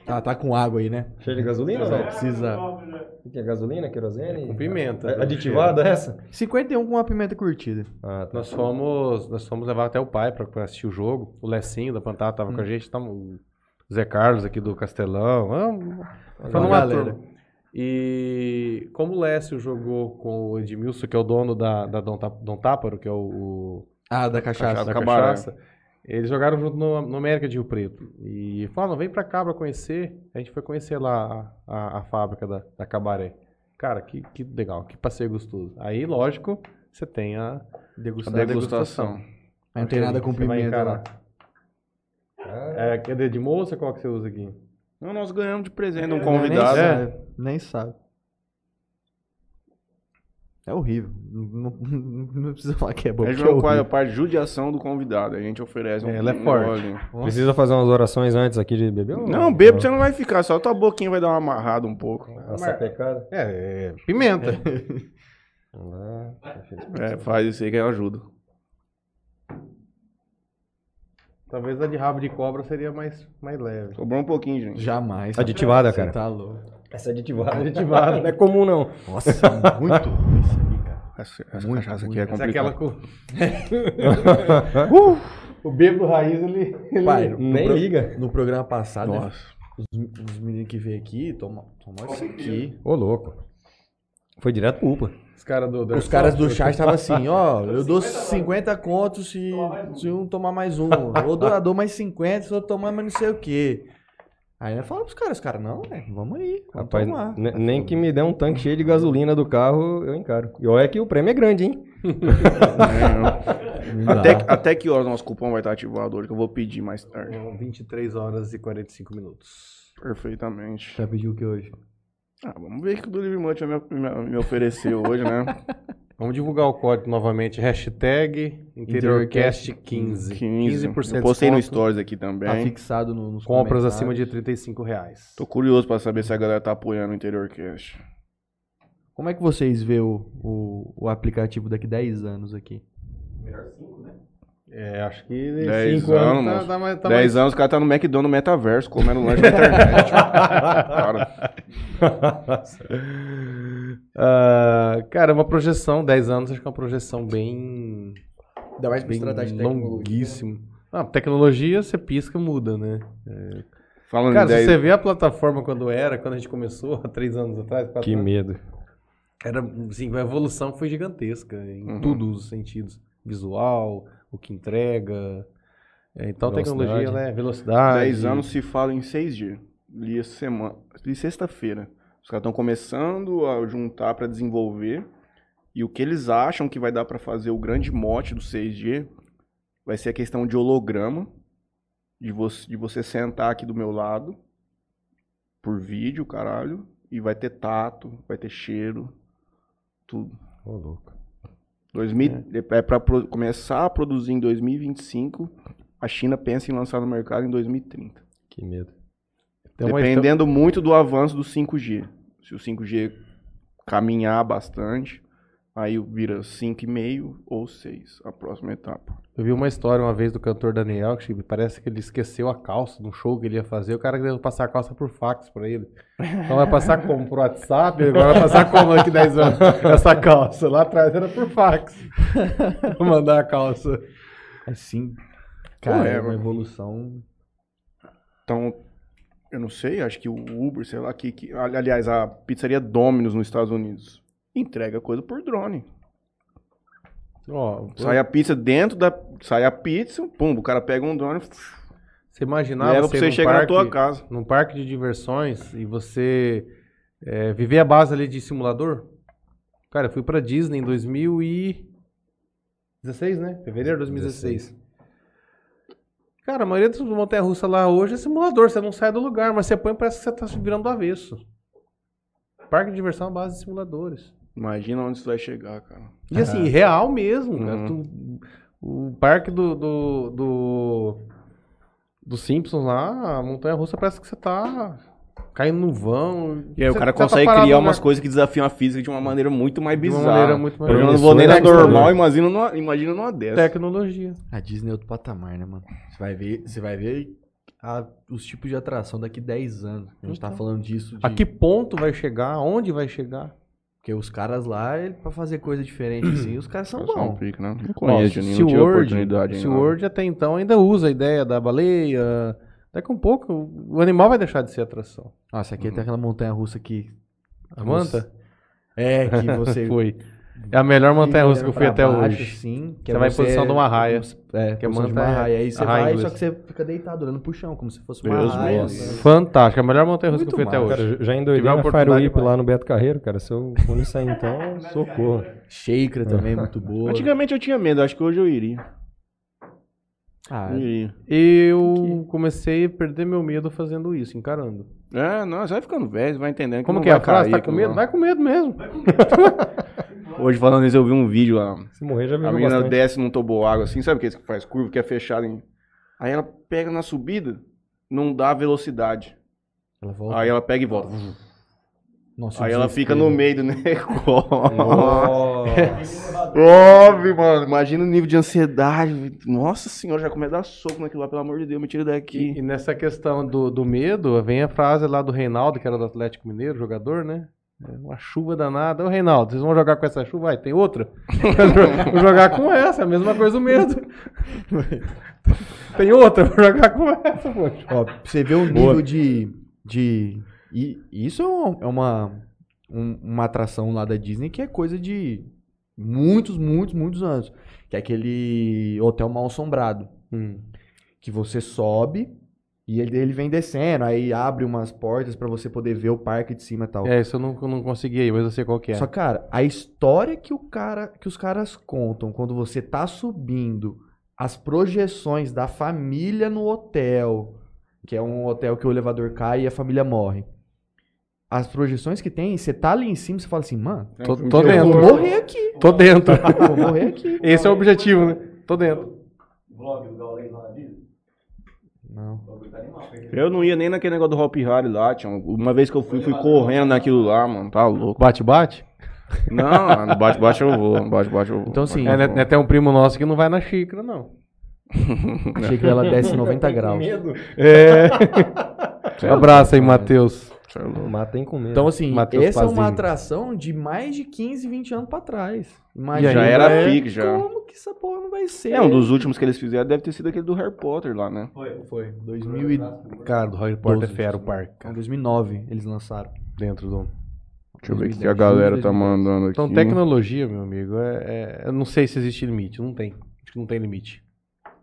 Tá, tá com água aí, né?
Cheio de gasolina ou não?
Precisa.
O que é gasolina, querosene?
Com pimenta.
É Aditivada essa?
51 com uma pimenta curtida.
Ah, tá.
Nós fomos, nós fomos levar até o pai pra, pra assistir o jogo. O Lecinho da Pantata tava com a gente, tava o Zé Carlos aqui do Castelão. é um- Foi
Uma
numa
galera.
turma. E como o Lécio jogou com o Edmilson, que é o dono da, da Dom, Ta- Dom Táparo, que é o, o
Ah, da cachaça.
Cachaça.
da
Cabaré.
cachaça, eles jogaram junto no, no América de Rio Preto. E falaram, vem pra cá pra conhecer. A gente foi conhecer lá a, a- a fábrica da, da Cabaré. Cara, que, que legal, que passeio gostoso. Aí, lógico, você tem a, a
Degustação.
Degustação.
Não tem nada com
Você vai
pimenta
encarar.
lá.
Ah,
É, que é de moça? Qual que você usa aqui?
Não, nós
né?
ganhamos de presente um
É,
convidado.
Nem sabe. Nem sabe. É horrível. Não, não- não precisa falar que é bom.
É
porque
João
horrível.
Coelho, a parte de judiação do convidado. A gente oferece um.
É, ela é
um
forte.
golinho.
Precisa fazer umas orações antes aqui de beber? ou
Não, bebo, você não vai ficar, só tua boquinha vai dar uma amarrada um pouco.
A sapecada?
É, é pimenta.
Lá, tá feito.
É, faz isso aí que ajuda.
Talvez a de rabo de cobra seria mais, mais leve.
Sobrou um pouquinho, gente.
Jamais.
Aditivada,
Você
cara.
tá louco.
Essa é aditivada. Aditivada. Não é comum, não.
Nossa, é muito ruim isso aí, cara.
Essa, essa
Muito,
cachaça aqui
muito.
é
Essa é aquela
complicada.
com. o bebo raiz, ele. ele-
Pai, no,
Nem
pro-
liga.
no programa passado, né,
Nossa.
os, os meninos que veio aqui tomaram isso aqui.
Ô, louco. Foi direto pro UPA.
Os caras do. da-
Os caras do chat estavam assim, ó, eu dou 50 contos se, se um tomar mais um. Ou dourador mais 50, se eu tomar mais não sei o quê. Aí eu falo pros caras, os caras, não, velho, vamos aí, vamos
Rapaz,
tomar.
ne- nem que me dê um tanque cheio de gasolina do carro, eu encaro. E olha que o prêmio é grande, hein?
É,
Não
não.
dá.
até, que- até que horas nosso cupom vai estar ativado hoje, que eu vou pedir mais tarde.
São 23 horas É, e 45 minutos.
Perfeitamente.
Já pediu o que hoje?
Ah, vamos ver o que o Delivery Munch vai me, me- me oferecer hoje, né?
Vamos divulgar o código novamente. Hashtag InteriorCast15.
15.
15%. de
eu postei no
desconto,
Stories aqui também.
Tá fixado no, nos
Compras acima de
comentários.
35 reais.
Tô curioso pra saber se a galera tá apoiando o Interior Cash.
Como é que vocês vê o, o, o aplicativo daqui 10 anos aqui?
Melhor 5, né?
É, acho que
Dez
5 anos,
anos,
tá,
moço.
tá mais. Tá
10 anos o cara tá no McDonald's no metaverso, comendo lanche na internet. Cara,
Ah, cara, uma projeção, 10 anos, acho que é uma projeção bem.
Ainda mais
bem longuíssima. Ah, tecnologia, você pisca, muda, né?
falando
Cara,
em 10
se você vê a plataforma quando era, quando a gente começou, há 3 anos atrás, quatro
Que
anos,
medo.
era, assim, a evolução foi gigantesca em
Uhum.
todos os sentidos. Visual, o que entrega. É, então a tecnologia,
Velocidade.
né? Velocidade.
10 anos se fala em 6 dias. Li essa semana. Li sexta-feira. Os caras estão começando a juntar pra desenvolver. E o que eles acham que vai dar pra fazer o grande mote do 6G vai ser a questão de holograma. De você, de você sentar aqui do meu lado. Por vídeo, caralho. E vai ter tato, vai ter cheiro. Tudo.
Ô, louco.
2000, é. para começar a produzir em 2025. A China pensa em lançar no mercado em 2030.
Que medo.
Tem
Então,
uma-
Dependendo muito do avanço do 5G. Se o 5G caminhar bastante, aí vira 5,5 ou 6, a próxima etapa.
Eu vi uma história uma vez do cantor Daniel, que tipo, parece que ele esqueceu a calça no show que ele ia fazer. O cara queria passar a calça por fax pra ele. Então vai passar como? Por WhatsApp? Agora vai passar como daqui 10 anos? Essa calça. Lá atrás era por fax. Vou mandar a calça.
Assim, cara,
é,
é uma
mano.
evolução.
Então, eu não sei, acho que o Uber, sei lá, que, que ali- aliás, a pizzaria Domino's nos Estados Unidos entrega coisa por drone.
Ó,
Sai a pizza dentro da, sai a pizza, pum, o cara pega um drone,
você imaginava
leva pra você
num
chegar na
parque-
tua casa.
num parque de diversões e você é, viver a base ali de simulador? Cara, eu fui pra Disney em 2016, né? Fevereiro de 2016. Cara, a maioria das montanhas russas lá hoje é simulador, você não sai do lugar, mas você põe parece que você tá virando do avesso. Parque de diversão é uma base de simuladores.
Imagina onde isso vai chegar, cara.
E assim, real mesmo, cara.
Uhum.
Tu- o parque do, do, do, do Simpsons lá, a montanha russa parece que você tá caindo no vão.
E aí É, o
Você-
cara
você tá
consegue
parado
criar
no
umas
lugar.
coisas que desafiam a física de uma maneira muito né? mais
De uma
bizarra.
maneira muito mais
Hoje eu não
Isso
vou
é
nem na
né?
tecnologia.
normal, imagina numa, imagina numa dessa.
Tecnologia.
A Disney é outro patamar, né, mano? Você vai ver, você vai ver a- os tipos de atração daqui 10 anos. A gente tá
Então.
falando disso de
A que ponto vai chegar? Aonde vai chegar?
porque os caras lá, ele, pra fazer coisa diferente assim, os caras são
Só um
bons.
pique, né? Não
Ó,
conheço, Juninho, não tive
SeaWorld-
oportunidade ainda.
SeaWorld até então ainda usa a ideia da baleia. Daqui a um pouco o animal vai deixar de ser atração.
Nossa, aqui tem aquela montanha russa que
A manta?
é que você
Foi. É a melhor montanha russa que eu fui
pra
até
baixo,
hoje.
Sim,
Você vai em posição de uma raia.
É,
Que
que
a
é de uma
manta é
raia. Aí você
raia
vai,
inglesa.
só que você fica deitado olhando pro chão, como se fosse uma
Deus
raia.
nossa.
né?
Fantástica. A melhor montanha russa que eu
Muito
fui até
massa.
hoje.
Cara, já
Tiver
endoidei
a
na Fire
oportunidade,
Whip
vai.
lá no Beto Carreiro, cara. Se eu quando eu sair então, socorro.
Sheikra também, muito boa.
Antigamente eu tinha medo, acho que hoje eu iria.
Ah,
Iria.
Eu comecei a perder meu medo fazendo isso, encarando.
É, não, você vai ficando velho, você vai entendendo que
Como
não
que é a
vai
frase?
cair,
Tá com
que
medo?
não-
Vai com medo mesmo.
Hoje falando isso, eu vi um vídeo lá.
Se morrer, já
A
viveu
menina
né?
bastante.
desce num toboágua assim, sabe o que eles que faz curva, que é fechado em. Aí ela pega na subida, não dá velocidade.
Ela volta.
Aí ela pega e volta.
Nossa,
Aí
o
ela fica no
desespero.
meio do negócio.
Nossa.
Óbvio, mano. Imagina o nível de ansiedade. Nossa senhora, já começa a dar soco naquilo lá, pelo amor de Deus, me tira
E,
daqui.
e nessa questão do, do medo, vem a frase lá do Reinaldo, que era do Atlético Mineiro, jogador, né? É Uma chuva danada. Ô, Reinaldo, vocês vão jogar com essa chuva? Vai, tem outra? Vou jogar com essa, a mesma coisa o medo. tem outra, vou jogar com essa, poxa.
Ó, pra você ver o nível de, de. E isso é um- é uma, um- uma atração lá da Disney que é coisa de muitos, muitos, muitos anos. Que é aquele hotel mal assombrado. Que você sobe e ele, ele vem descendo, aí abre umas portas pra você poder ver o parque de cima e tal.
É, isso eu não, eu não consegui aí, mas eu sei qual que é.
Só, cara, a história que o cara, que os caras contam quando você tá subindo, as projeções da família no hotel, que é um hotel que o elevador cai e a família morre. As projeções que tem, você tá ali em cima, você fala assim, mano,
Tô, tô
Eu
eu
dentro.
vou morrer aqui,
Tô dentro.
vou morrer aqui.
Esse é o objetivo, né? Tô dentro.
Vlog do Gaulês lá na Disney.
Não.
O bagulho tá animal. porque-
Eu não ia nem naquele negócio do Hop Harry lá, tinha um, Uma vez que eu fui, fui correndo naquilo lá, mano. Tá louco.
Bate, bate.
Não, no bate-bate eu vou. No bate-bate eu vou.
Então, assim,
Bate-bate
É,
eu
né,
vou.
né, tem um primo nosso que não vai na xícara, não.
Achei que ela desce 90
Com
graus.
medo.
Sério?
Abraço aí, Matheus.
Você é louco.
Matem com medo.
Então, assim,
Matheus
essa é
Pazinho.
uma atração de mais de 15, 20 anos pra trás.
aí,
Já era pique, já.
Como que essa porra não vai ser?
É, um dos últimos que eles fizeram deve ter sido aquele do Harry Potter lá, né?
Foi.
Foi, 2000 e...
Cara, do Harry
Potter
Potter
é
Fera,
fera,
o
o
parque.
Em 2009 eles lançaram.
Dentro do...
Deixa eu ver o que que
2010,
a galera tá
2010.
mandando aqui.
Então, tecnologia, meu amigo, é, é- eu não sei se existe limite. Não tem. Acho que não tem limite.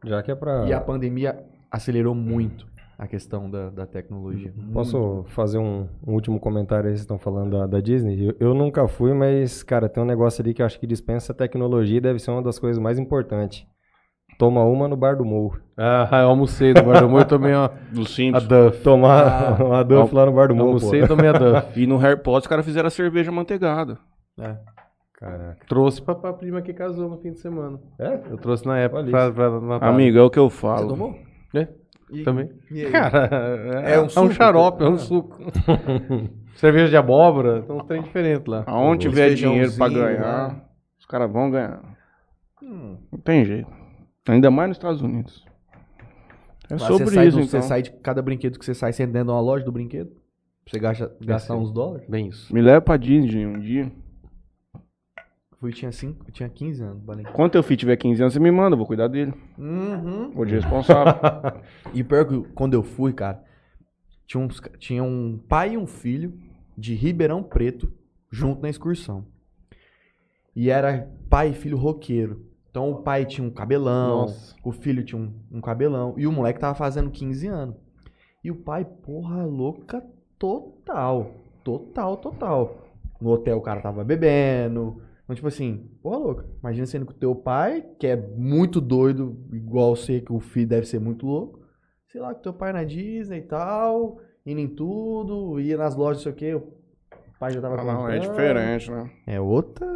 Então-
já que é pra.
Ah.
E a pandemia acelerou muito a questão da, da tecnologia.
Hum,
Hum,
Posso fazer um, um último comentário aí? Vocês estão falando da, da Disney? Eu, eu nunca fui, mas, cara, tem um negócio ali que eu acho que dispensa tecnologia e deve ser uma das coisas mais importantes. Toma uma no bar do morro.
Ah, eu almocei no Guardamor e tomei uma,
Do
a
Simples.
Duff. Ah.
Tomar uma Duff lá no bar do
Eu
morro.
almocei
pô.
e tomei a Duff.
E no Harry Potter os caras fizeram a cerveja manteigada.
é.
Caraca.
Trouxe pra, pra prima que casou no fim de semana.
É?
Eu trouxe na época
Olha
pra, pra Natália.
Amigo, é o que eu
Tá. Você
falo.
tomou?
É.
E-
Também.
e aí?
Cara, é,
É um
um,
suco,
xarope, é
cara.
um suco. Cerveja de abóbora, então tem uns trem diferente lá.
Aonde tiver dinheiro pra
feijãozinho,
ganhar,
né?
os caras vão ganhar.
Hum.
Não tem jeito. Ainda mais nos Estados Unidos. É
Lá
sobre
você sai
isso,
do-
então.
Você sai de cada brinquedo que você sai, você entra dentro de uma loja do brinquedo? pra Você gasta, gastar uns dólares?
É, Bem isso.
Me leva pra Disney um dia.
Fui, tinha, cinco, tinha 15 anos, Balém.
Quando teu filho tiver 15 anos, você me manda, eu vou cuidar dele.
Uhum.
Vou de responsável.
E pior é que eu- quando eu fui, cara, tinha, uns ca- tinha um pai e um filho de Ribeirão Preto junto na excursão. E era pai e filho roqueiro. Então o pai tinha um cabelão,
Nossa.
o filho tinha um, um cabelão, e o moleque tava fazendo 15 anos. E o pai, porra louca total. Total, total. No hotel o cara tava bebendo. Então, tipo assim, porra louca. Imagina sendo que o teu pai, que é muito doido, igual você, que o filho deve ser muito louco. Sei lá, que teu pai na Disney e tal, indo em tudo, ia nas lojas, não sei o quê. O pai já tava
Ah, não, é
comprando.
diferente, né?
É outra.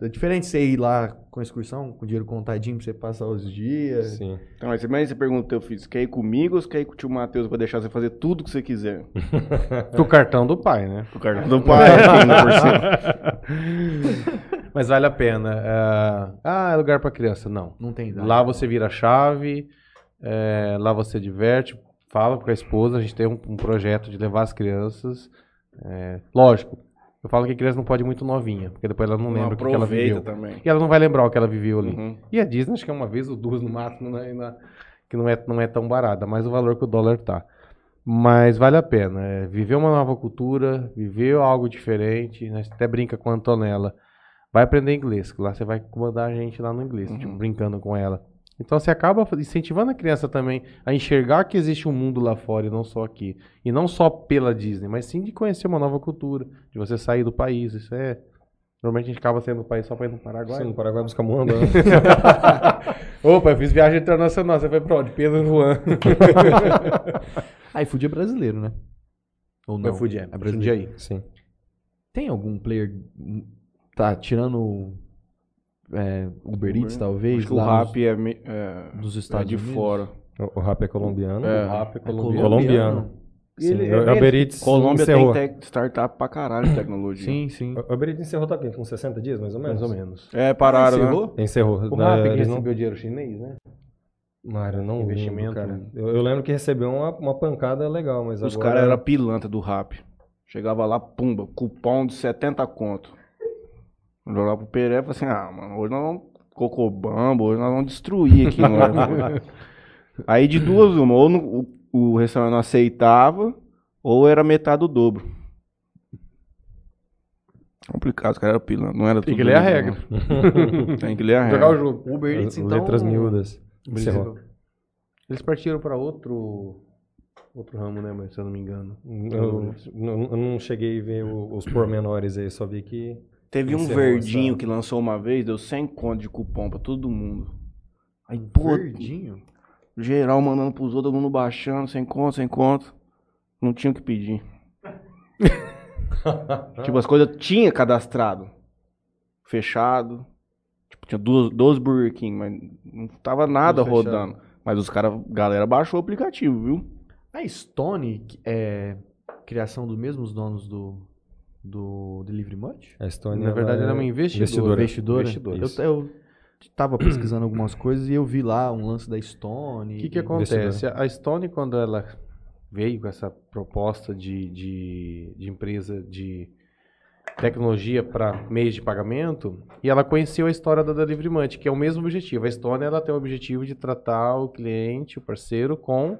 É diferente você ir lá com excursão, com dinheiro contadinho pra você passar os dias.
Sim.
Então, aí você, mas você pergunta pro teu filho, você quer ir comigo ou você quer ir com o tio Matheus pra deixar você fazer tudo que você quiser?
Do cartão do pai, né?
O cartão do pai, ainda assim, né, por cima.
Mas vale a pena. é, Ah, é lugar pra criança. Não.
Não tem idade.
Lá você vira a chave, é, lá você diverte, fala com a esposa. A gente tem um, um projeto de levar as crianças. é, Lógico, eu falo que a criança não pode ir muito novinha, porque depois ela não lembra o que que ela
aproveita
viveu.
também.
E ela não vai lembrar o que ela viveu ali.
Uhum.
E a Disney, acho que é uma vez ou duas no máximo, né, e na- que não é, não é tão barata, mas o valor que o dólar tá. Mas vale a pena. é, viver uma nova cultura, viver algo diferente. Nós até brinca com a Antonella. Vai aprender inglês, que lá você vai comandar a gente lá no inglês,
Uhum.
tipo, brincando com ela. Então você acaba incentivando a criança também a enxergar que existe um mundo lá fora e não só aqui. E não só pela Disney, mas sim de conhecer uma nova cultura, de você sair do país. Isso é. Normalmente a gente acaba saindo do país só pra ir no Paraguai.
Sim,
né?
no Paraguai buscar muamba. né?
Opa, eu fiz viagem internacional. Você foi pra onde? Pedro Juan.
Ah, iFood é brasileiro, né? Ou não?
iFood é,
brasileiro.
Jundiaí.
Sim.
Tem algum player. um- Tá, tirando o é, Uber Eats,
Uber. né?
talvez.
Acho que o
lá
rap é, me- é-
nos, nos
é
Estados
de
Unidos.
fora.
O, o rap é colombiano.
É.
O rap é colombiano.
colombiano.
Sim,
Ele-
o- o Uber Eats
Colômbia
encerrou.
tem tec- startup pra caralho de tecnologia.
Sim, sim.
O Uber Eats encerrou tá aqui, com 60 dias, mais ou menos?
Mais ou menos.
É, pararam,
Ah,
né?
Encerrou.
O
Na-
RAP é que
eles não-
recebeu dinheiro chinês, né?
Mário, eu não
Investimento. né?
investimento. Eu, eu lembro que recebeu uma, uma pancada legal, mas
Os
agora...
caras eram pilantra do rap. Chegava lá, pumba, cupom de 70 conto. Jogava pro Pereira e falava assim, ah, mano, hoje nós vamos cocobambo, hoje nós vamos destruir aqui. né? Aí de duas uma, ou no- o, o restaurante não aceitava, ou era metade do dobro. Complicado, os caras eram pilantra, não era
Tem
tudo
que ler a
isso,
regra.
não. Tem que ler a
Jogar o
regra.
jogo.
Uber Eats,
As-
então.
Letras miúdas.
Eles-
Encerrou.
Eles partiram pra outro outro ramo, né, mas se eu não me engano.
Eu, eu- eu não cheguei a ver o- os pormenores aí, só vi que...
Teve um
Encerrou
verdinho
essa-
que lançou uma vez, deu 100 conto de cupom pra todo mundo. Aí, pô,
Verdinho?
Geral mandando pros outros, todo mundo baixando, sem conto, sem conto. Não tinha o que pedir. tipo, as coisas tinha cadastrado. Fechado. Tipo, tinha duas, 12 Burger King, mas não tava nada
Tudo fechado.
rodando. Mas os caras, galera, baixou o aplicativo, viu?
A Stone que é criação dos mesmos donos do, do Delivery Much?
A Estônia...
Na verdade,
ela é
era um uma investidora.
Investidora?
Investidora.
Eu, eu tava pesquisando algumas coisas e eu vi lá um lance da Stone.
O que, que
e-
acontece? A Stone, quando ela veio com essa proposta de, de, de empresa de tecnologia para meios de pagamento, e ela conheceu a história da Delivery Munch, que é o mesmo objetivo. A Stone ela tem o objetivo de tratar o cliente, o parceiro, com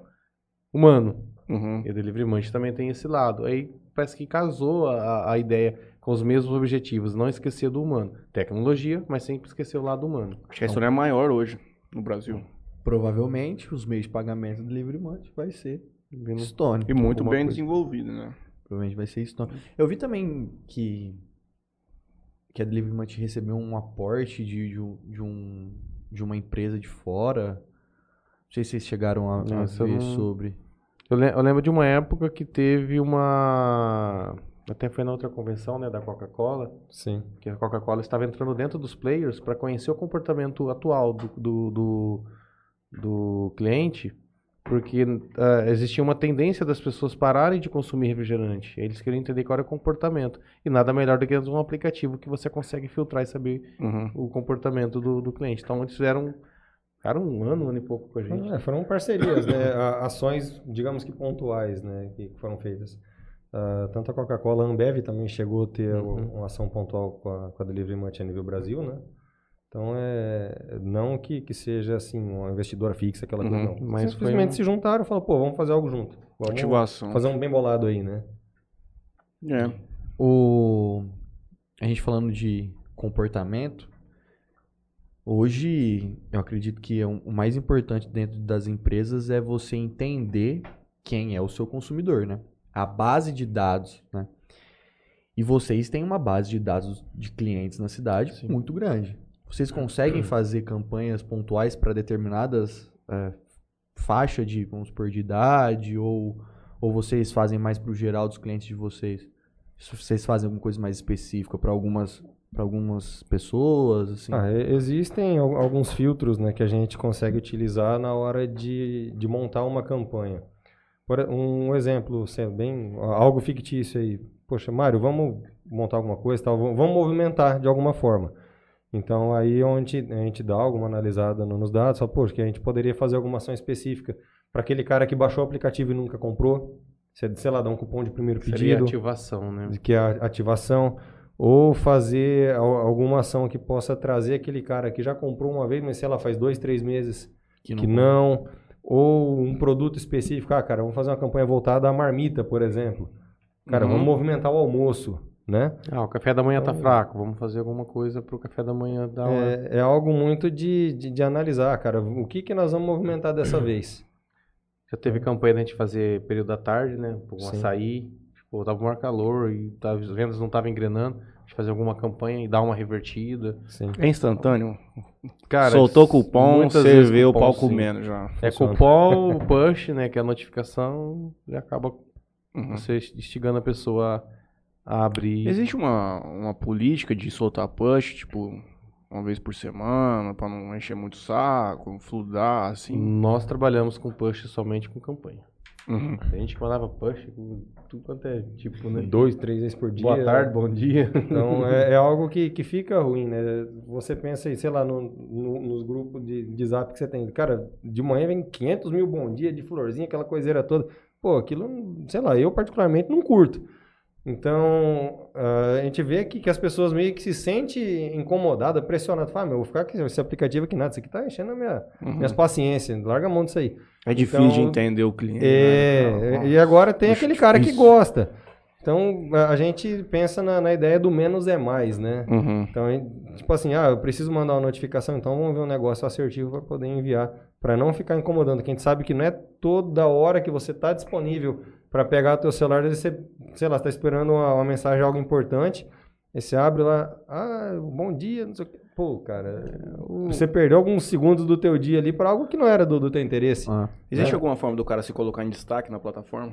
humano.
Uhum.
E a Delivery Munch também tem esse lado. Aí parece que casou a, a ideia com os mesmos objetivos, não esquecer do humano. Tecnologia, mas sempre esquecer o lado humano.
Acho que a história é maior hoje no Brasil.
Provavelmente os meios de pagamento do Delivery Much vai ser
Vindo-
Stone.
E muito
Alguma
bem
coisa.
desenvolvido, né?
Provavelmente vai ser Stone. Eu vi também que, que a Delivery Much recebeu um aporte de, de, um, de, um- de uma empresa de fora. Não sei se vocês chegaram a, a
Nossa, eu
ver
não-
sobre.
Eu, le- eu lembro de uma época que teve uma. Até foi na outra convenção, né, da Coca-Cola,
Sim.
que a Coca-Cola estava entrando dentro dos players para conhecer o comportamento atual do, do, do, do cliente, porque ah, existia uma tendência das pessoas pararem de consumir refrigerante. Eles queriam entender qual era o comportamento. E nada melhor do que um aplicativo que você consegue filtrar e saber
Uhum.
o comportamento do, do cliente. Então, eles fizeram. Cara, um ano, um ano e pouco com a gente.
É, foram parcerias, né? A- Ações, digamos que pontuais, né? Que foram feitas. Ah, tanto a Coca-Cola, a Ambev também chegou a ter um,
Uhum.
uma ação pontual com a, com a Delivery Munch a nível Brasil, né? Então, é, não que, que seja assim, uma investidora fixa, aquela coisa,
Uhum.
não.
Mas foi
Simplesmente
um-
se juntaram e falaram, pô, vamos fazer algo junto. Vamos
Motivação.
fazer um bem bolado aí, né?
É.
O... A gente falando de comportamento, hoje eu acredito que é um- o mais importante dentro das empresas é você entender quem é o seu consumidor, né? A base de dados, né? E vocês têm uma base de dados de clientes na cidade
Sim.
muito grande. Vocês conseguem fazer campanhas pontuais para determinadas é, faixa de, vamos supor, de idade ou, ou vocês fazem mais para o geral dos clientes de vocês? Se vocês fazem alguma coisa mais específica para algumas para algumas pessoas, assim.
Ah, e- existem al- alguns filtros né, que a gente consegue utilizar na hora de, de montar uma campanha. Por, e- um exemplo, sendo bem a- algo fictício aí. Poxa, Mário, vamos montar alguma coisa, tal, vamos vamos movimentar de alguma forma. Então aí onde a gente dá alguma analisada no- nos dados, fala, poxa, que a gente poderia fazer alguma ação específica para aquele cara que baixou o aplicativo e nunca comprou. Sei sei lá, dá um cupom de primeiro
Seria
pedido
ativação, né?
que é a ativação, ou fazer al- alguma ação que possa trazer aquele cara que já comprou uma vez, mas sei lá, faz dois, três meses que não, ou um produto específico. Ah, cara, vamos fazer uma campanha voltada à marmita, por exemplo. Cara,
Uhum.
vamos movimentar o almoço, né?
Ah, o café da manhã tá
Então-
fraco. Vamos fazer alguma coisa pro café da manhã dar uma.
É, é algo muito de, de, de analisar, cara. O que, que nós vamos movimentar dessa vez?
Já teve campanha da gente fazer período da tarde, né? Com
É. Sim.
açaí. Tipo, tava maior calor e tava- as vendas não estavam engrenando. A gente fazer alguma campanha e dar uma revertida.
Sim.
É instantâneo.
Cara,
Soltou cupom,
muitas
você
vezes
vê o
cupom,
pau
sim.
comendo já.
É
Funciona.
cupom, o push, né? Que é a notificação e acaba
Uhum.
você instigando a pessoa a abrir.
Existe uma, uma política de soltar push, tipo, uma vez por semana, pra não encher muito o saco, fludar, assim.
Nós trabalhamos com push somente com campanha.
Uhum.
A gente que mandava push com tudo quanto é tipo, né?
Dois, três vezes por dia.
Boa tarde, bom dia.
Então é, é algo que, que fica ruim, né? Você pensa aí, sei lá, no, no- nos grupos de, de zap que você tem. Cara, de manhã vem 500 mil bom dia de florzinha, aquela coiseira toda. Pô, aquilo, sei lá, eu particularmente não curto. Então, ah, a gente vê que, que as pessoas meio que se sentem incomodadas, pressionadas. Fala, ah, meu, eu vou ficar com esse aplicativo aqui, nada, isso aqui tá enchendo a minha,
Uhum.
minhas paciências, larga a mão disso aí.
É difícil de
Então,
entender o cliente. né?
É,
Então,
e agora tem
Puxa,
aquele cara que
difícil.
gosta. Então, a a gente pensa na, na ideia do menos é mais, né?
Uhum.
Então, é, tipo assim, ah, eu preciso mandar uma notificação, então vamos ver um negócio assertivo para poder enviar, para não ficar incomodando. Que a gente sabe que não é toda hora que você está disponível para pegar o teu celular, às vezes você, sei lá, está esperando uma, uma mensagem, algo importante, aí você abre lá, ah, bom dia, não sei o quê. Pô, cara, você perdeu alguns segundos do teu dia ali para algo que não era do, do teu interesse.
Ah,
Existe
É.
alguma forma do cara se colocar em destaque na plataforma?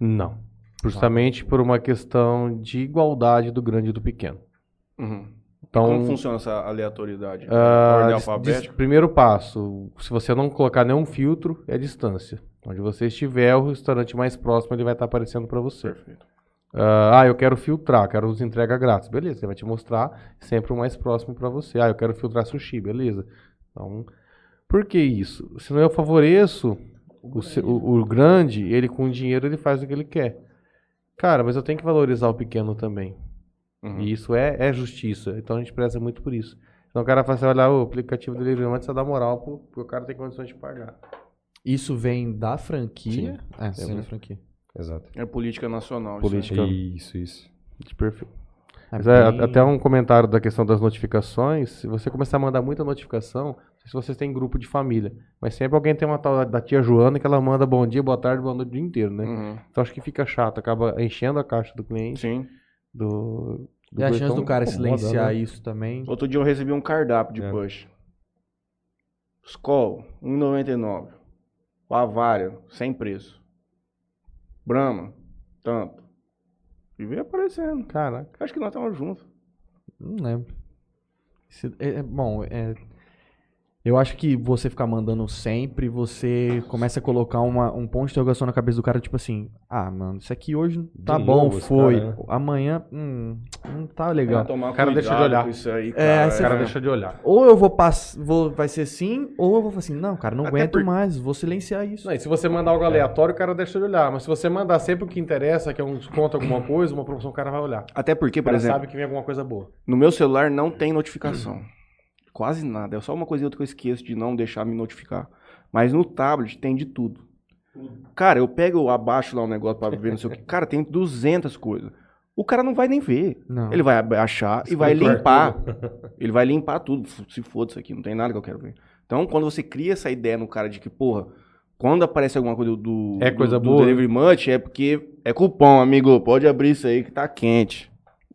Não. Justamente por uma questão de igualdade do grande e do pequeno.
Uhum.
Então,
Como funciona essa aleatoriedade?
ah,
Ordem
dis- dis-
alfabética?
primeiro passo, se você não colocar nenhum filtro, é a distância. Onde você estiver, o restaurante mais próximo ele vai estar aparecendo para você.
Perfeito.
Ah, ah, eu quero filtrar, quero os entrega grátis. Beleza, ele vai te mostrar sempre o mais próximo para você. Ah, eu quero filtrar sushi, beleza. Então, por que isso? Senão eu favoreço o, se- o- o grande, ele com dinheiro ele faz o que ele quer. Cara, mas eu tenho que valorizar o pequeno também.
Uhum.
E isso é, é justiça. Então a gente preza muito por isso. Então o cara fala assim, olha, o aplicativo do livro antes você dá moral pro, pro cara ter condições de pagar.
Isso vem da franquia. É,
Sim.
vem da franquia.
Exato.
É política nacional. isso,
Política.
Isso, isso.
De perfil.
É
Mas é,
bem-
até um comentário da questão das notificações. Se você começar a mandar muita notificação, não sei se vocês têm grupo de família, mas sempre alguém tem uma tal da- da tia Joana que ela manda bom dia, boa tarde, boa noite o dia inteiro, né?
né? Uhum.
Então acho que fica chato, acaba enchendo a caixa do cliente.
Sim.
Do, do
E a
então,
chance do cara
incomoda,
silenciar
né?
isso também.
Outro dia eu recebi um cardápio de
É.
push. Skol, 1,99. Bavária, sem preço. Brahma, tanto. E vem aparecendo.
Caraca.
Acho que nós estamos juntos.
Não lembro. Se- é- é- bom, é, eu acho que você ficar mandando sempre, você começa a colocar uma- um ponto de interrogação na cabeça do cara, tipo assim, ah, mano, isso aqui hoje tá
De
bom,
novo esse
foi.
cara, né?
Amanhã, hum, não tá
Tem
legal.
que tomar
O cara
cuidado
deixa de olhar.
com Isso aí, cara.
aí
O
você
cara
É.
deixa de olhar.
Ou eu vou passar, vou, vai ser sim, ou eu vou falar assim, não, cara, não
Até
aguento
por-
mais, vou silenciar isso.
Não, e se você mandar algo aleatório, o cara deixa de olhar. Mas se você mandar sempre o que interessa, que é um desconto, alguma coisa, uma promoção, o cara vai olhar.
Até porque,
O
por
cara
exemplo,
sabe que vem alguma coisa boa.
no meu celular não tem notificação. Quase nada. É só uma coisa e outra que eu esqueço de não deixar me notificar. Mas no tablet tem de tudo. Cara, eu pego, eu abaixo lá um negócio pra ver, não sei o que. Cara, tem 200 coisas. O cara não vai nem ver.
Não.
Ele vai ab- achar e vai
Esculpar
limpar. Ele vai limpar tudo. F- Se foda isso aqui, não tem nada que eu quero ver. Então, quando você cria essa ideia no cara de que, porra, quando aparece alguma coisa do,
É
do-
coisa
do
boa.
Delivery Munch, é porque é cupom, amigo. Pode abrir isso aí que tá quente.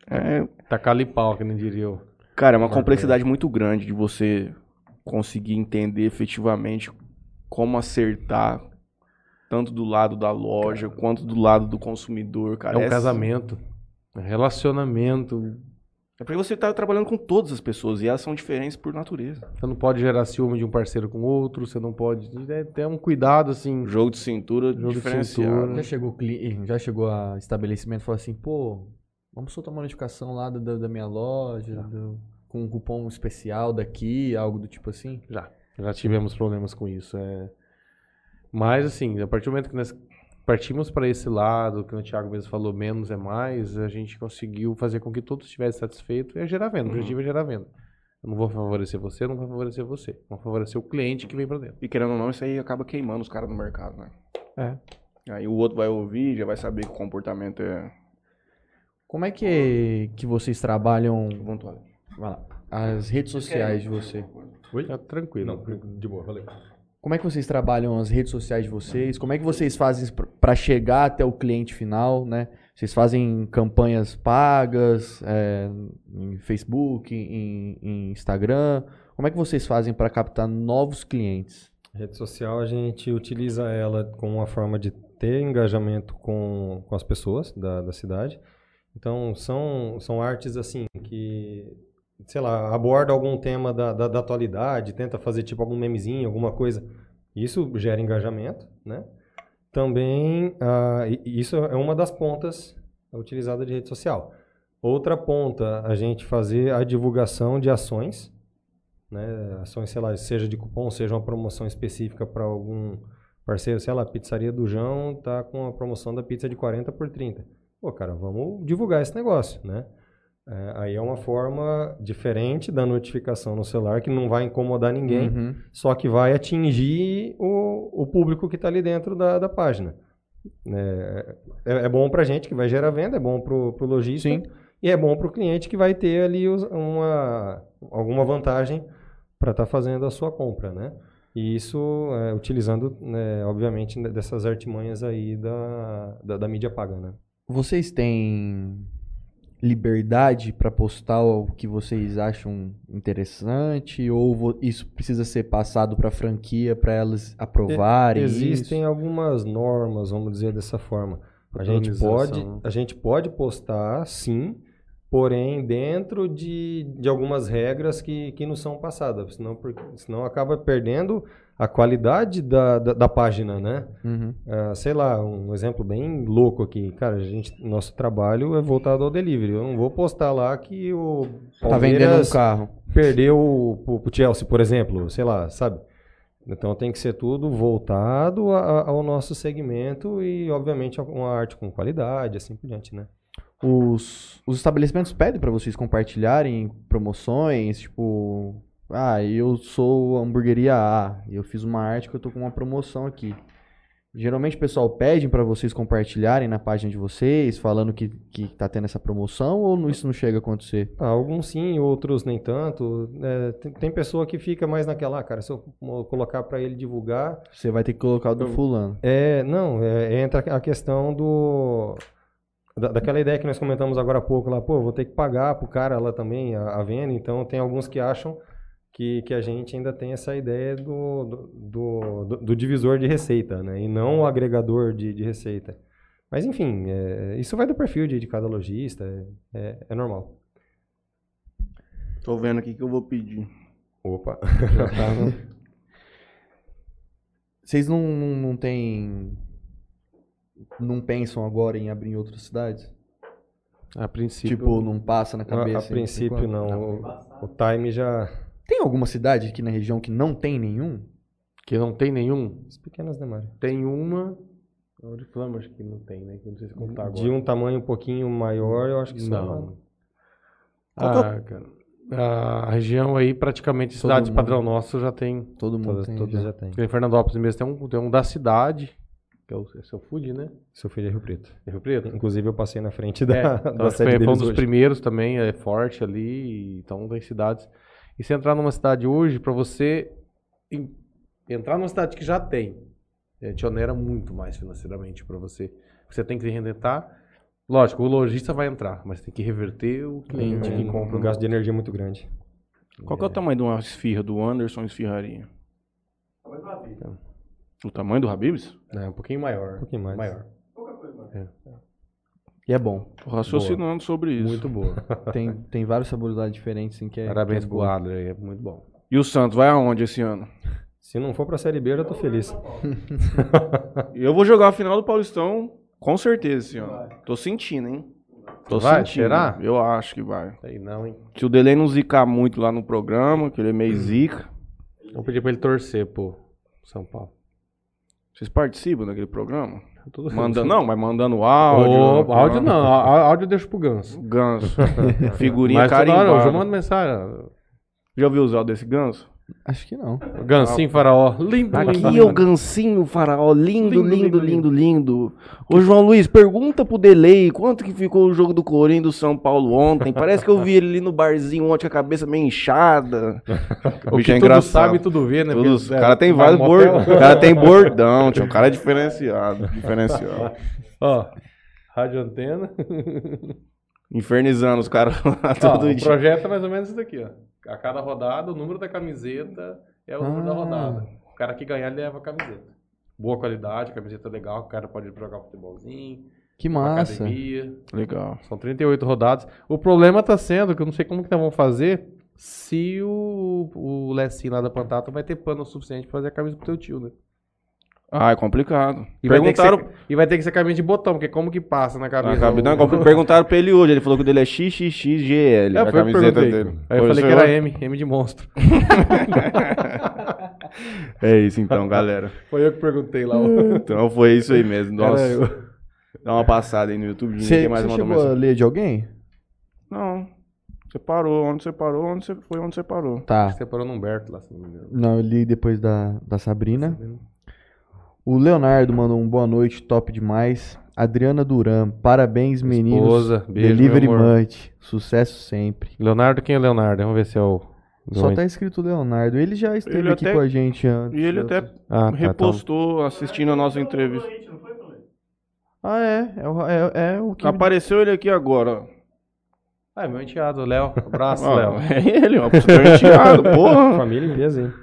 É,
Tá calipau, que nem diria eu.
cara, é uma
Concordo.
complexidade muito grande de você conseguir entender efetivamente como acertar tanto do lado da loja quanto do lado do consumidor, cara.
É um
Essa-
casamento. é Relacionamento.
É porque você tá trabalhando com todas as pessoas e elas são diferentes por natureza.
Você não pode gerar ciúme de um parceiro com outro. Você não pode. É, tem um cuidado, assim.
Jogo de cintura
Jogo de
diferenciado.
Já chegou, o cli- eh, já chegou a estabelecimento e falou assim, pô, vamos soltar uma notificação lá da, da- da minha loja, do- com um cupom especial daqui, algo do tipo assim.
Já. Já tivemos problemas com isso. É... Mas, assim, a partir do momento que nós partimos para esse lado, que o Thiago mesmo falou, menos é mais, a gente conseguiu fazer com que todos estivessem satisfeitos e é gerar venda. O
Uhum.
objetivo é gerar venda. Eu não vou favorecer você, eu não vou favorecer você. Eu Vou favorecer o cliente que vem para dentro.
E querendo ou não, isso aí acaba queimando os caras no mercado, né?
É.
Aí o outro vai ouvir, já vai saber que o comportamento é
Como é que, que vocês trabalham
voluntário.
vai lá, as redes sociais de você?
Oi? Tá tranquilo.
Não, de boa, valeu.
Como é que vocês trabalham as redes sociais de vocês? Como é que vocês fazem para chegar até o cliente final, né? Vocês fazem campanhas pagas é, em Facebook, em, em Instagram? Como é que vocês fazem para captar novos clientes?
Rede social a gente utiliza ela como uma forma de ter engajamento com, com as pessoas da, da cidade Então, são, são artes assim que, sei lá, aborda algum tema da, da, da atualidade, tenta fazer tipo algum memezinho, alguma coisa. Isso gera engajamento, né? Também, ah, e- e isso é uma das pontas utilizada de rede social. Outra ponta, a gente fazer a divulgação de ações, né? Ações, sei lá, seja de cupom, seja uma promoção específica para algum parceiro, sei lá, Pizzaria do João tá com a promoção da pizza de 40 por 30. Pô, cara, vamos divulgar esse negócio, né? É, aí é uma forma diferente da notificação no celular que não vai incomodar ninguém
Uhum.
só que vai atingir o, o público que está ali dentro da, da página. É, é, é bom para a gente que vai gerar venda, é bom para o lojista
Sim.
e é bom para o cliente que vai ter ali os- uma, alguma vantagem para estar fazendo a sua compra, né? E isso é, utilizando, né, obviamente, né, dessas artimanhas aí da, da, da mídia paga, né?
Vocês têm liberdade pra postar o que vocês acham interessante ou vo- isso precisa ser passado pra franquia pra elas aprovarem?
Existem
isso?
algumas normas, vamos dizer dessa forma. A gente pode,
Padronização.
a gente pode postar, sim, porém dentro de, de algumas regras que, que nos são passadas, senão, por- senão acaba perdendo a qualidade da, da, da página, né?
Uhum.
Ah, sei lá, um exemplo bem louco aqui. Cara, a gente, nosso trabalho é voltado ao delivery. Eu não vou postar lá que o
Tá vendendo
Palmeiras
um carro.
perdeu pro, pro Chelsea, por exemplo, sei lá, sabe? Então tem que ser tudo voltado a- a- ao nosso segmento e, obviamente, a- uma arte com qualidade, assim por diante, né?
Os, os estabelecimentos pedem pra vocês compartilharem promoções, tipo, ah, eu sou a hamburgueria A, eu fiz uma arte que eu tô com uma promoção aqui. Geralmente o pessoal pede pra vocês compartilharem na página de vocês, falando que, que tá tendo essa promoção, ou não- isso não chega a acontecer?
Ah, alguns sim, outros nem tanto. É, tem, tem pessoa que fica mais naquela, ah, cara, se eu mo- colocar para ele divulgar.
Você vai ter que colocar o do fulano.
É, não, é, entra a questão do. da- daquela ideia que nós comentamos agora há pouco lá, pô, vou ter que pagar pro cara lá também a, a venda, então tem alguns que acham que, que a gente ainda tem essa ideia do, do, do- do- do divisor de receita, né? E não o agregador de, de receita. Mas enfim, é, isso vai do perfil de, de cada lojista, é, é- é normal.
Tô vendo aqui que eu vou pedir.
Opa!
Vocês não, não, não têm. Não pensam agora em abrir em outras cidades?
A princípio.
Tipo, não passa na
A,
cabeça?
a
hein?
princípio não, o, o time já...
Tem alguma cidade aqui na região que não tem nenhum?
que não tem nenhum.
As pequenas demais.
Tem uma. Ouro de Flama, acho que não tem, né? Que eu não sei se contar agora.
De um tamanho um pouquinho maior, eu acho que só...
Não.
é
Ah, cara. A região aí, praticamente,
Todo
cidade
mundo.
padrão nosso já tem.
Todo mundo
Todas,
tem.
todas
já.
já tem.
Em Fernandópolis mesmo tem um, tem um da cidade, que é o é seu food, né?
Seu filho é Rio Preto.
É Rio Preto.
Inclusive eu passei na frente da,
É, então,
da
acho que
sede
foi, foi um
deles
dos
hoje.
primeiros também, é forte ali, então tem cidades. E se entrar numa cidade hoje, para você em- entrar numa cidade que já tem, é, te onera muito mais financeiramente para você. Você tem que rendetar. Lógico, o lojista vai entrar, mas tem que reverter o cliente
É,
que
um-
compra.
Um gasto de energia muito grande.
Qual que é o tamanho de uma esfirra do Anderson Esfirraria?
Talvez uma vida.
O tamanho do Habibs?
É, um pouquinho maior.
Um pouquinho mais.
Maior.
Pouca coisa, mano.
E é bom.
Tô raciocinando sobre isso.
Muito boa.
Tem, tem vários sabores lá diferentes, assim, que é.
Parabéns
que é
pro
boa.
Adler, aí, é muito bom.
E o Santos vai aonde esse ano?
Se não for pra Série B, eu já tô feliz.
Eu vou jogar a final do Paulistão com certeza esse ano. Tô sentindo, hein? Tô
Vai?
sentindo.
Será?
Eu acho que vai.
Aí não, hein?
Se o Delay não zicar muito lá no programa, que ele é
Hum.
meio zica.
Vou pedir pra ele torcer, pô. São Paulo.
Vocês participam daquele programa?
Tudo-
Manda, não, mas mandando áudio.
Ô, áudio não, á- áudio eu deixo pro Ganso.
Ganso. Figurinha
Mas toda hora, o João
carimbada.
manda mensagem.
Já ouviu usar desse ganso?
Acho que não.
Gansinho, faraó. Lindo,
Aqui é
lindo.
o gancinho, faraó, lindo,
Lindo,
lindo,
lindo,
lindo, lindo. Ô João Luiz, pergunta pro Delay quanto que ficou o jogo do Corinthians e do São Paulo ontem. Parece que eu vi ele ali no barzinho ontem com a cabeça meio inchada.
O que tudo sabe, tudo vê, né?
é Todos-
Porque,
o
é,
cara tem
vai
vários
no motel.
bordões. O cara tem bordão, tio. O cara é diferenciado. Diferencial.
Ó, rádio antena.
Infernizando os caras lá
Ó,
todo
o
dia.
projeto é mais ou menos isso daqui, ó. A cada rodada, o número da camiseta é o número da
Ah.
rodada. O cara que ganhar leva a camiseta. Boa qualidade, camiseta legal, o cara pode jogar futebolzinho.
Que massa.
academia.
Legal.
São 38 rodadas. O problema tá sendo que eu não sei como que nós vamos fazer se o, o Lessin lá da Pantata vai ter pano o suficiente pra fazer a camisa pro teu tio, né?
Ah, é complicado.
E vai, ter que
perguntaram.
ser, e vai ter que ser camisa de botão, porque como que passa na
Ah,
camisa?
cabe- não,
O-
perguntaram pra ele hoje. Ele falou que o dele é XXXGL.
É,
a
foi o que eu
camiseta
perguntei.
dele.
Aí eu
Foi,
falei que
foi lá?
era M, M de monstro.
É isso então, galera.
Foi eu que perguntei lá. ó.
Então foi isso aí mesmo. Nossa.
Era eu.
Dá uma passada aí no YouTube.
Você
Ninguém mais
você
mandou
chegou a
mensagem.
ler de alguém?
Não. Você parou. Onde você parou? Onde você foi? Onde você parou?
Tá.
Você parou no Humberto lá, se não me engano.
Não, eu li depois da, da Sabrina. O Leonardo mandou um boa noite, top demais. Adriana Duran, parabéns, meninos.
Esposa, beijo,
Delivery
meu amor.
Munch, sucesso sempre.
Leonardo, quem é o Leonardo? Vamos ver se é o...
Só tá escrito Leonardo. Ele já esteve
Ele
aqui
até-
com a gente antes.
E ele até
Ah, tá,
repostou assistindo a nossa entrevista.
Ah, é. É, o- é, é o que.
Apareceu ele aqui agora. ó.
tá. Ah, é meu enteado, Léo. Abraço,
Ó,
Léo.
é ele, ó. Pro seu enteado, porra.
Família em peso, hein?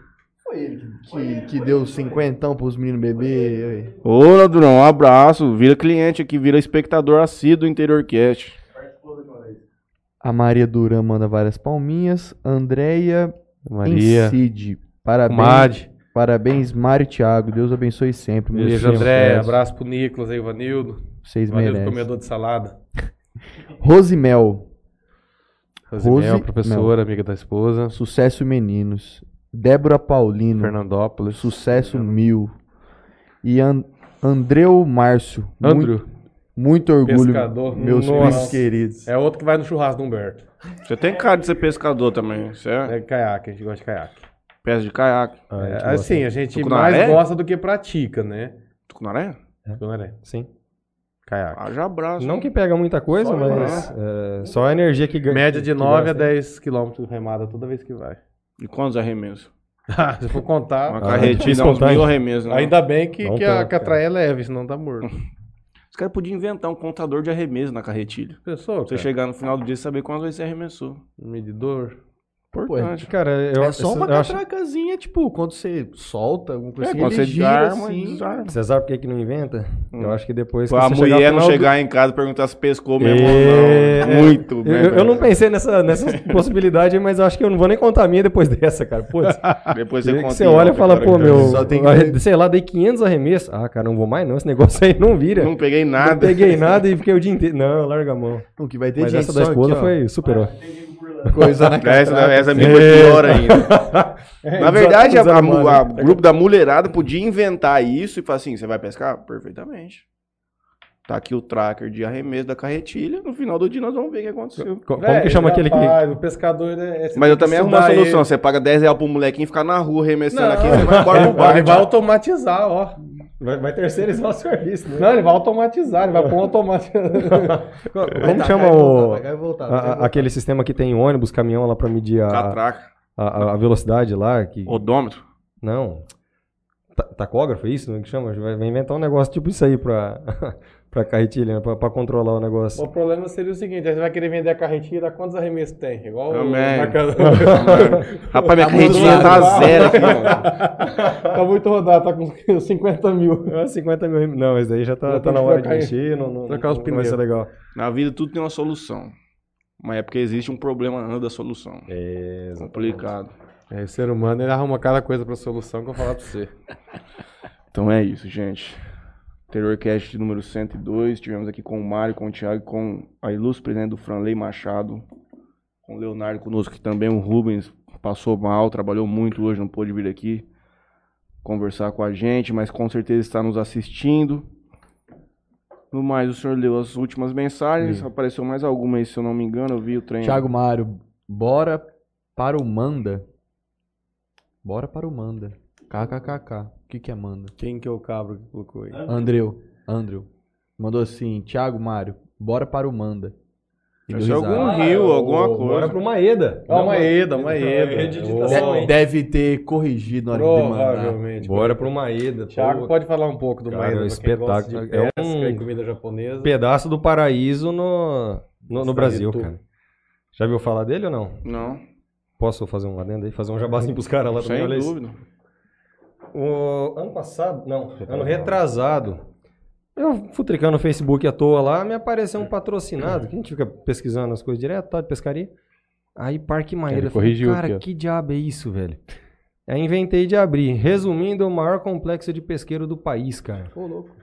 Foi ele que, que, que deu cinquentão pros meninos beber. aí.
Ô, Ladrão, um abraço. Vira cliente aqui, vira espectador assíduo do Interior Cast.
A Maria Duran manda várias palminhas. Andréia
Maria,
Incide. Parabéns.
Mad.
Parabéns, Mário e Thiago. Deus abençoe sempre.
Beijo,
Vocês-
André. Abraço pro Nicolas aí, Vanildo.
Vocês
Vanildo,
merecem.
comedor de salada.
Rosimel.
Rosimel,
Rose-
professora, amiga da esposa.
Sucesso meninos. Débora Paulino.
Fernandópolis.
Sucesso mil. E An- Andreu Márcio. Muito,
Andrew.
muito orgulho.
Pescador.
Meus
Nossa.
filhos queridos.
É outro que vai no churrasco do Humberto.
Você tem cara de ser pescador também. Você é
É caiaque, a gente gosta de caiaque.
peça de caiaque.
Ah,
É,
gente
assim, a gente
Tucunaré?
É?
mais gosta do que pratica, né?
Tucunaré?
Tucunaré.
gosta. Sim.
Caiaque.
Haja abraço.
Não que pega muita coisa,
Só
mas é, só a energia que ganha.
Média de
que
9 a
né?
gasta.
10 quilômetros remada toda vez que vai.
E quantos arremessos?
Ah, Se for
Uma
contar,
carretinha
fiz
dá uns
contagem.
mil arremessos. Né?
ainda bem que,
Não
que a
tanto, cara.
catraia é leve, senão tá morto.
Os caras podiam inventar um contador de arremesso na carretilha.
Pessoa,
Pra você
cara,
chegar no final do dia e saber quantas vezes você arremessou.
medidor.
Importante.
Cara, eu,
É só uma
eu acho.
catracazinha, tipo, quando você solta alguma coisa
é,
assim,
quando
ele
você
gira,
desarma,
assim.
desarma.
Você sabe por que, que não inventa?
Hum.
Eu acho que depois que
a
você chegar ao
mulher não
final do-
chegar em casa e perguntar se pescou mesmo ou
É,
não.
é.
Muito,
Eu,
né?
eu não pensei nessa, nessa possibilidade, mas eu acho que eu não vou nem contar a minha depois dessa, cara. Putz.
Depois
Você,
você conta.
você
em
olha e
off,
fala,
cara, então,
pô,
que-
meu,
Só tem
sei lá, dei 500 arremessos. Ah, cara, não vou mais não, esse negócio aí não vira.
Não peguei nada.
Não peguei nada e fiquei o dia inteiro. Não, larga a mão.
O que vai ter
Mas
gente
essa da
só
esposa
aqui, ó,
foi superou.
coisa na
É, Essa,
catraca,
essa
assim.
minha foi pior ainda. Na verdade, a- a-
Desarmado.
a- o grupo da mulherada podia inventar isso e falar assim: você vai pescar? Perfeitamente. Tá aqui o tracker de arremesso da carretilha. No final do dia nós vamos ver o que aconteceu.
Co-
É,
Como que chama aquele que.
rapaz, O pescador ele é. você
Mas eu
tem que
também arrumo uma
estudar
solução.
ele.
Você paga 10 reais pro molequinho ficar na rua arremessando
Não.
aqui, você vai embora pro
Ele vai
bar.
automatizar, ó.
Vai, vai terceirizar o serviço, né?
Não, ele vai automatizar, ele vai pôr um automático.
Como
Vai
chama
voltar,
o.
vai voltar,
a-
vai
a-
voltar.
aquele sistema que tem ônibus, caminhão lá pra medir a,
Catraca.
a, a velocidade lá? Que...
Odômetro.
Não. Ta- Tacógrafo, é isso? Não é que chama? Vai vai inventar um negócio tipo isso aí pra, pra carretilha, né? pra, pra controlar o negócio.
o problema seria o seguinte: aí você vai querer vender a carretinha, dá quantos arremessos tem? Igual
Também.
o marcador.
Rapaz, minha
Tá muito
carretinha tá
zoado.
zero aqui, mano.
tá muito rodado, tá com 50 mil.
Ah, 50 mil. Não, mas daí já tá,
Já
tá
tem
na
que
hora de
trocar-
mexer, não, não,
trocar os
não vai ser
pneus.
legal.
Na vida tudo tem uma solução. Mas é porque existe um problema antes da solução.
É,
Complicado.
É, o ser humano ele arruma cada coisa pra solução que eu vou falar pra você.
Então é isso, gente. Terrorcast número 102. Tivemos aqui com o Mário, com o Thiago, com a ilustre presidente do Franley Machado, com o Leonardo conosco, que também o Rubens passou mal, trabalhou muito hoje, não pôde vir aqui conversar com a gente, mas com certeza está nos assistindo. No mais, o senhor leu as últimas mensagens, apareceu mais alguma aí, se eu não me engano, eu vi o trem.
Thiago Mário, bora para o Manda. Bora para o Manda. KKKK. O que, que é Manda?
Quem que é o cabro que colocou aí?
Andreu. Andreu. Mandou assim, Thiago Mário, bora para o Manda. E
Deve ser
deu
algum
risada.
rio, alguma
Bora
coisa.
pro Maeda.
Ó, uma Eda, uma
Rede de
De-
Nossa,
Eda.
hein?
deve ter corrigido na hora de mandar.
Provavelmente.
Bora pro Maeda.
Thiago,
pô.
pode falar um pouco do
Cara,
Maeda,
é um
pra quem gosta de
espetáculo. É
pesca
um-
e comida japonesa.
Pedaço do paraíso no, no, no
Está
Brasil,
retudo.
cara. Já viu falar dele ou não?
Não,
Posso fazer um adendo aí? Fazer um jabazinho pros caras lá também?
sem
Olha isso.
dúvida.
O ano passado, não, ano retrasado, Eu futricando no Facebook à toa lá, me apareceu um patrocinado, que a gente fica pesquisando as coisas direto, tá, de pescaria. Aí Parque Maíra,
Ele
eu falei,
corrigiu
cara,
aqui, ó.
que diabo é isso, velho? Aí inventei de abrir. Resumindo, é o maior complexo de pesqueiro do país, cara.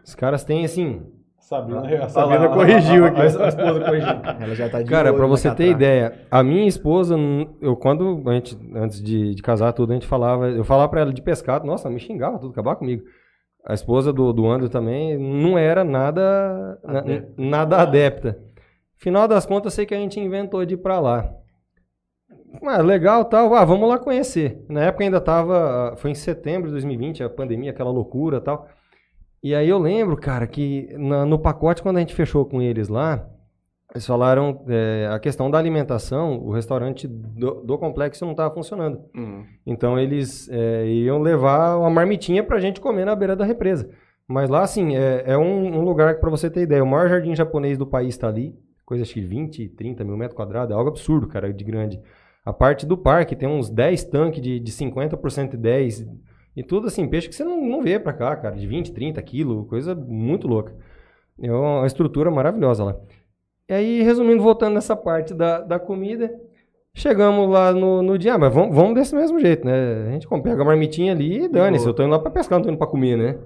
Os caras têm, assim,
Ah, Sabrina,
Sabrina corrigiu aqui.
Ela já tá de
Cara,
olho
pra
na
você ter
catraca.
ideia, a minha esposa, n- eu quando a gente- antes de, de casar tudo, a gente falava, eu falava pra ela de pescado, nossa, ela me xingava tudo, acabar comigo. A esposa do, do André também não era nada na- nada adepta. Final das contas, eu sei que a gente inventou de ir pra lá. Ah, legal, tal. Ah, vamos lá conhecer. Na época ainda tava, ah, foi em setembro de 2020, a pandemia, aquela loucura, tal. E aí eu lembro, cara, que na- no pacote quando a gente fechou com eles lá, eles falaram é, a questão da alimentação, o restaurante do, do complexo não estava funcionando. Então eles é, iam levar uma marmitinha pra gente comer na beira da represa. Mas lá, assim, é, é um, um lugar que, pra você ter ideia, o maior jardim japonês do país tá ali. Coisa acho que 20, 30 mil metros quadrados. É algo absurdo, cara, de grande. A parte do parque tem uns 10 tanques de, de 50% e 10. E tudo assim, peixe que você não, não vê pra cá, cara. De 20, 30 quilos, coisa muito louca. É uma estrutura maravilhosa lá. E aí, resumindo, voltando nessa parte da, da comida, Chegamos lá no, no dia, ah, mas vamos, vamos desse mesmo jeito, né? A gente como, pega a marmitinha ali e dane-se. Eu tô indo lá pra pescar, não tô indo pra comer, né?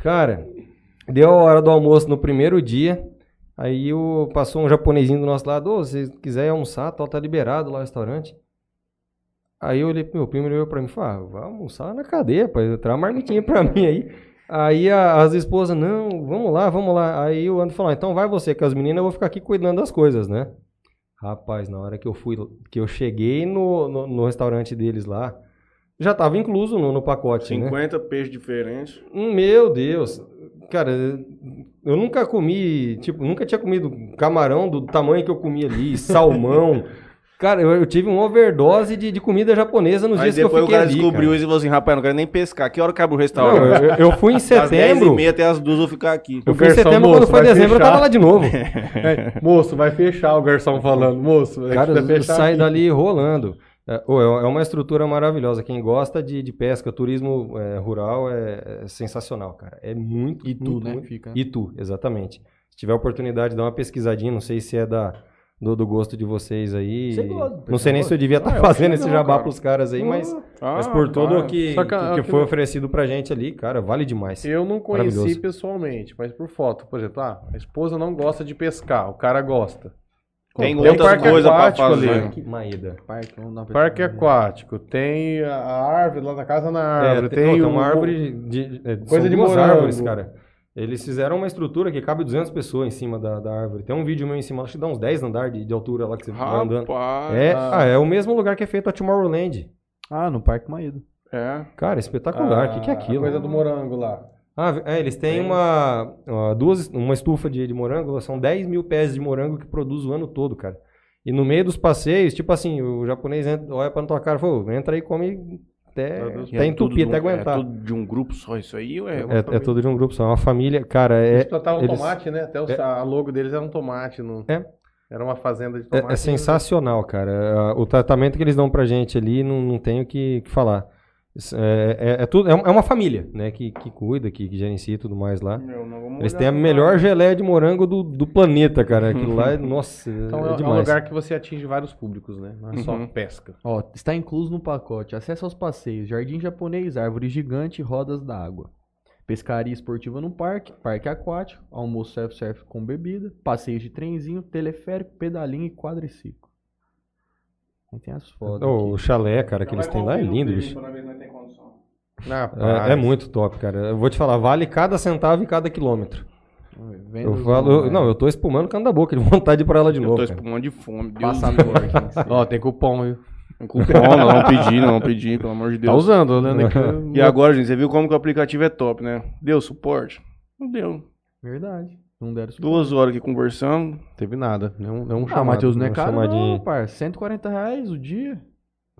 Cara, deu a hora do almoço no primeiro dia. Aí o, passou um japonesinho do nosso lado, ô, se quiser almoçar, tal, tá liberado lá o restaurante. Aí eu olhei pro meu primo, ele olhou pra mim e falou, ah, vai almoçar na cadeia, pai, traz uma marmitinha pra mim aí. Aí a- as esposas, não, vamos lá, vamos lá. Aí o André falou, "Ah, então vai você com as meninas, eu vou ficar aqui cuidando das coisas, né? Rapaz, na hora que eu fui, que eu cheguei no, no, no restaurante deles lá, já tava incluso no, no pacote, né?
50 peixes diferentes.
Meu Deus. Cara, eu nunca comi, tipo, nunca tinha comido camarão do tamanho que eu comi ali, salmão. Cara, eu, eu tive uma overdose de, de comida japonesa nos
Aí
dias que eu
depois
fiquei
o cara
ali,
descobriu
cara.
isso e falou assim: rapaz, não quero nem pescar. Que hora que abre o
Não,
restaurante?
eu, eu fui em
Das 10 e
setembro.
meia até as duas eu vou ficar aqui.
Eu
O
fui em
garçom,
setembro, quando
"Moço,
foi
vai
dezembro, eu
fechar."
tava lá de novo.
É, moço, vai fechar o garçom falando. Moço, vai
Cara,
vai
eu
fechar
sai
aqui.
dali rolando. É, ô, é é uma estrutura maravilhosa. Quem gosta de, de pesca, turismo é, rural é, é sensacional, cara. É muito,
E tu,
muito,
né?
muito
Fica.
Itu, exatamente. Se tiver a oportunidade, dá uma pesquisadinha, não sei se é da, do, do gosto de vocês aí.
Você gosta, Ah,
não sei nem se eu devia estar fazendo esse jabá pros caras aí, mas,
Ah,
mas por tudo o que,
Só que-
o que
que-
foi oferecido pra gente ali, cara, vale demais.
Eu não conheci
Maravilhoso.
pessoalmente, mas por foto. Por exemplo, ah, a esposa não gosta de pescar, o cara gosta.
Tem
Tem
outras
parque
coisas pra
aquático ali.
fazer.
Que maída.
Parque, vamos dar uma
Parque
é
pesquisada.
aquático, tem a- a árvore lá na casa na árvore. tem, um
É, tem, não, tem
o-
uma árvore de. é,
coisa
são
de
duas
morango.
árvores, cara. Eles fizeram uma estrutura que cabe 200 pessoas em cima da, da árvore. Tem um vídeo meu em cima, acho que dá uns 10 andares de, de altura lá que você vai andando.
Rapaz.
É, ah, é o mesmo lugar que é feito a Tomorrowland.
Ah, no Parque Maído.
É.
Cara,
um
espetacular. O que, que é
Ah, a
aquilo?
Coisa do morango lá.
Ah, ve- é, eles têm uma, ó, duas, uma estufa de, de morango, são 10 mil pés de morango que produz o ano todo, cara. E no meio dos passeios, tipo assim, o japonês entra, olha pra tua cara e fala, "Ô, entra aí e come até,
E
até
é tudo
entupir,
de um-
até aguentar.
É tudo de um grupo só isso aí? Ou é,
É, é todo de um grupo só, é uma família, cara, é,
Eles plantavam
eles-
tomate, né? Até o,
é-
a logo deles era um tomate. No,
É.
Era uma fazenda de
é-
tomate. né?
é sensacional, cara. Ah, O tratamento que eles dão pra gente ali, não, não tenho o que, que falar. Isso É, é- é tudo, é um- é uma família, né, que, que cuida, que, que gerencia e tudo mais lá. é
Meu, não, vamos
Eles
olhar
têm a
no-
melhor geleia de morango do, do planeta, cara. Aquilo lá, é- nossa,
Então
é,
é, é um
demais.
lugar que você atinge vários públicos, né? Não é só
Uhum.
pesca.
Ó, está incluso no pacote acesso aos passeios, jardim japonês, árvore gigante, e rodas da água. Pescaria esportiva no parque, parque aquático, almoço self-service com bebida, passeios de trenzinho, teleférico, pedalinho e quadriciclo. Aí tem as fotos.
Ô, o
aqui.
chalé, cara, que eles
Então,
têm lá é lindo,
um
bicho.
Ah, Rapaz.
É, é muito top, cara. Eu vou te falar, vale cada centavo e cada quilômetro.
Vamos ver,
Eu
vendas
falo, eu-
online.
não, eu tô espumando o canto da boca, de vontade de ir pra ela de
Eu
novo.
tô
cara.
espumando de fome. Deus
Passa
do
a aqui.
Ó, tem cupom, viu?
céu. Com fome, não vamos pedir, não vamos pedir, pelo amor de
Tá
Deus.
usando, olhando aqui.
E agora, gente, você viu como que o aplicativo é top, né? Deu suporte? Não deu.
Verdade. Não deram isso.
Duas horas aqui conversando.
Teve nada. É um, é um
Ah,
chamado,
Matheus, não é
uma
caro não,
chamadinha.
par. 140 reais o dia.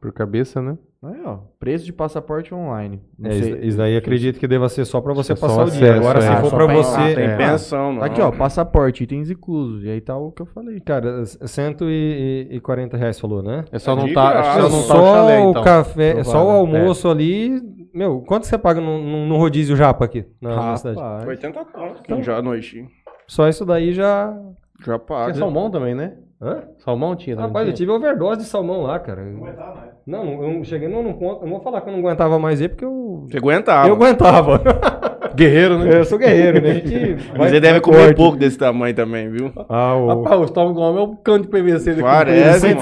Por cabeça, né?
Aí, ó, preço de passaporte online. Não
É,
sei-
isso- isso daí acredito que deva ser só pra você
É só
passar o dia.
acesso,
Agora,
é.
se for
Só
pra
pra
você.
entrar,
Tem
É.
pensão, não.
Tá aqui, ó, passaporte, itens inclusos. E aí tá o que eu falei.
Cara, s- 140 reais falou, né?
É só não
De
tá.
graça.
Acho que só não tá
só
o chalé,
o
então.
café, só o
Provável.
almoço ali Meu, quanto você paga num, num- num rodízio japa aqui na universidade?
Rapaz.
80 conto. Então, já à noite.
Só isso daí já.
Já paga.
Tinha salmão também, né?
Hã?
Salmão tinha
Tá
também.
Rapaz, eu
tinha?
tive overdose de salmão lá, cara.
Tá, né?
Não, não, eu não cheguei num num ponto. Eu não vou falar que eu não aguentava mais ir, porque eu.
Você aguentava.
eu aguentava.
Guerreiro, né?
eu sou guerreiro, né? A gente vai-
Mas ele deve
vai
comer
forte.
pouco desse tamanho também, viu?
Ah, o-
Rapaz, o estômago homem é um canto de PVC. daqui.
Parece, mano.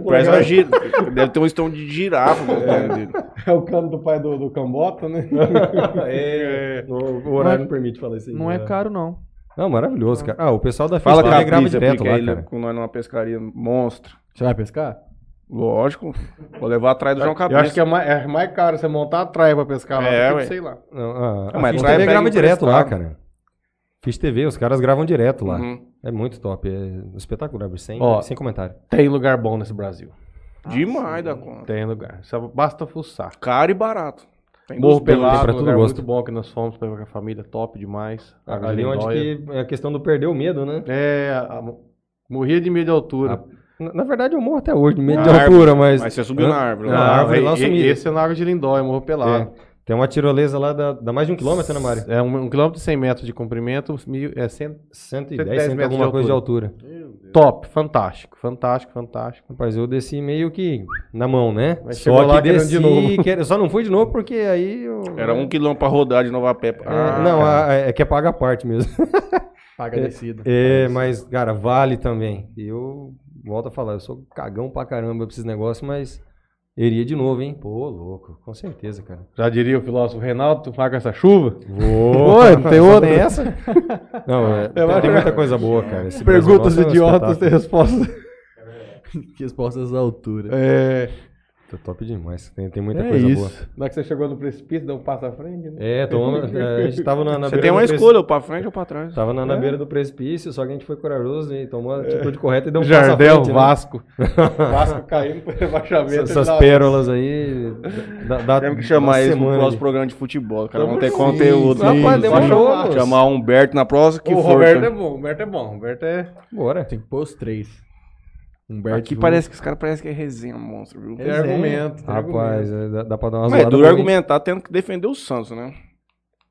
Parece
polegadas.
uma girafa. Deve ter um estão de girafa. no tamanho dele.
É o cano do pai do, do Cambota, né?
É, o, o horário não permite falar isso aí. né?
Não é caro, não.
Não, maravilhoso, cara. Ah, o pessoal da
Fala
FESPAB
com a
grava
Pisa,
direto
fica
lá,
aí
cara.
com nós numa pescaria monstro.
Você vai pescar?
Lógico. Vou levar atrás do João
Eu
Cabeça.
acho que é mais, é mais caro você montar a traia pra pescar lá.
É,
do que,
ué.
sei lá.
Não, ah,
Ah, mas
a Fiz
lá é
TV
pega
grava direto lá,
emprestado.
cara. Fiz TV, os caras gravam direto lá.
Uhum.
É muito top, é espetacular, bicho, sem,
Ó.
sem comentário.
Tem lugar bom nesse Brasil.
Demais da conta.
Tem lugar. Só basta fuçar.
Caro e barato. Tem
Morro
dos
Pelado,
pra
um
todo
lugar
gosto.
muito bom que nós fomos pra a família, top demais. Água de
Ali onde
Lindóia.
que é a questão do perder o medo, né?
É, a- a- morria de medo de altura.
Ah, Na, na verdade, eu morro até hoje, de medo de
Na
altura, Ah, mas...
Mas você subiu na árvore.
Ah,
né?
Não,
lá.
a árvore
e-
lá eu
e-
sumi.
Esse é na Água de Lindóia, Morro Pelado.
É, tem uma tirolesa lá, dá, dá mais de um quilômetro, né, Mário?
É, um, um quilômetro e 100 metros de comprimento, uns mil, é 100,
110,
110
100
metros
alguma
de
coisa de altura.
top, fantástico, fantástico, fantástico.
Rapaz, eu desci meio que na mão, né?
Mas chegou lá querendo de novo.
quer- eu só não fui de novo porque aí... Eu...
Era um quilômetro pra rodar de novo a pé.
É,
Ah,
não, a- é que é paga a parte mesmo.
Paga a descida.
É, mas, cara, vale também. Eu volto a falar, eu sou cagão pra caramba pra esses negócios, mas iria de novo, hein? Pô, louco, com certeza, cara.
Já diria o filósofo Reinaldo, tu paga essa chuva?
Vou.
Oi, não tem outra?
essa? Não, é, tem,
acho-
tem muita coisa boa, cara. Esse
Perguntas
Brasil nosso é um
idiotas, tem
espetáculo.
respostas.
Respostas à altura.
É,
Tá top demais, tem, tem muita
é
coisa
isso.
boa.
Na hora que você chegou no precipício, dá um passo à frente, né?
É, tomamos, é, a gente tava na, na
Você
beira
tem
do
uma
preci-
escolha, ou pra frente ou pra trás.
Tava na, na beira do precipício, só que a gente foi corajoso e tomou a atitude correta
Então,
e deu um passo à
Jardel,
frente, né?
Vasco. Vasco caindo pro rebaixamento.
Essas
ele dá-
pérolas aí. Da, da,
Temos que chamar
da
eles pro
semana,
próximo
gente.
programa de futebol. Cara, vamos
Tamo
ter
sim,
conteúdo.
sim. Rapaz,
demorou, moço.
Chamar o Humberto na próxima, que
o
for.
Roberto
cara.
é bom, o Roberto é bom. O Roberto é.
Bora.
Tem que pôr os três. Humberto
Aqui
Júnior.
parece que os caras parecem que é resenha, monstro, viu?
Tem
Pois é.
argumento. tem argumento.
Rapaz, é, dá, dá pra dar uma
Mas é
zoada
duro
pra mim.
argumentar tendo que defender o Santos, né?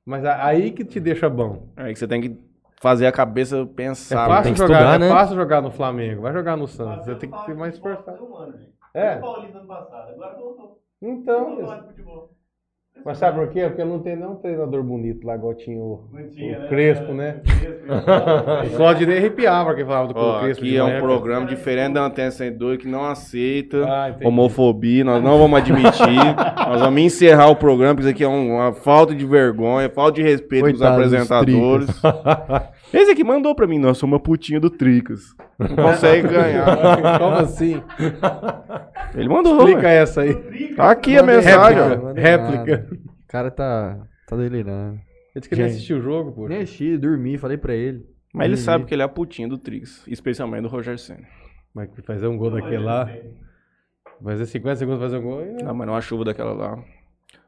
Mas a- aí que te deixa bom.
É que você tem que fazer a cabeça pensar.
É
né?
fácil,
que
jogar,
estudar,
é
né?
fácil jogar no Flamengo, vai jogar no Santos. Você tem que ser mais esforçado.
Um ano, gente.
É.
O Paulista ano passado, agora voltou.
Então,
Voltou lá de futebol.
mas sabe por quê? Porque não tem nenhum treinador bonito lá, igual tinha o,
Não tinha,
o
né?
Crespo, né?
Crespo, né?
O Claudinei arrepiava que falava do
Ó,
Crespo.
aqui
de
é um
manhã, cara.
programa diferente da Antena 102 que não aceita
Ah, entendi.
homofobia, nós não vamos admitir. nós vamos encerrar o programa, porque isso aqui é um- uma falta de vergonha, falta de respeito com os
Coitado dos
apresentadores. Esse aqui mandou pra mim, nós somos uma putinha do Tricas. Não consegue ganhar.
Como assim?
Ele mandou,
Explica
velho.
essa aí.
Tá aqui a mensagem. ó.
é
Réplica. Réplica.
O cara tá, tá delirando.
Ele disse que ele
Gente.
assistiu o jogo, pô.
Nem achei, dormi, falei pra ele.
Mas ele
Uhum.
Dormi.
sabe que ele é a putinha do Tricas, especialmente do Roger Senna.
Mas que fazer um gol daquele lá. Fazer 50 segundos fazer um gol. e-
Ah, mas não a chuva daquela lá.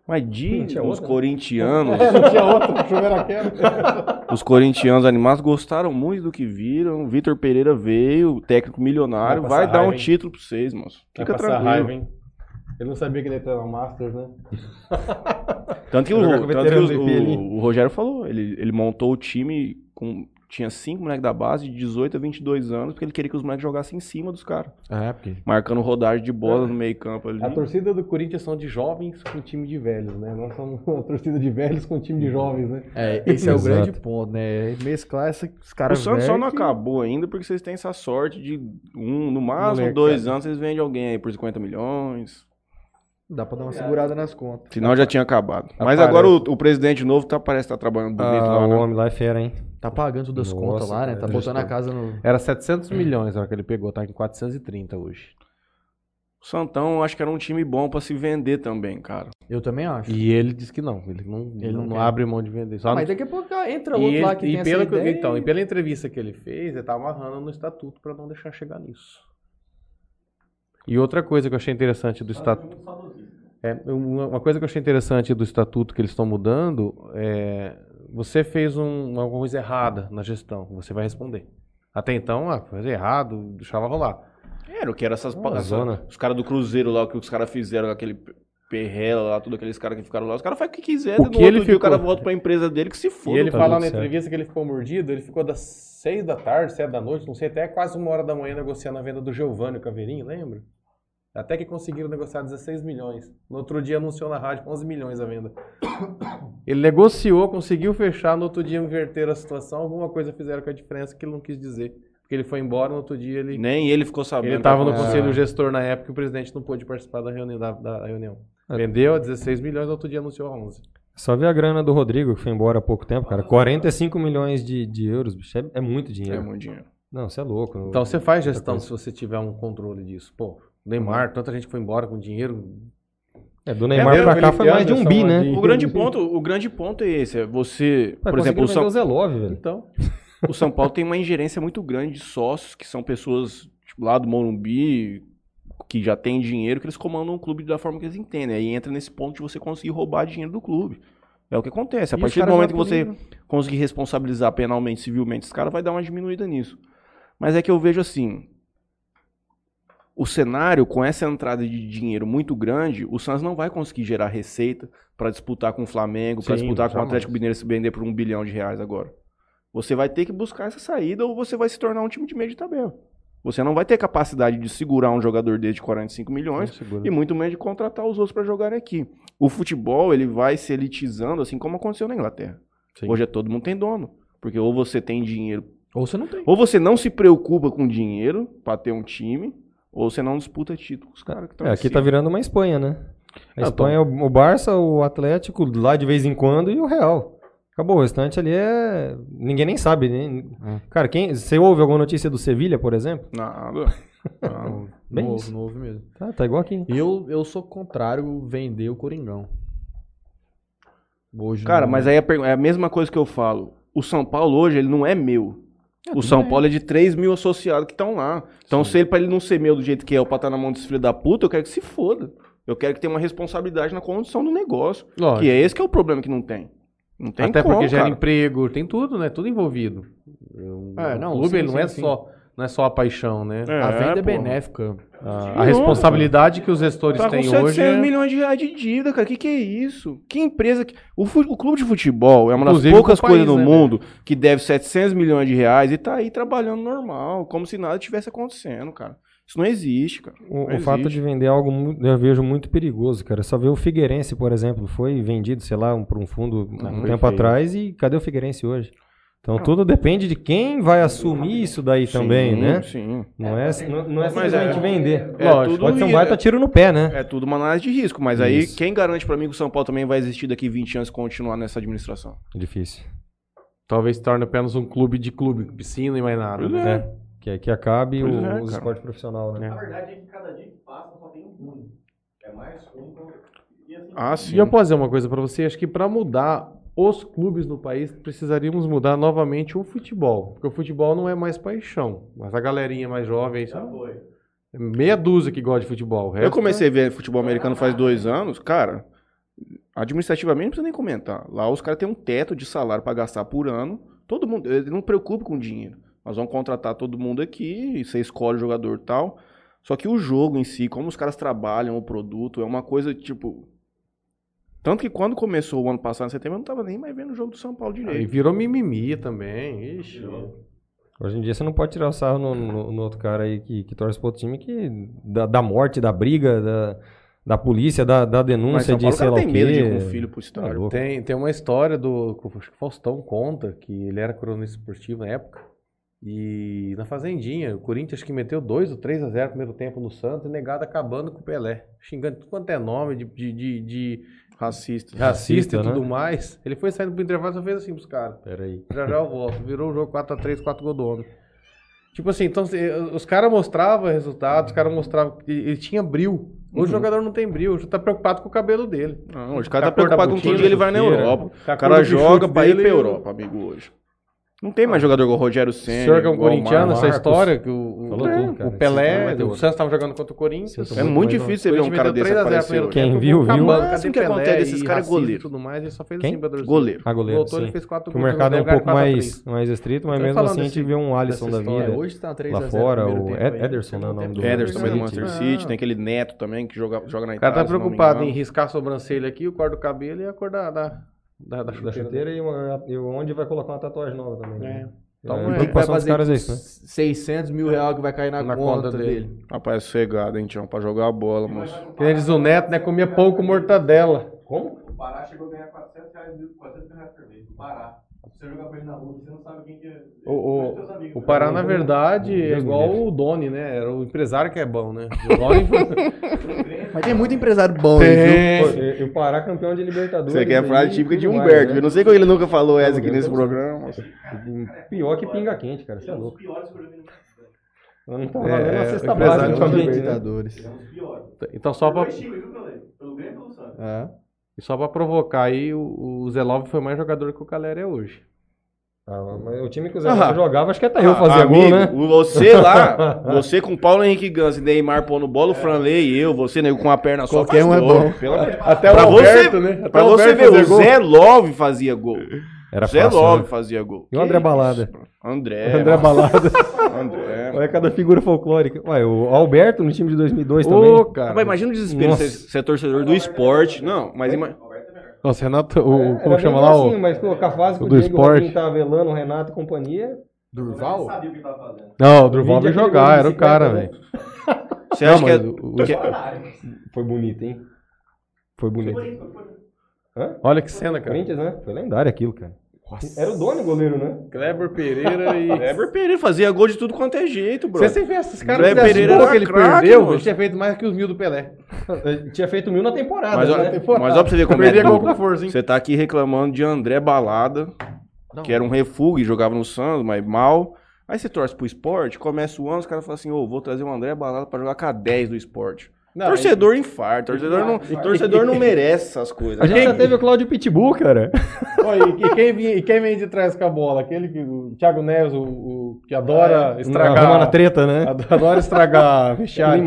Mas
é
Não
diz
tinha
os
outra?
corintianos,
Não tinha outro, chuva era aquela.
os corintianos animados gostaram muito do que viram. Vitor Pereira veio, técnico milionário,
Vai
vai,
passar
dar
raiva,
um
hein?
título pra vocês, moço. Fica tranquilo.
hein? Ele não sabia que ele entrava no Masters, né?
Tanto que, o,
Jogar com
tanto que
veterano
os-
do IP ali.
o- o Rogério falou, ele, ele montou o time com tinha cinco moleques da base de 18 a 22 anos, porque ele queria que os moleques jogassem em cima dos caras,
Ah, porque.
marcando rodagem de bola no meio-campo ali.
A torcida do Corinthians são de jovens com time de velhos, né? Nós somos uma torcida de velhos com time de jovens, né?
É, esse é o
Exato.
grande ponto, né? Mesclar essa, os
O
caras.
Santos só
velhos
não
que-
acabou ainda porque vocês têm essa sorte de um, no máximo
mercado.
dois anos, vocês vendem alguém aí por 50 milhões.
Dá pra dar uma segurada nas contas.
Senão já tinha acabado. Mas
Aparece.
agora o, o presidente novo tá, parece estar trabalhando bonito
Ah,
lá,
o
né?
homem lá é fera, hein?
Tá pagando todas as
Nossa,
contas lá, né?
cara,
Tá
é
botando a
gestor.
casa no.
Era 700 milhões na hora que ele pegou, tá em 430 hoje.
O Santão, eu acho que era um time bom pra se vender também, cara.
Eu também acho.
E ele disse que não, ele não,
Ele não
não
quer.
abre mão de vender. Só
Ah,
no-
mas daqui a pouco entra
e
outro
ele-
lá que
e
tem essa
pelo que-
ideia.
Então, e pela entrevista que ele fez, ele tá amarrando no estatuto pra não deixar chegar nisso. E outra coisa que eu achei interessante do estatuto.
Muito saudosismo.
É, uma uma coisa que eu achei interessante do estatuto que eles estão mudando é você fez um, alguma coisa errada na gestão, você vai responder. Até então, ah, coisa errado, deixava rolar.
Era o que era essas...
Ah,
Uma
essa-
zona.
Os caras do Cruzeiro lá, o que os caras fizeram com aquele Perrela lá, todos aqueles caras que ficaram lá. Os caras fazem o que quiser,
O
no
que
outro
ele
dia o cara
ficou?
volta pra empresa dele que se foda.
E ele
tá
falou
tudo
na
certo.
entrevista que ele ficou mordido, ele ficou das 6 da tarde, 7 da noite, não sei, até quase uma hora da manhã negociando a venda do Giovanni Caveirinho, lembra? Até que conseguiram negociar 16 milhões. No outro dia anunciou na rádio 11 milhões a venda. Ele negociou, conseguiu fechar, no outro dia inverteram a situação, alguma coisa fizeram com a diferença que ele não quis dizer. Porque ele foi embora, no outro dia ele...
Nem ele ficou sabendo.
Ele estava no
Ah.
conselho gestor na época e o presidente não pôde participar da reunião. Da, da reunião.
É.
Vendeu a 16 milhões, no outro dia anunciou a 11.
Só ver a grana do Rodrigo, que foi embora há pouco tempo, cara. 45 milhões de, de euros, bicho. É, é muito
É
dinheiro.
muito dinheiro.
Não, você é louco.
Então você faz
Outra
gestão
coisa.
se você tiver um controle disso. Pô,
Uhum.
Neymar, tanta gente foi embora com dinheiro.
É, do Neymar
mesmo,
pra cá
Felipe
foi mais de um
Anderson,
bi, né?
Adinho.
O grande ponto, o grande ponto é esse. É você, por exemplo, o São,
o Zé Love, velho.
Então,
o São Paulo tem uma ingerência muito grande de sócios que são pessoas tipo, lá do Morumbi que já têm dinheiro, que eles comandam o clube da forma que eles entendem. Aí entra nesse ponto de você conseguir roubar dinheiro do clube. É o que acontece. A
E os
partir do
caras
momento que
já
você conseguir responsabilizar penalmente, civilmente, esse cara vai dar uma diminuída nisso. Mas é que eu vejo assim, o cenário com essa entrada de dinheiro muito grande, o Santos não vai conseguir gerar receita para disputar com o Flamengo, para
Sim,
disputar com o
jamais.
Atlético Mineiro e se vender por um bilhão de reais agora. Você vai ter que buscar essa saída ou você vai se tornar um time de meio de tabela. Você não vai ter capacidade de segurar um jogador desse de 45
Então, é
milhões e muito menos de contratar os outros para jogarem aqui. O futebol ele vai se elitizando, assim como aconteceu na Inglaterra.
Sim.
Hoje é todo mundo tem dono, porque ou você tem dinheiro,
Ou você não tem.
ou você não se preocupa com dinheiro para ter um time, ou você não disputa título com os caras que estão
É, aqui tá virando uma Espanha, né? A
Então, Ah,
Espanha é o o Barça, o Atlético, lá de vez em quando, e o Real. Acabou, o restante ali é. Ninguém nem sabe, né?
É.
Cara, quem... você ouve alguma notícia do Sevilha, por exemplo?
Nada. Não.
Bem
Ah, novo,
isso.
novo mesmo.
Tá, tá igual aqui.
Eu, eu sou contrário a vender o Coringão. Hoje
Cara,
não-
mas aí a pergu- é a mesma coisa que eu falo. O São Paulo hoje, ele não é meu. O São Paulo é de 3 mil associados que estão lá. Então, se ele, pra ele não ser meu do jeito que é, ou pra estar na mão desse filho da puta, eu quero que se foda. Eu quero que tenha uma responsabilidade na condução do negócio. Que é esse que é o problema que não tem. Não tem
até
como,
porque gera
cara.
emprego, tem tudo, né? Tudo envolvido. O
É, não,
clube
sim,
ele não
sim,
é
sim.
só, não é só a paixão, né?
É,
a venda é
porra.
benéfica.
A responsabilidade que os gestores
Tá com
têm
700
hoje, é,
milhões de reais de dívida, cara. Que que é isso? Que empresa... Que... O, fu- o clube de futebol é uma das
Inclusive
poucas
com o país,
coisas no
né,
mundo que deve 700 milhões de reais e tá aí trabalhando normal, como se nada tivesse acontecendo, cara. Isso não existe, cara.
O,
Não
o fato
existe.
de vender algo mu- eu vejo muito perigoso, cara. Só ver o Figueirense, por exemplo, foi vendido, sei lá, um, por um fundo
Não,
um
foi
tempo
feio.
atrás e cadê o Figueirense hoje? Então tudo depende de quem vai assumir isso daí também,
Sim,
né?
Sim.
Não é, não, não é
Mas
simplesmente
é-
vender.
é
Lógico,
tudo
pode ser um
ir-
baita tiro no pé, né?
É tudo uma análise de risco, mas aí
Isso.
quem garante pra mim que o São Paulo também vai existir daqui 20 anos e continuar nessa administração?
É Difícil.
é, talvez se torne apenas um clube de clube, piscina e mais nada.
Pois
né?
é.
Que, é- que acabe
Pois
o,
é,
os
cara.
esportes profissional, né?
É.
A verdade é que cada dia que passa só tem um ruim. É mais ruim. que- E assim,
Ah, sim.
E eu posso dizer uma coisa pra você, acho que pra mudar os clubes no país, precisaríamos mudar novamente o futebol. Porque o futebol não é mais paixão. Mas a galerinha mais jovem,
já
sabe? É
foi.
meia dúzia que gosta de futebol. O resto
Eu comecei a ver futebol americano faz dois anos, cara. Administrativamente não precisa nem comentar. Lá os caras têm um teto de salário pra gastar por ano. Todo mundo, ele não preocupa com dinheiro. Nós vamos contratar todo mundo aqui, e você escolhe o jogador e tal. Só que o jogo em si, como os caras trabalham o produto, é uma coisa tipo tanto que quando começou o ano passado, em setembro, eu não tava nem mais vendo o jogo do São Paulo
é. E
direito.
virou mimimi também. Ixi.
Hoje em dia você não pode tirar o sarro no, no- no outro cara aí que, que torce pro outro time que da, da morte, da briga, da, da polícia, da, da
Mas
denúncia
São Paulo
de
o
sei
cara
lá
tem
o
medo de
quê.
ir com o filho pro
Tá
estádio.
louco.
Tem, tem uma história do. Acho que o Faustão conta que ele era cronista esportivo na época. E na Fazendinha, o Corinthians acho que meteu 2 ou 3 a 0 no primeiro tempo no Santos e negado acabando com o Pelé. Xingando tudo quanto é nome de- de- de- de
Racista.
racista né? e
Racista,
tudo mais. Ele foi saindo pro intervalo e só fez assim pros caras.
Peraí.
Já já eu volto. Virou o jogo 4x3, 4 gols do homem. Tipo assim, então se- os caras mostravam resultados, os caras mostravam que ele tinha bril. Hoje o jogador não tem bril, já tá preocupado com o cabelo dele.
Não, os caras tá
Com a cor da
preocupado com que
botina,
dia ele vai na
chuteira,
Europa.
com a
é. O
cor
cara
do
joga
chute
pra ir
dele, é um
pra Europa, amigo, hoje. Não tem mais jogador igual o Rogério
O
Senna.
senhor que é um
igual o
corintiano, essa
Marcos.
história, que o, o-
Falou
é,
tudo, cara.
o Pelé,
Esse cara
o Santos estava jogando contra o Corinthians.
É muito difícil você ver um cara desse aparecer. hoje.
Quem viu, viu.
O máximo que acontece desses caras é goleiro.
Tudo mais, ele só fez
Quem?
assim, Badorzinho.
Goleiro.
A goleiro,
Voltou, ele
sim.
fez quatro
Que o mercado é um
agora
pouco
quatro a três.
mais, mais restrito, mas
Então,
mesmo
falando
assim a gente
desse-
vê um Alisson
dessa
da
história,
vida.
Hoje tá 3
Lá
a 0
fora,
primeiro
o
tempo
Ed-
aí.
Ederson, né, o nome do-
Ederson também do
Manchester né?
Manchester City. Tem aquele Neto também que joga, joga na
O cara
Itália.
tá
se não me
preocupado em
engano.
riscar a sobrancelha aqui, o corte do cabelo e a cor da, da, da, da
Da
chuteira.
chuteira e, uma- e onde vai colocar uma tatuagem nova também.
É.
né?
Então,
É,
é.
preocupação
Vai
dos
fazer
caras é isso, né?
600 mil reais que vai cair na,
Na
conta,
conta
dele.
Rapaz, sossegado, hein, Tião, pra jogar a bola, moço.
Que nem diz o Neto, né? Comia pouco mortadela. Como?
O Pará chegou a ganhar 400 reais, mil- 400 mil reais por mês. O Pará. Se você jogar pra ele na rua, você não sabe quem que é.
O, o-
Seus amigos,
o
né?
Pará, na verdade, é
Deus me
igual o Doni, né? Era o empresário que é bom, né? O Doni foi...
Mas tem muito empresário
É
bom, viu?
É.
Pô, e- e o Pará campeão de Libertadores.
Você quer é a frase
aí,
típica de
tudo mais,
Humberto.
né?
Eu não sei como ele nunca falou essa aqui
Deus,
nesse
eu-
programa. moço. né?
Pior que pinga quente, cara. Você é louco.
Piores por mim.
Ela não tá
É, é,
valendo a
o
cesta
empresário
básica
de
ultimamente, né?
Libertadores.
Piores.
Então, só pra,
Dois times, viu, Calé? Pelo Grêmio e pelo Santos.
É.
e só pra provocar aí, o, o Zé Love foi mais jogador que o Calera é hoje.
Ah, mas o time que o Zé
Ah.
Neto jogava, acho que até eu fazia
Amigo,
gol, né?
o- Você lá, você com Paulo Henrique Gans e Neymar pondo bola, o Franley e eu, você nego com a perna só.
Qualquer
faz
um é
gol.
bom.
Pelo amor de Deus.
Até
Pra você,
né? Até
pra você ver, o Zé Love fazia gol.
Era
Zé
fácil,
Love
né?
fazia gol.
E o André
Que
Balada?
isso, mano. André.
André
mano.
Balada.
André.
Olha cada figura folclórica. Ué, o Alberto no time de 2002
Ô,
também.
cara.
Mas imagina o desespero
Nossa.
você você é torcedor do esporte. Não, mas ima-
Nossa, Renato, o,
Era
como
bem
chama lá?
assim,
o...
mas colocar a fase que
o
o
do
Diego Robinho
esporte.
tava velando, o Renato e companhia.
Ele
Durval?
sabia o que tava fazendo. é
Não, o Durval
Vide
veio
aquele
jogar,
gol
era
de
o
bicicleta,
cara,
né?
velho.
você acha que é. que é-
Tá na área.
Foi bonito, hein? Foi bonito.
Olha que cena, cara.
Corinthians, né? Foi lendário aquilo, cara. Era o
é
Doni goleiro, né?
Kleber Pereira e.
Kleber Pereira fazia gol de tudo quanto é jeito, bro.
Você sempre vê esses caras
Kleber
fizessem
Pereira
gol
era
que ele
craque,
perdeu,
moço.
ele tinha feito mais que os mil do Pelé.
Ele Tinha feito mil na temporada.
Mas,
né?
olha, mas olha pra você ver como é
Perdia gol
duro.
com a força, hein?
Você tá aqui reclamando de André Balada, que era um refúgio, e jogava no Santos, mas mal. Aí você torce pro esporte, começa o ano, os caras falam assim, ô, vou trazer o André Balada pra jogar com a 10 do esporte.
Ah,
Não,
torcedor infarta, torcedor não, torcedor não merece essas coisas.
A gente
cara.
já teve o Claudio Pitbull, cara.
Ó, e, e quem vinha, e quem vem de trás com a bola? Aquele que o Thiago Neves, o, o- que
Ah,
adora
Arrumar na
estragar.
é? treta, né?
Adora estragar vestiário.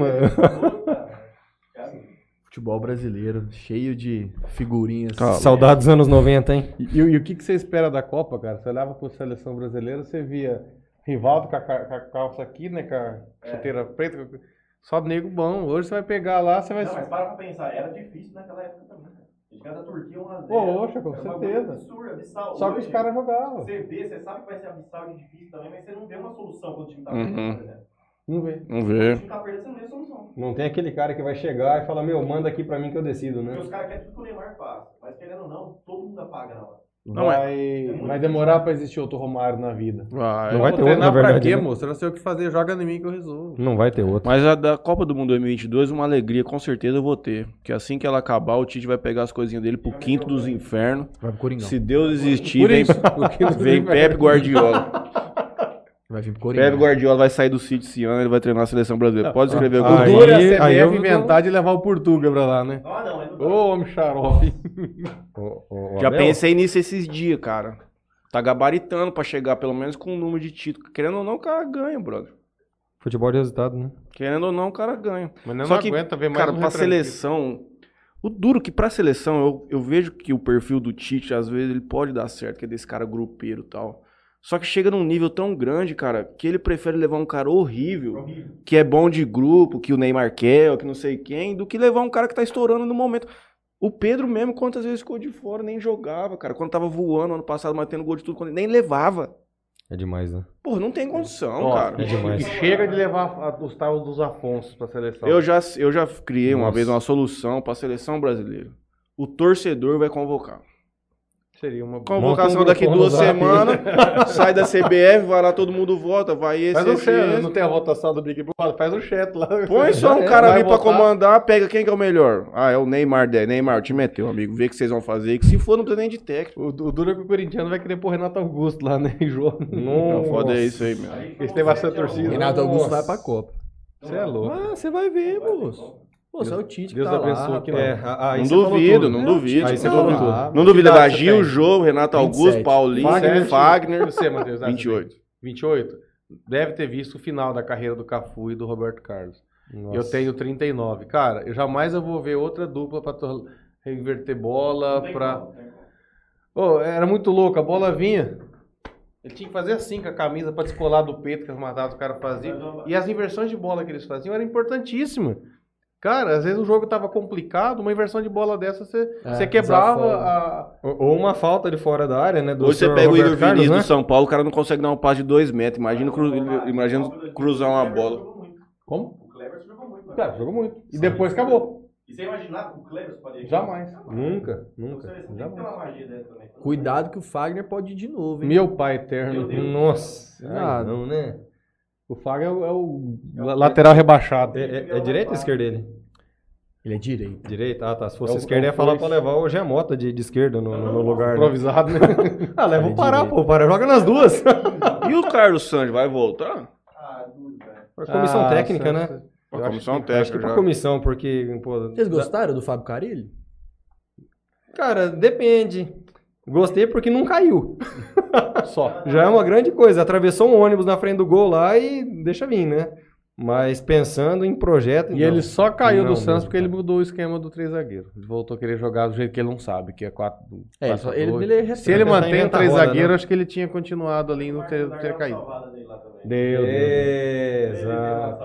Futebol brasileiro, cheio de figurinhas.
Ah, Saudades dos anos 90, hein?
E, e o que, que você espera da Copa, cara? Você olhava para a seleção brasileira, você via Rivaldo com a, ca- com a calça aqui, né? Com a
É.
chuteira preta. com- Só nego bom. Hoje você vai pegar lá, você vai.
Não, mas para pra pensar, era difícil naquela época também, cara. A gente ganha da Turquia 1x0.
Poxa,
é
com certeza.
Absurdo, abissal.
Só que os
Hoje,
caras jogavam.
Você vê, você sabe que vai ser abissal e difícil também, mas você não vê uma solução quando o time tá
Uhum.
perdendo, por exemplo.
Não vê.
Vamos
Quando o
ver.
time tá perdendo, você não vê solução.
Não tem aquele cara que vai chegar e fala, meu, manda aqui pra mim que eu decido,
Porque
né?
os caras querem tudo que o Neymar faz, mas querendo ou não, todo mundo apaga na hora.
Não é.
vai, vai demorar pra existir outro Romário na vida.
Vai.
Não vai
Vou
ter outro, na
treinar pra
verdade.
quê,
né?
moço? Eu não sei o que fazer, joga em mim que eu resolvo.
Não vai ter outro.
Mas a da Copa do Mundo 2022, uma alegria com certeza eu vou ter. Que assim que ela acabar, o Tite vai pegar as coisinhas dele pro quinto dos infernos.
Vai pro Coringão.
Se Deus existir,
Por
vem,
isso, porque não
vem
tem-
Pepe Guardiola.
Vai vir pro
Pepe
Coringão.
Guardiola vai sair do City esse ano, ele vai treinar a seleção brasileira. Pode escrever
O
alguma
Aí-
duro é a
aí
CBF
eu não-
inventar de levar o Portuga pra lá, né?
Ah, não, mas não
Ô, homem xarope.
O- o- o
Já
Abel?
pensei nisso esses dias, cara. Tá gabaritando pra chegar pelo menos com um número de títulos. Querendo ou não, o cara ganha, brother.
Futebol de resultado, né?
Querendo ou não, o cara ganha.
Mas não,
Só
não
que,
aguenta ver mais
Cara,
um
pra
retranqueiro.
seleção. O duro que pra seleção, eu, eu vejo que o perfil do Tite, às vezes, ele pode dar certo, que é desse cara grupeiro e tal. Só que chega num nível tão grande, cara, que ele prefere levar um cara horrível, que é bom de grupo, que o Neymar quer, ou que não sei quem, do que levar um cara que tá estourando no momento. O Pedro mesmo, quantas vezes ficou de fora, nem jogava, cara. Quando tava voando ano passado, matando gol de tudo, quando- nem levava.
É demais, né?
Porra, não tem condição,
Ó,
cara.
e
demais.
Chega de levar a- os tal dos Afonso pra seleção.
Eu já, eu já criei uma
Nossa.
vez uma solução para a seleção brasileira. O torcedor vai convocar.
Seria uma boa.
Convocação
um
daqui
grupão
duas
no zap.
semanas, sai da CBF, vai lá, todo mundo vota, vai esse,
Faz um
esse,
chat,
esse.
não tem a votação do Big Brother, faz um chat lá.
Põe só um
Já
cara
é,
ali
vai
pra
votar.
comandar, pega quem que é o melhor. Ah, é o Neymar, né? Neymar, o time é teu, amigo. Vê o que vocês vão fazer, que se for, não precisa nem de técnico.
O, o duro é que o corintiano vai querer pôr Renato Augusto lá, né, em jogo.
Então, foda é isso aí, mesmo.
Esse tem bastante torcida.
Renato Augusto
Nossa.
vai pra Copa.
Você é louco.
Ah, você vai ver, moço.
Pô, só o Tite
Deus
que tá
abençoe
lá,
que
rapaz.
É,
a- a- aí
não
você falou
duvido,
tudo.
não
Não,
duvido.
Aí
Não
você
duvido.
falou
Ah,
tudo.
Não duvida
Que
da
idade
Gil,
tem?
Jô, Renato
27.
Augusto, Paulinho,
Fagner.
Fagner,
E você, Matheus? acha
28.
bem? 28? Deve ter visto o final da carreira do Cafu e do Roberto Carlos.
Nossa.
Eu tenho 39. Cara, eu jamais eu vou ver outra dupla pra to- reverter bola, pra... Ô, era muito louco, a bola vinha. Ele tinha que fazer assim com a camisa pra descolar do peito que as matadas o cara fazia. E as inversões de bola que eles faziam eram importantíssimas. Cara, às vezes o jogo tava complicado, uma inversão de bola dessa você, você quebrava a.
É, Ou ou uma falta de fora da área, né? Do
Hoje você
senhor
pega o
Roberto
Igor
Carlos,
Vinícius
né?
do São Paulo, o cara não consegue dar um passe de dois metros. Imagina, cru- imagina cruzar uma bola.
Como?
O Kleber jogou muito, mano.
Cara, jogou muito. E depois acabou.
E você imaginar o Kleber poderia
Jamais.
Nunca,
Então,
nunca.
você tem que ter uma magia dessa também.
Cuidado que o Fagner pode ir de novo, hein?
Meu pai eterno.
Meu Deus.
Nossa.
Ah,
ai, não, né?
O Fagner é o, é o lateral rebaixado.
É, é, é direita ou esquerda ele?
Ele é direito.
Direita? Ah, tá. Se fosse
É o-
esquerda,
é o
ia falar
dois.
pra levar o Gemota de, de esquerda no, no- no lugar. né?
Improvisado, né?
Ah, leva
É
o Pará,
direito.
pô. O Pará joga nas duas.
E o Carlos Sanches vai voltar?
Ah, dúvida.
comissão
Ah,
técnica,
certo.
né?
A
Eu acho
comissão
que- Acho que
técnica
pra
já.
comissão, porque... Pô,
Vocês gostaram do Fábio Carilli?
Cara, depende. Gostei porque não caiu.
Só.
Já é uma grande coisa. Atravessou um ônibus na frente do gol lá e deixa vir, né? Mas pensando em projeto.
E
não.
ele só caiu
Não
do Santos
mesmo,
porque ele
cara.
mudou o esquema do três zagueiro. Ele voltou a querer jogar do jeito que ele não sabe, que é quatro.
É, ele,
quatro,
ele,
dois.
ele é
Se ele
Tentar
mantém o
inventar
três
tá roda,
zagueiro,
né?
acho que ele tinha continuado ali e não ter, ter caído.
Deus. Exato.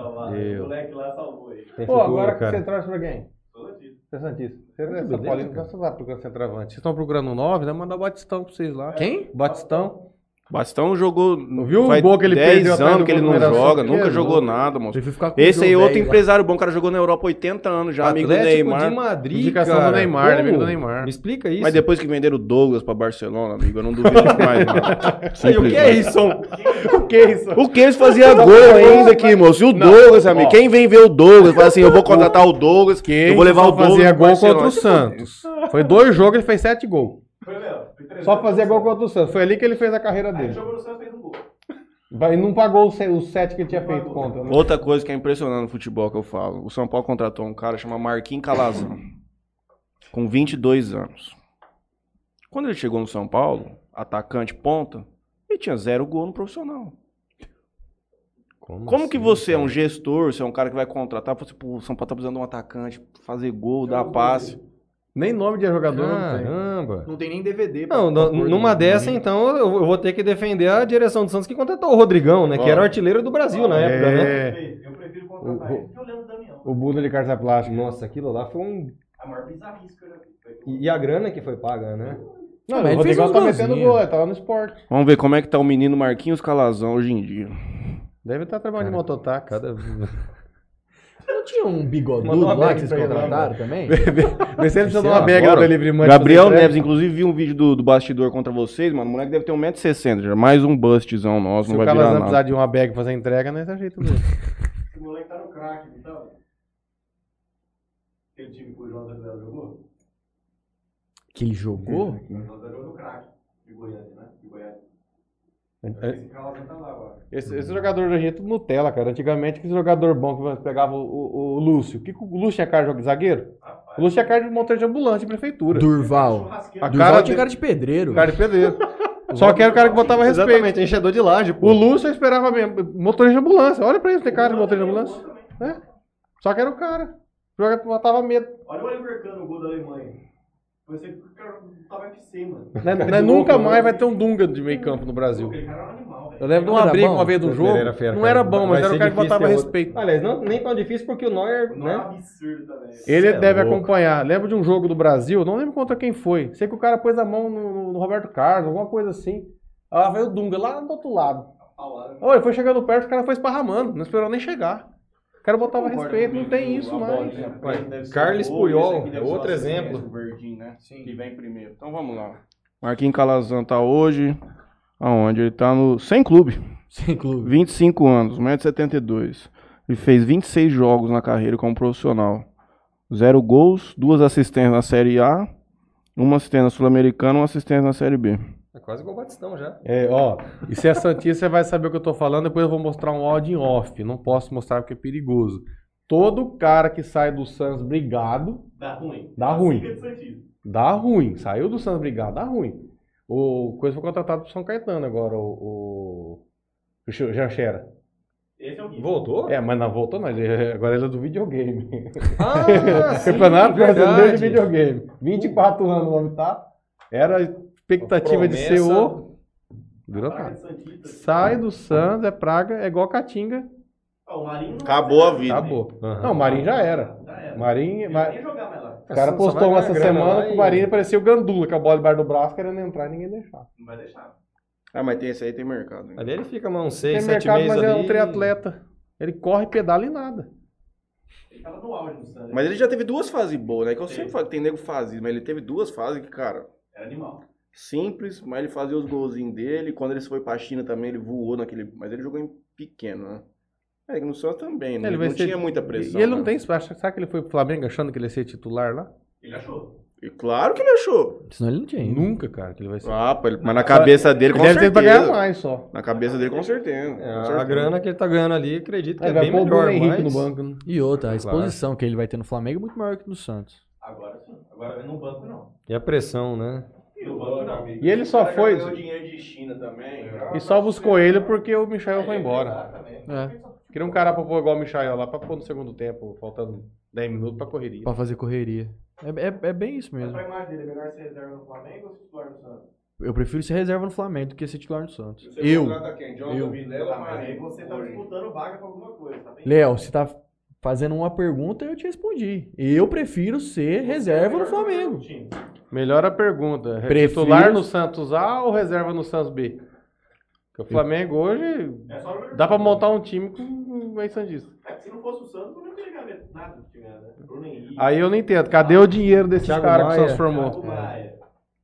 Exato. O moleque lá salvou ele.
Tem futuro, cara.
trouxe pra quem?
Tô notícia.
Você é Santista. Você é
Olha que
São
beleza,
Paulino,
cara.
você vai procurando centroavante. Vocês estão procurando um nove, né? Mandar o Batistão pra vocês lá. Quem? Batistão.
Bastão jogou.
viu o
faz
gol que ele
10
perdeu atrás do
anos que ele
gol
não
do Mirassol,
joga,
que
nunca
ele é
jogou
louco.
nada, moço.
Prefiro ficar com
Esse
o
aí é
Joe
outro
velho lá.
empresário bom, o cara jogou na Europa 80 anos já, amigo do
Atlético
Neymar.
de Madrid,
Indicação
cara.
do Neymar, ele é amigo do
Como?
Neymar.
Me explica isso.
Mas depois que venderam o Douglas pra Barcelona, amigo, eu não duvido mais. nada.
Aí, o que é isso?
O que é isso?
O Keynes fazia gol ainda aqui, moço. E o Douglas, amigo. Quem vem ver o Douglas, fala assim: eu vou contratar o Douglas, eu vou levar o Douglas.
fazia
pro
gol
Barcelona.
contra o Santos. Foi dois jogos, ele fez sete gols.
Foi, Léo. Foi três
Só
anos.
fazia gol contra o Santos. Foi ali que ele fez a carreira
Aí
dele.
jogou no Santos fez um gol.
Vai- E não pagou os se- os sete que ele tinha feito contra. né?
Outra coisa que é impressionante no futebol que eu falo: o São Paulo contratou um cara chamado Marquinhos Calazão, com 22 anos. Quando ele chegou no São Paulo, atacante ponta, ele tinha zero gol no profissional. Como que
assim?
você é um gestor, você é um cara que vai contratar, você, pô, o São Paulo tá precisando de um atacante, fazer gol, dar passe.
Nem nome de jogador não tem.
Caramba.
Não tem nem DVD. pra- né?
Não,
pra
no-
pôr
numa
no-
dessa, então, eu eu vou ter que defender a direção do Santos que contratou o Rodrigão, né? Que
Ó.
era o artilheiro do Brasil na
É.
época, né?
Eu prefiro contratar
O- o-
ele que o Leandro um Damião.
O Buda de carta plástica.
Nossa, aquilo lá foi um.
A maior bizarrice que eu já vi. Foi pro-
E e a grana que foi paga, né?
Não,
mas
o
ele fez
Rodrigão
uns
tá metendo
golzinhos.
gol, ele tava no esporte.
Vamos ver como é que tá o menino Marquinhos Calazão hoje em dia.
Deve estar trabalhando de mototáxi.
Cada.
Não tinha um bigodudo
Mandou uma
lá
bag
que vocês
pra ele lá,
contrataram também? é
Vê se ele precisa de uma
Sei lá,
bega do
bora.
delivery man.
Gabriel Neves, inclusive, vi um vídeo do, do bastidor contra vocês, mano. O moleque deve ter 1,60m já. Mais um bustzão nosso,
Se
não
o
vai
cara
virar
não precisar
nada.
de uma bag pra fazer entrega, nós ajeita mesmo.
Esse moleque tá no crack, então. Aquele time que o João Zé jogou?
Que ele jogou?
O João Zé jogou no crack. De Goiânia, né? De Goiânia. Esse Calazan tá lá agora.
Esse, esse jogador do jeito é Nutella, cara. Antigamente, que jogador bom que pegava o, o- o Lúcio. Que que o Lúcio tinha cara de zagueiro? O Lúcio tinha cara de montante de ambulante, prefeitura.
Durval.
Churrasqueiro.
A
Durval
cara
tinha
de-
cara de pedreiro.
Cara de pedreiro. Só que era o cara que botava respeito.
Exatamente, enchedor de laje, pô.
O Lúcio eu esperava mesmo. Motorista de ambulância. Olha pra ele, tem cara de motorista de ambulância. É. Só que era o cara. Joga, botava medo.
Olha o Oliver o gol da Alemanha. Você que o cara um tava FC, mano.
Né, né, nunca mais vai ter um Dunga de meio campo no Brasil.
Aquele cara é um animal, velho.
Eu lembro de uma
Era
briga
bom.
uma vez do jogo.
Pereira fera,
não
cara.
era bom, mas
Vai
era o
ser
cara que
difícil
botava
ter outro.
respeito.
Aliás, não, nem tão difícil porque o Neuer,
Não é um
né?
absurdo também.
Ele
Cê é
deve
louco.
acompanhar. Lembro de um jogo do Brasil, não lembro contra quem foi. Sei que o cara pôs a mão no, no- no Roberto Carlos, alguma coisa assim. Ah, veio o Dunga lá do outro lado.
Palavra.
Ô, ele foi chegando perto, o cara foi esparramando, não esperou nem chegar. O cara botava respeito, não tem isso mais.
Carles
é
Puyol, é outro
né?
exemplo.
Verdinho, né? Que vem primeiro. Então vamos lá. Marquinhos Calazão tá hoje. Aonde? Ele tá no. Sem clube.
Sem clube.
25 anos, 1,72m. Ele fez 26 jogos na carreira como profissional. Zero gols, duas assistências na Série A, uma assistência na Sul-Americana, uma assistência na Série B.
É quase igual o Batistão já.
É, ó, e se é Santista, você vai saber o que eu tô falando, depois eu vou mostrar um áudio em off. Não posso mostrar porque é perigoso. Todo cara que sai do Santos brigado,
Dá ruim. é
Dá ruim.
Fica de Santista.
dá ruim. Saiu do Santos brigado, dá ruim. O Coisa foi contratado pro São Caetano agora, o, o, o Xu- Janchera.
Esse é o Gui.
Voltou?
É, mas não voltou não, ele- agora ele é do videogame.
Ah, sim,
Campeonato Brasileiro de
verdade.
Videogame. 24 anos o homem tá. Era a expectativa de ser
Promessa.
o... Durou
Praga
nada.
de Santista.
Sai do Santos, é praga, é igual Caatinga,
Ah, o Marinho não
Acabou a vida.
acabou.
Aham.
Não, o Marinho já era.
Já era.
Marinho,
Ele
Ma-
nem jogar mais lá.
O cara
Só- só vai
postou
ganhar
uma essa
grana lá
semana que
e-
o Marinho parecia o Gandula, com a bola debaixo do braço, querendo entrar e ninguém deixava.
Não vai deixar.
Ah, mas tem esse aí, tem mercado. né?
Ali ele fica uns
Tem
6, 7
mercado,
meses
mas
ali.
é um triatleta. Ele corre, pedala e nada.
Ele tava no auge do Santos.
Mas ele já teve duas fases boas, né? Que eu sempre
Sim.
falo que tem nego fazia, mas ele teve duas fases que, cara,
Era animal.
simples, mas ele fazia os golzinhos dele. Quando ele foi pra China também, ele voou naquele. Mas ele jogou em pequeno, né? É, que no Santos também, né?
Ele
Ele
vai
não
ser-
tinha muita
E
pressão.
ele não
né?
tem espaço. Será que ele foi pro Flamengo achando que ele ia ser titular lá?
Ele achou.
E claro que ele achou.
Senão ele não tinha ido.
Nunca, cara, que ele vai ser.
Ah, pô, ele- mas na cabeça dele,
Ele
com
deve ter
certeza.
ido pra ganhar mais só.
Na cabeça dele, com certeza.
É,
com
a
certeza.
grana que ele tá ganhando ali, acredito que
Aí
é
vai
bem
pôr o Bruno
melhor,
Henrique
mas...
no banco, né?
E outra, a exposição que ele vai ter no Flamengo é muito maior que no Santos.
Agora sim. Agora no banco não.
E a pressão, né?
E o banco não.
E ele só foi.
dinheiro de China também.
E só buscou ele porque o
Então
Michael foi embora.
É.
Queria um cara pra pôr igual o Michael lá, pra pôr no segundo tempo, faltando 10 minutos pra correria.
Pra fazer correria. É, é, é bem isso
Mas
mesmo.
pra imagem dele, é melhor ser reserva no Flamengo ou se titular no Santos?
Eu prefiro ser reserva no Flamengo do que ser titular no Santos.
Você
Eu.
contrata quem? Jonathan
Eu.
Vilela,
Ah, mas aí
Marinho,
você tá
Corinthians.
disputando vaga pra alguma coisa, tá bem?
Léo, você tá fazendo uma pergunta e eu te respondi. Eu prefiro ser reserva no Flamengo.
Time.
Melhor a pergunta. é
Prefiro-
Titular no Santos A ou reserva no Santos B? Porque o Flamengo hoje
É só o
dá pra montar um time com o Sandista.
É, se não fosse o Santos, eu não teria ganhado nada do time, né? Bruno Henrique.
Aí eu não entendo. Cadê o dinheiro desses
Thiago
caras que o
Maia.
Santos
Thiago
formou?
Maia,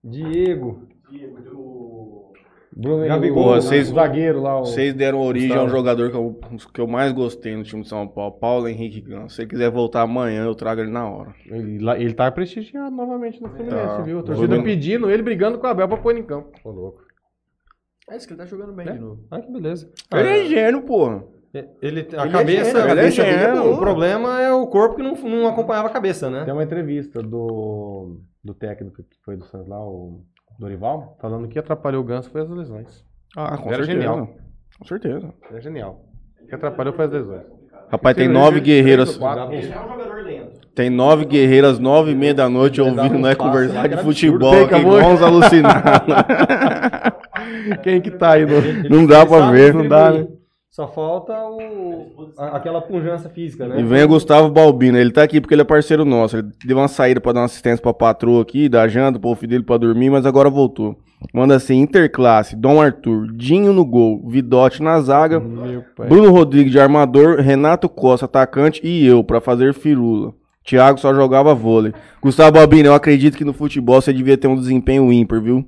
Diego.
Diego, o-
Bruno
Gabigol,
Henrique.
vocês-
O zagueiro lá. O...
Vocês deram origem a um
Gustavo.
jogador que eu, que eu mais gostei no time de São Paulo, Paulo Henrique Ganso. Se ele quiser voltar amanhã, eu trago ele na hora.
Ele, lá- ele tá prestigiado novamente no Fluminense,
Tá.
viu? A torcida
Vou-
pedindo, ele brigando com o Abel pra pôr ele em campo.
Ô, louco.
É isso que ele tá jogando
né?
bem
É?
de novo.
Ah, que beleza.
Ele
Ah,
é gênio, porra.
Ele, a
Ele é
cabeça,
gênio,
a
ele é
cabeça dele é
gênio.
boa. o problema é o corpo que não, não acompanhava a cabeça, né?
Tem um uma entrevista do, do técnico que foi do Santos lá, o Dorival, falando que atrapalhou o Ganso foi as lesões.
Ah, com
Era
certeza.
genial.
Com certeza.
Ele é genial. O que atrapalhou foi as lesões.
Rapaz, tem
Ele
nove
fez
guerreiras.
três ou quatro.
Ele é um jogador lento.
Tem nove guerreiras, nove e meia da noite, ouvindo nós
é
conversar de futebol aqui,
acabou.
igual uns alucinados.
Quem que tá aí no...
né? Não dá pra
Sabe
ver, não
contribuir.
dá, né?
Só falta o, a- aquela pujança física, né?
E vem o Gustavo Balbino, ele tá aqui porque ele é parceiro nosso. Ele deu uma saída pra dar uma assistência pra patroa aqui, dar janta pro filho dele pra dormir, mas agora voltou. Manda assim, Interclasse, Dom Arthur, Dinho no gol, Vidote na zaga,
Meu pai.
Bruno Rodrigues de armador, Renato Costa, atacante e eu pra fazer firula. Thiago só jogava vôlei. Gustavo Balbino, eu acredito que no futebol você devia ter um desempenho ímpar, viu?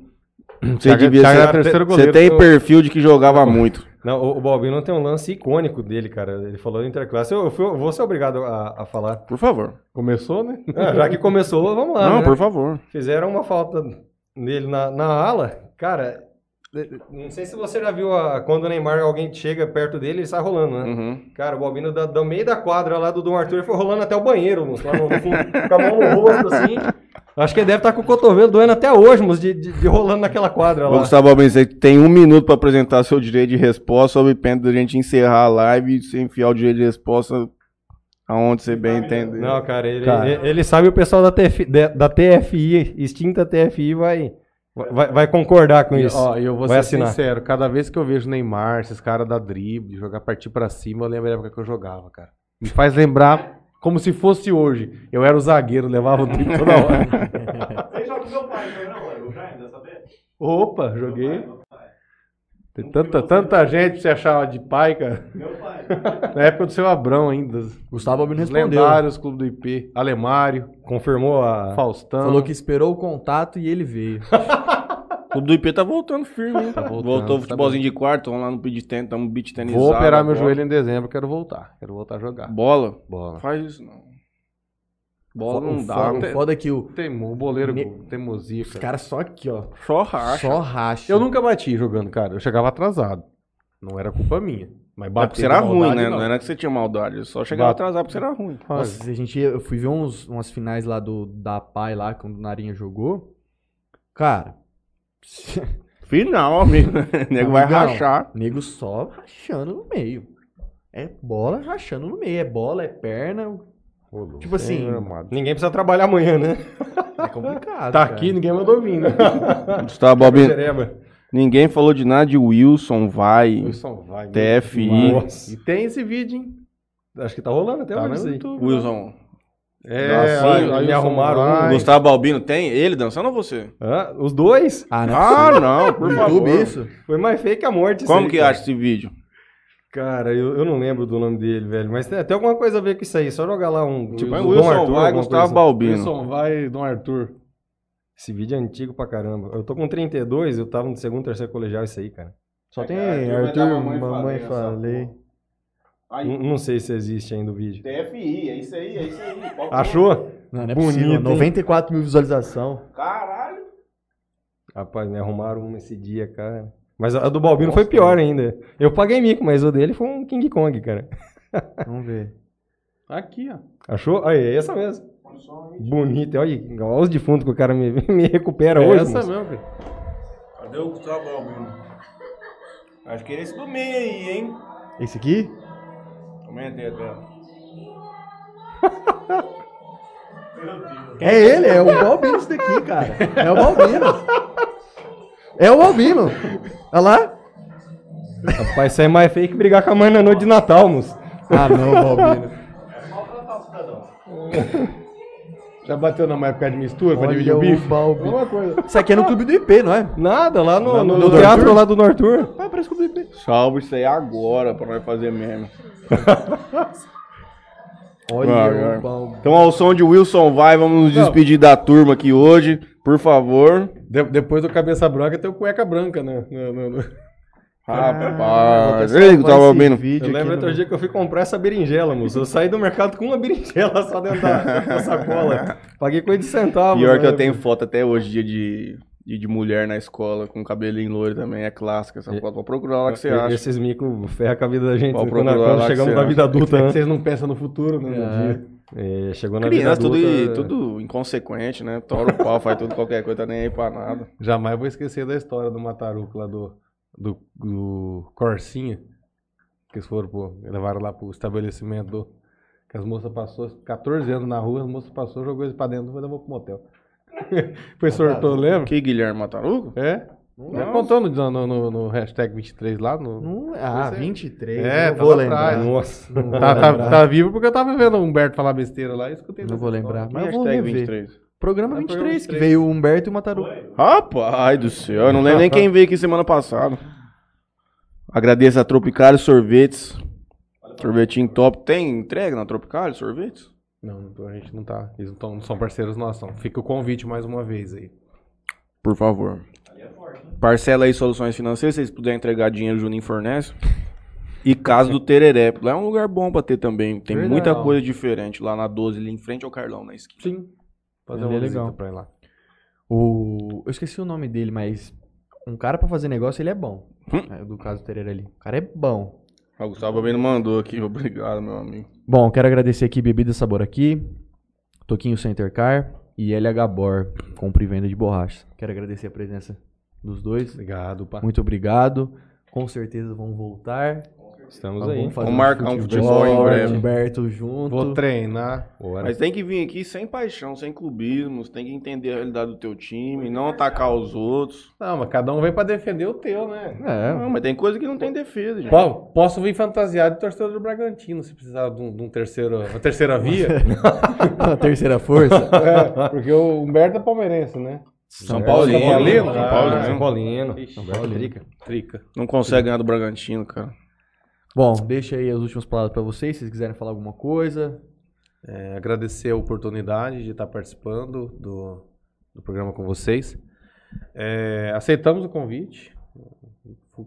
Você
Thiago- é-
devia
Thiago
ser-
era terceiro
Você
goleiro
tem
do- Tá
perfil de que jogava muito.
Não, o, o Balbino tem um lance icônico dele, cara. Ele falou do interclasse. Eu, eu fui- eu vou ser obrigado a, a falar.
Por favor.
Começou, né?
Ah, já que começou, vamos
Ah,
lá.
Não,
né?
por favor.
Fizeram uma falta nele na, na ala. Cara, eh, não sei se você já viu a, quando o Neymar, alguém chega perto dele, ele sai rolando, né?
Uhum.
Cara, o Balbino da, do meio da quadra lá do Dom Arthur ele foi rolando até o banheiro, moço, lá no fundo, com a mão no rosto, assim. Acho que ele deve estar com o cotovelo doendo até hoje, moço, de, de, de rolando naquela quadra
Ô,
lá.
Gustavo Balbino, você tem um minuto pra apresentar seu direito de resposta sobre pena da gente encerrar a live e você enfiar o direito de resposta aonde você bem entender.
Não, cara, ele,
Cara.
ele- ele sabe o pessoal da TFI, de- da TFI, extinta TFI, vai, vai, vai concordar com isso.
Ó, e eu vou
Vai
ser
assinar.
sincero, cada vez que eu vejo Neymar, esses caras da drible, jogar partir pra cima, eu lembro da época que eu jogava, cara. Me faz lembrar como se fosse hoje. Eu era o zagueiro, levava o drible toda hora.
Você joga com meu pai, não, é? O Jaime, dessa vez?
Opa,
Meu
joguei.
pai, meu pai.
Tem tanta, tanta gente pra você achar de pai, cara.
Meu pai.
Na época do seu Abrão ainda.
Gustavo Albino
Os
respondeu.
lendários, Clube do IP, Alemário,
Confirmou a...
Faustão.
Falou que esperou o contato e ele veio.
O clube do IP tá voltando firme, hein?
voltando,
Voltou o
tá
futebolzinho de quarto, vamos lá no beat tênis, estamos beat tenizado.
Vou operar meu
agora.
joelho em dezembro, quero voltar. Quero voltar a jogar.
Tá. Bola?
Bola.
Faz isso não. Bola
O
não dá.
foda, o foda é que o,
Temo, o boleiro
Ne-
tem teimosia,
os
cara.
caras só aqui, ó.
Só racha.
Só racha.
Eu nunca bati jogando, cara. Eu chegava atrasado. Não era culpa minha.
Mas bater porque era ruim, né? Não. era que você tinha maldade. é Só chegava Bate... atrasado porque você era ruim.
Nossa, a gente, eu fui ver uns, umas finais lá do, da PAI lá, quando o Narinha jogou. Cara.
Final, amigo. nego vai rachar.
Nego só rachando no meio. É bola rachando no meio. É bola, é perna. Rolou. Tipo assim.
Ninguém precisa trabalhar amanhã, né?
É complicado.
É, tá aqui, ninguém mandou vir, né?
É. Gustavo Bobinho. Ninguém falou de nada de Wilson, vai.
Wilson vai.
TFI.
E tem esse vídeo, hein? Acho que tá rolando até
tá
hoje. Né?
YouTube, Wilson.
É, assim, aí, me
um
arrumaram. Vai.
Gustavo Balbino tem ele dançando ou você?
Ah, os dois?
Ah, não, ah, não por
YouTube isso. Foi mais feio que a morte.
Como aí, que cara. Tipo, acha esse vídeo?
Cara, eu, eu não lembro do nome dele, velho. Mas tem até alguma coisa a ver com isso aí. Só jogar lá um.
Tipo, Wilson Dom Arthur, vai, Gustavo coisa. assim. Balbino.
Wilson vai, Dom Arthur. Esse vídeo é antigo pra caramba. Eu tô com 32, eu tava no segundo, terceiro colegial, isso aí, cara.
Só é, tem cara, Arthur, mamãe, mamãe falei. falei.
Aí, não, não sei se existe ainda o vídeo.
TFI, é isso aí, é isso aí. Qual
Achou?
Não, não é Bonito, possível, 94 mil visualização.
Caralho!
Rapaz, me arrumaram uma esse dia, cara. Mas a do Balbino Nossa, foi pior cara. ainda. Eu paguei mico, mas o dele foi um King Kong, cara.
Vamos ver.
Aqui, ó. Achou? Aí, é essa mesmo. Bonita, olha, olha os defuntos que o cara me, me recupera é hoje.
Essa moço. mesmo, cara. Cadê o Gustavo Balbino? Acho que era esse do meio aí, hein?
Esse aqui?
Comentei até.
é ele, é o Balbino isso daqui, cara. É o Balbino. É o Balbino. Olha lá.
Rapaz, isso é mais feio que brigar com a mãe na noite de Natal, moço.
Ah, não, Balbino.
Já bateu na mãe por causa de mistura, Olha pra dividir o bife?
Balbi. Isso aqui é no clube do IP, não é?
Nada, lá no, no, no teatro Nortur? lá do Nortur.
Ah, parece clube do IP.
Salve isso aí agora pra nós fazer meme.
Olha ah, o Balbi.
Então ao som de Wilson vai, vamos nos despedir não. da turma aqui hoje, por favor.
De depois do cabeça branca tem o cueca branca, né? Não, não, não.
Rapaz, ah, eu tava vendo vídeo.
Eu lembro outro no... dia que eu fui comprar essa berinjela, moço. Eu saí do mercado com uma berinjela só dentro da, da sacola. Paguei coisa de centavo.
Pior né? que eu tenho foto até hoje, dia de, dia de mulher na escola, com cabelinho loiro também. É clássica essa foto. Vou procurar lá que você acha.
Esses mico ferra com a vida da gente. Vou procurar quando, quando lá chegamos na vida adulta, né?
Vocês não pensam no futuro, né? No dia.
É, chegou na
Criança,
vida
adulta, tudo, tudo inconsequente, né? Tora o pau, faz tudo, qualquer coisa, tá nem aí pra nada.
Jamais vou esquecer da história do Mataruco lá do do, do Corsinha, que eles foram, pô, levaram lá pro estabelecimento do, que as moças passou, 14 anos na rua, as moças passou, jogou eles pra dentro, foi levou pro motel. foi sortou, lembra?
Que Guilherme Matarugo?
É. Não contou no, no, no, no hashtag 23 lá?
é.
No...
Não, ah, 23.
É,
não
tá vou lembrar.
né?
Atrás. Nossa. Não tá, tá, lembrar. tá, vivo porque eu tava vendo o Humberto falar besteira lá e escutei.
Não vou lembrar,
mas eu vou rever. 23.
Programa 23, programa 23, que veio o Humberto e o Mataruco.
Rapaz do céu, eu não lembro nem quem veio aqui semana passada. Agradeço a Tropicário Sorvetes. Sorvetinho top. Tem entrega na Tropicário Sorvetes?
Não, a gente não tá. Eles não, tão, não são parceiros nossos. Não. Fica o convite mais uma vez aí.
Por favor. Parcela aí soluções financeiras, se vocês puderem entregar dinheiro, o Juninho fornece. E Casa do Tereré. Lá é um lugar bom pra ter também. Tem Verdade. muita coisa diferente lá na 12, ali em frente ao Carlão, na esquina.
Sim. Fazer uma é legal. pra ir lá.
O... Eu esqueci o nome dele, mas um cara pra fazer negócio, ele é bom. Hum? É, do caso Pereira ali. O cara é bom.
O Gustavo Bino mandou aqui, obrigado, meu amigo.
Bom, quero agradecer aqui Bebida Sabor aqui, Toquinho Center Car e LH Bor, compra e venda de borracha. Quero agradecer a presença dos dois.
Obrigado, pá.
Muito obrigado. Com certeza vão voltar.
Estamos
Tá
Mas aí.
Vamos, vamos marcar um futebol, em breve.
Humberto junto.
Vou treinar.
Bora. Mas tem que vir aqui sem paixão, sem clubismo. Tem que entender a realidade do teu time, não atacar os outros.
Não, mas cada um vem pra defender o teu, né?
É. Não, mas tem coisa que não tem defesa, gente. É,
Paulo, posso vir fantasiado de torcedor do Bragantino se precisar de, um, de um terceiro, uma terceira via.
uma terceira força.
É, porque o Humberto é palmeirense, né?
São Paulino. é São Paulino.
São Paulino. São Paulino.
São Paulino. Trica. Trica. Não consegue ganhar do Bragantino, cara.
Bom, deixa aí as últimas palavras para vocês, se vocês quiserem falar alguma coisa.
É, agradecer a oportunidade de estar participando do, do programa com vocês. É, aceitamos o convite.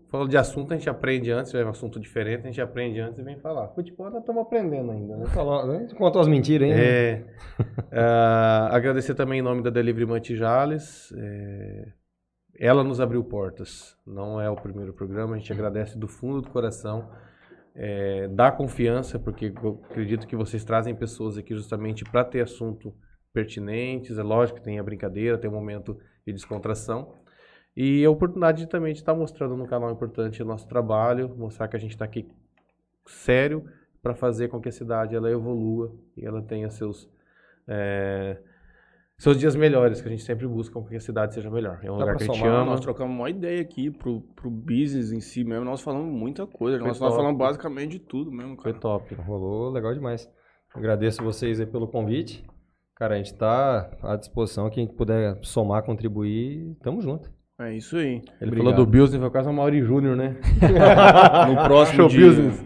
Falando de assunto, a gente aprende antes, é um assunto diferente, a gente aprende antes e vem falar. Futebol ainda estamos aprendendo ainda, né?
Falou, a gente contou as mentiras, hein?
É, uh, agradecer também em nome da Delivery Mantijales. É, ela nos abriu portas. Não é o primeiro programa, a gente agradece do fundo do coração é, dar confiança, porque eu acredito que vocês trazem pessoas aqui justamente para ter assunto pertinentes. É lógico que tem a brincadeira, tem o momento de descontração. E a oportunidade de também de estar mostrando no canal importante o nosso trabalho, mostrar que a gente está aqui sério para fazer com que a cidade ela evolua e ela tenha seus é, seus dias melhores, que a gente sempre busca com que a cidade seja melhor. É um
Dá pra
lugar que a gente
somar, né?
ama.
Nós trocamos uma ideia aqui pro, pro business em si mesmo. Nós falamos muita coisa. Nós,
Foi
nós
top.
falamos basicamente de tudo mesmo,
Foi
cara.
top.
Rolou legal demais. Agradeço vocês aí pelo convite. Cara, a gente tá à disposição. Quem puder somar, contribuir, tamo junto.
É isso aí.
Ele falou do Bills, foi quase o Mauri Júnior, né?
No próximo
Show
de,
business.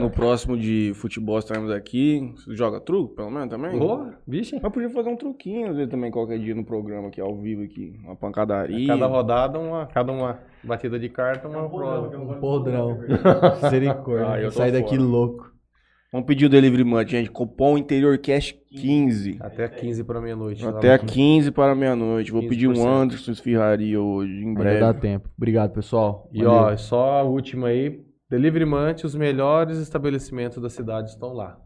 no próximo de futebol estaremos aqui. Você joga truco, pelo menos, também?
Boa.
Vixe,
Mas podia fazer um truquinho às vezes, também qualquer dia no programa aqui, ao vivo aqui. Uma pancadaria.
Cada rodada, uma, cada uma batida de carta,
É
uma prova.
Um
podrão.
Ah,
Misericórdia.
eu tô
Sai daqui
fora.
louco.
Vamos pedir o delivery munch, gente. Cupom Interior Cash 15.
Até 15 para meia-noite.
Até 15 para meia-noite. Vou pedir um
15%.
Anderson Esfirraria hoje, em
Ainda dá
breve.
tempo. Obrigado, pessoal.
E
Valeu.
ó, é só a última aí. Delivery Munch, os melhores estabelecimentos da cidade estão lá.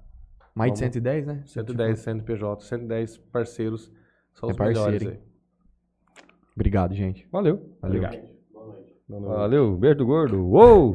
mais de
vamos-
110, né?
110 CNPJ, 110 parceiros são
É
os
parceiro,
melhores
hein?
aí.
Obrigado, gente.
valeu.
Valeu.
Obrigado.
Valeu, beijo do gordo. Uou!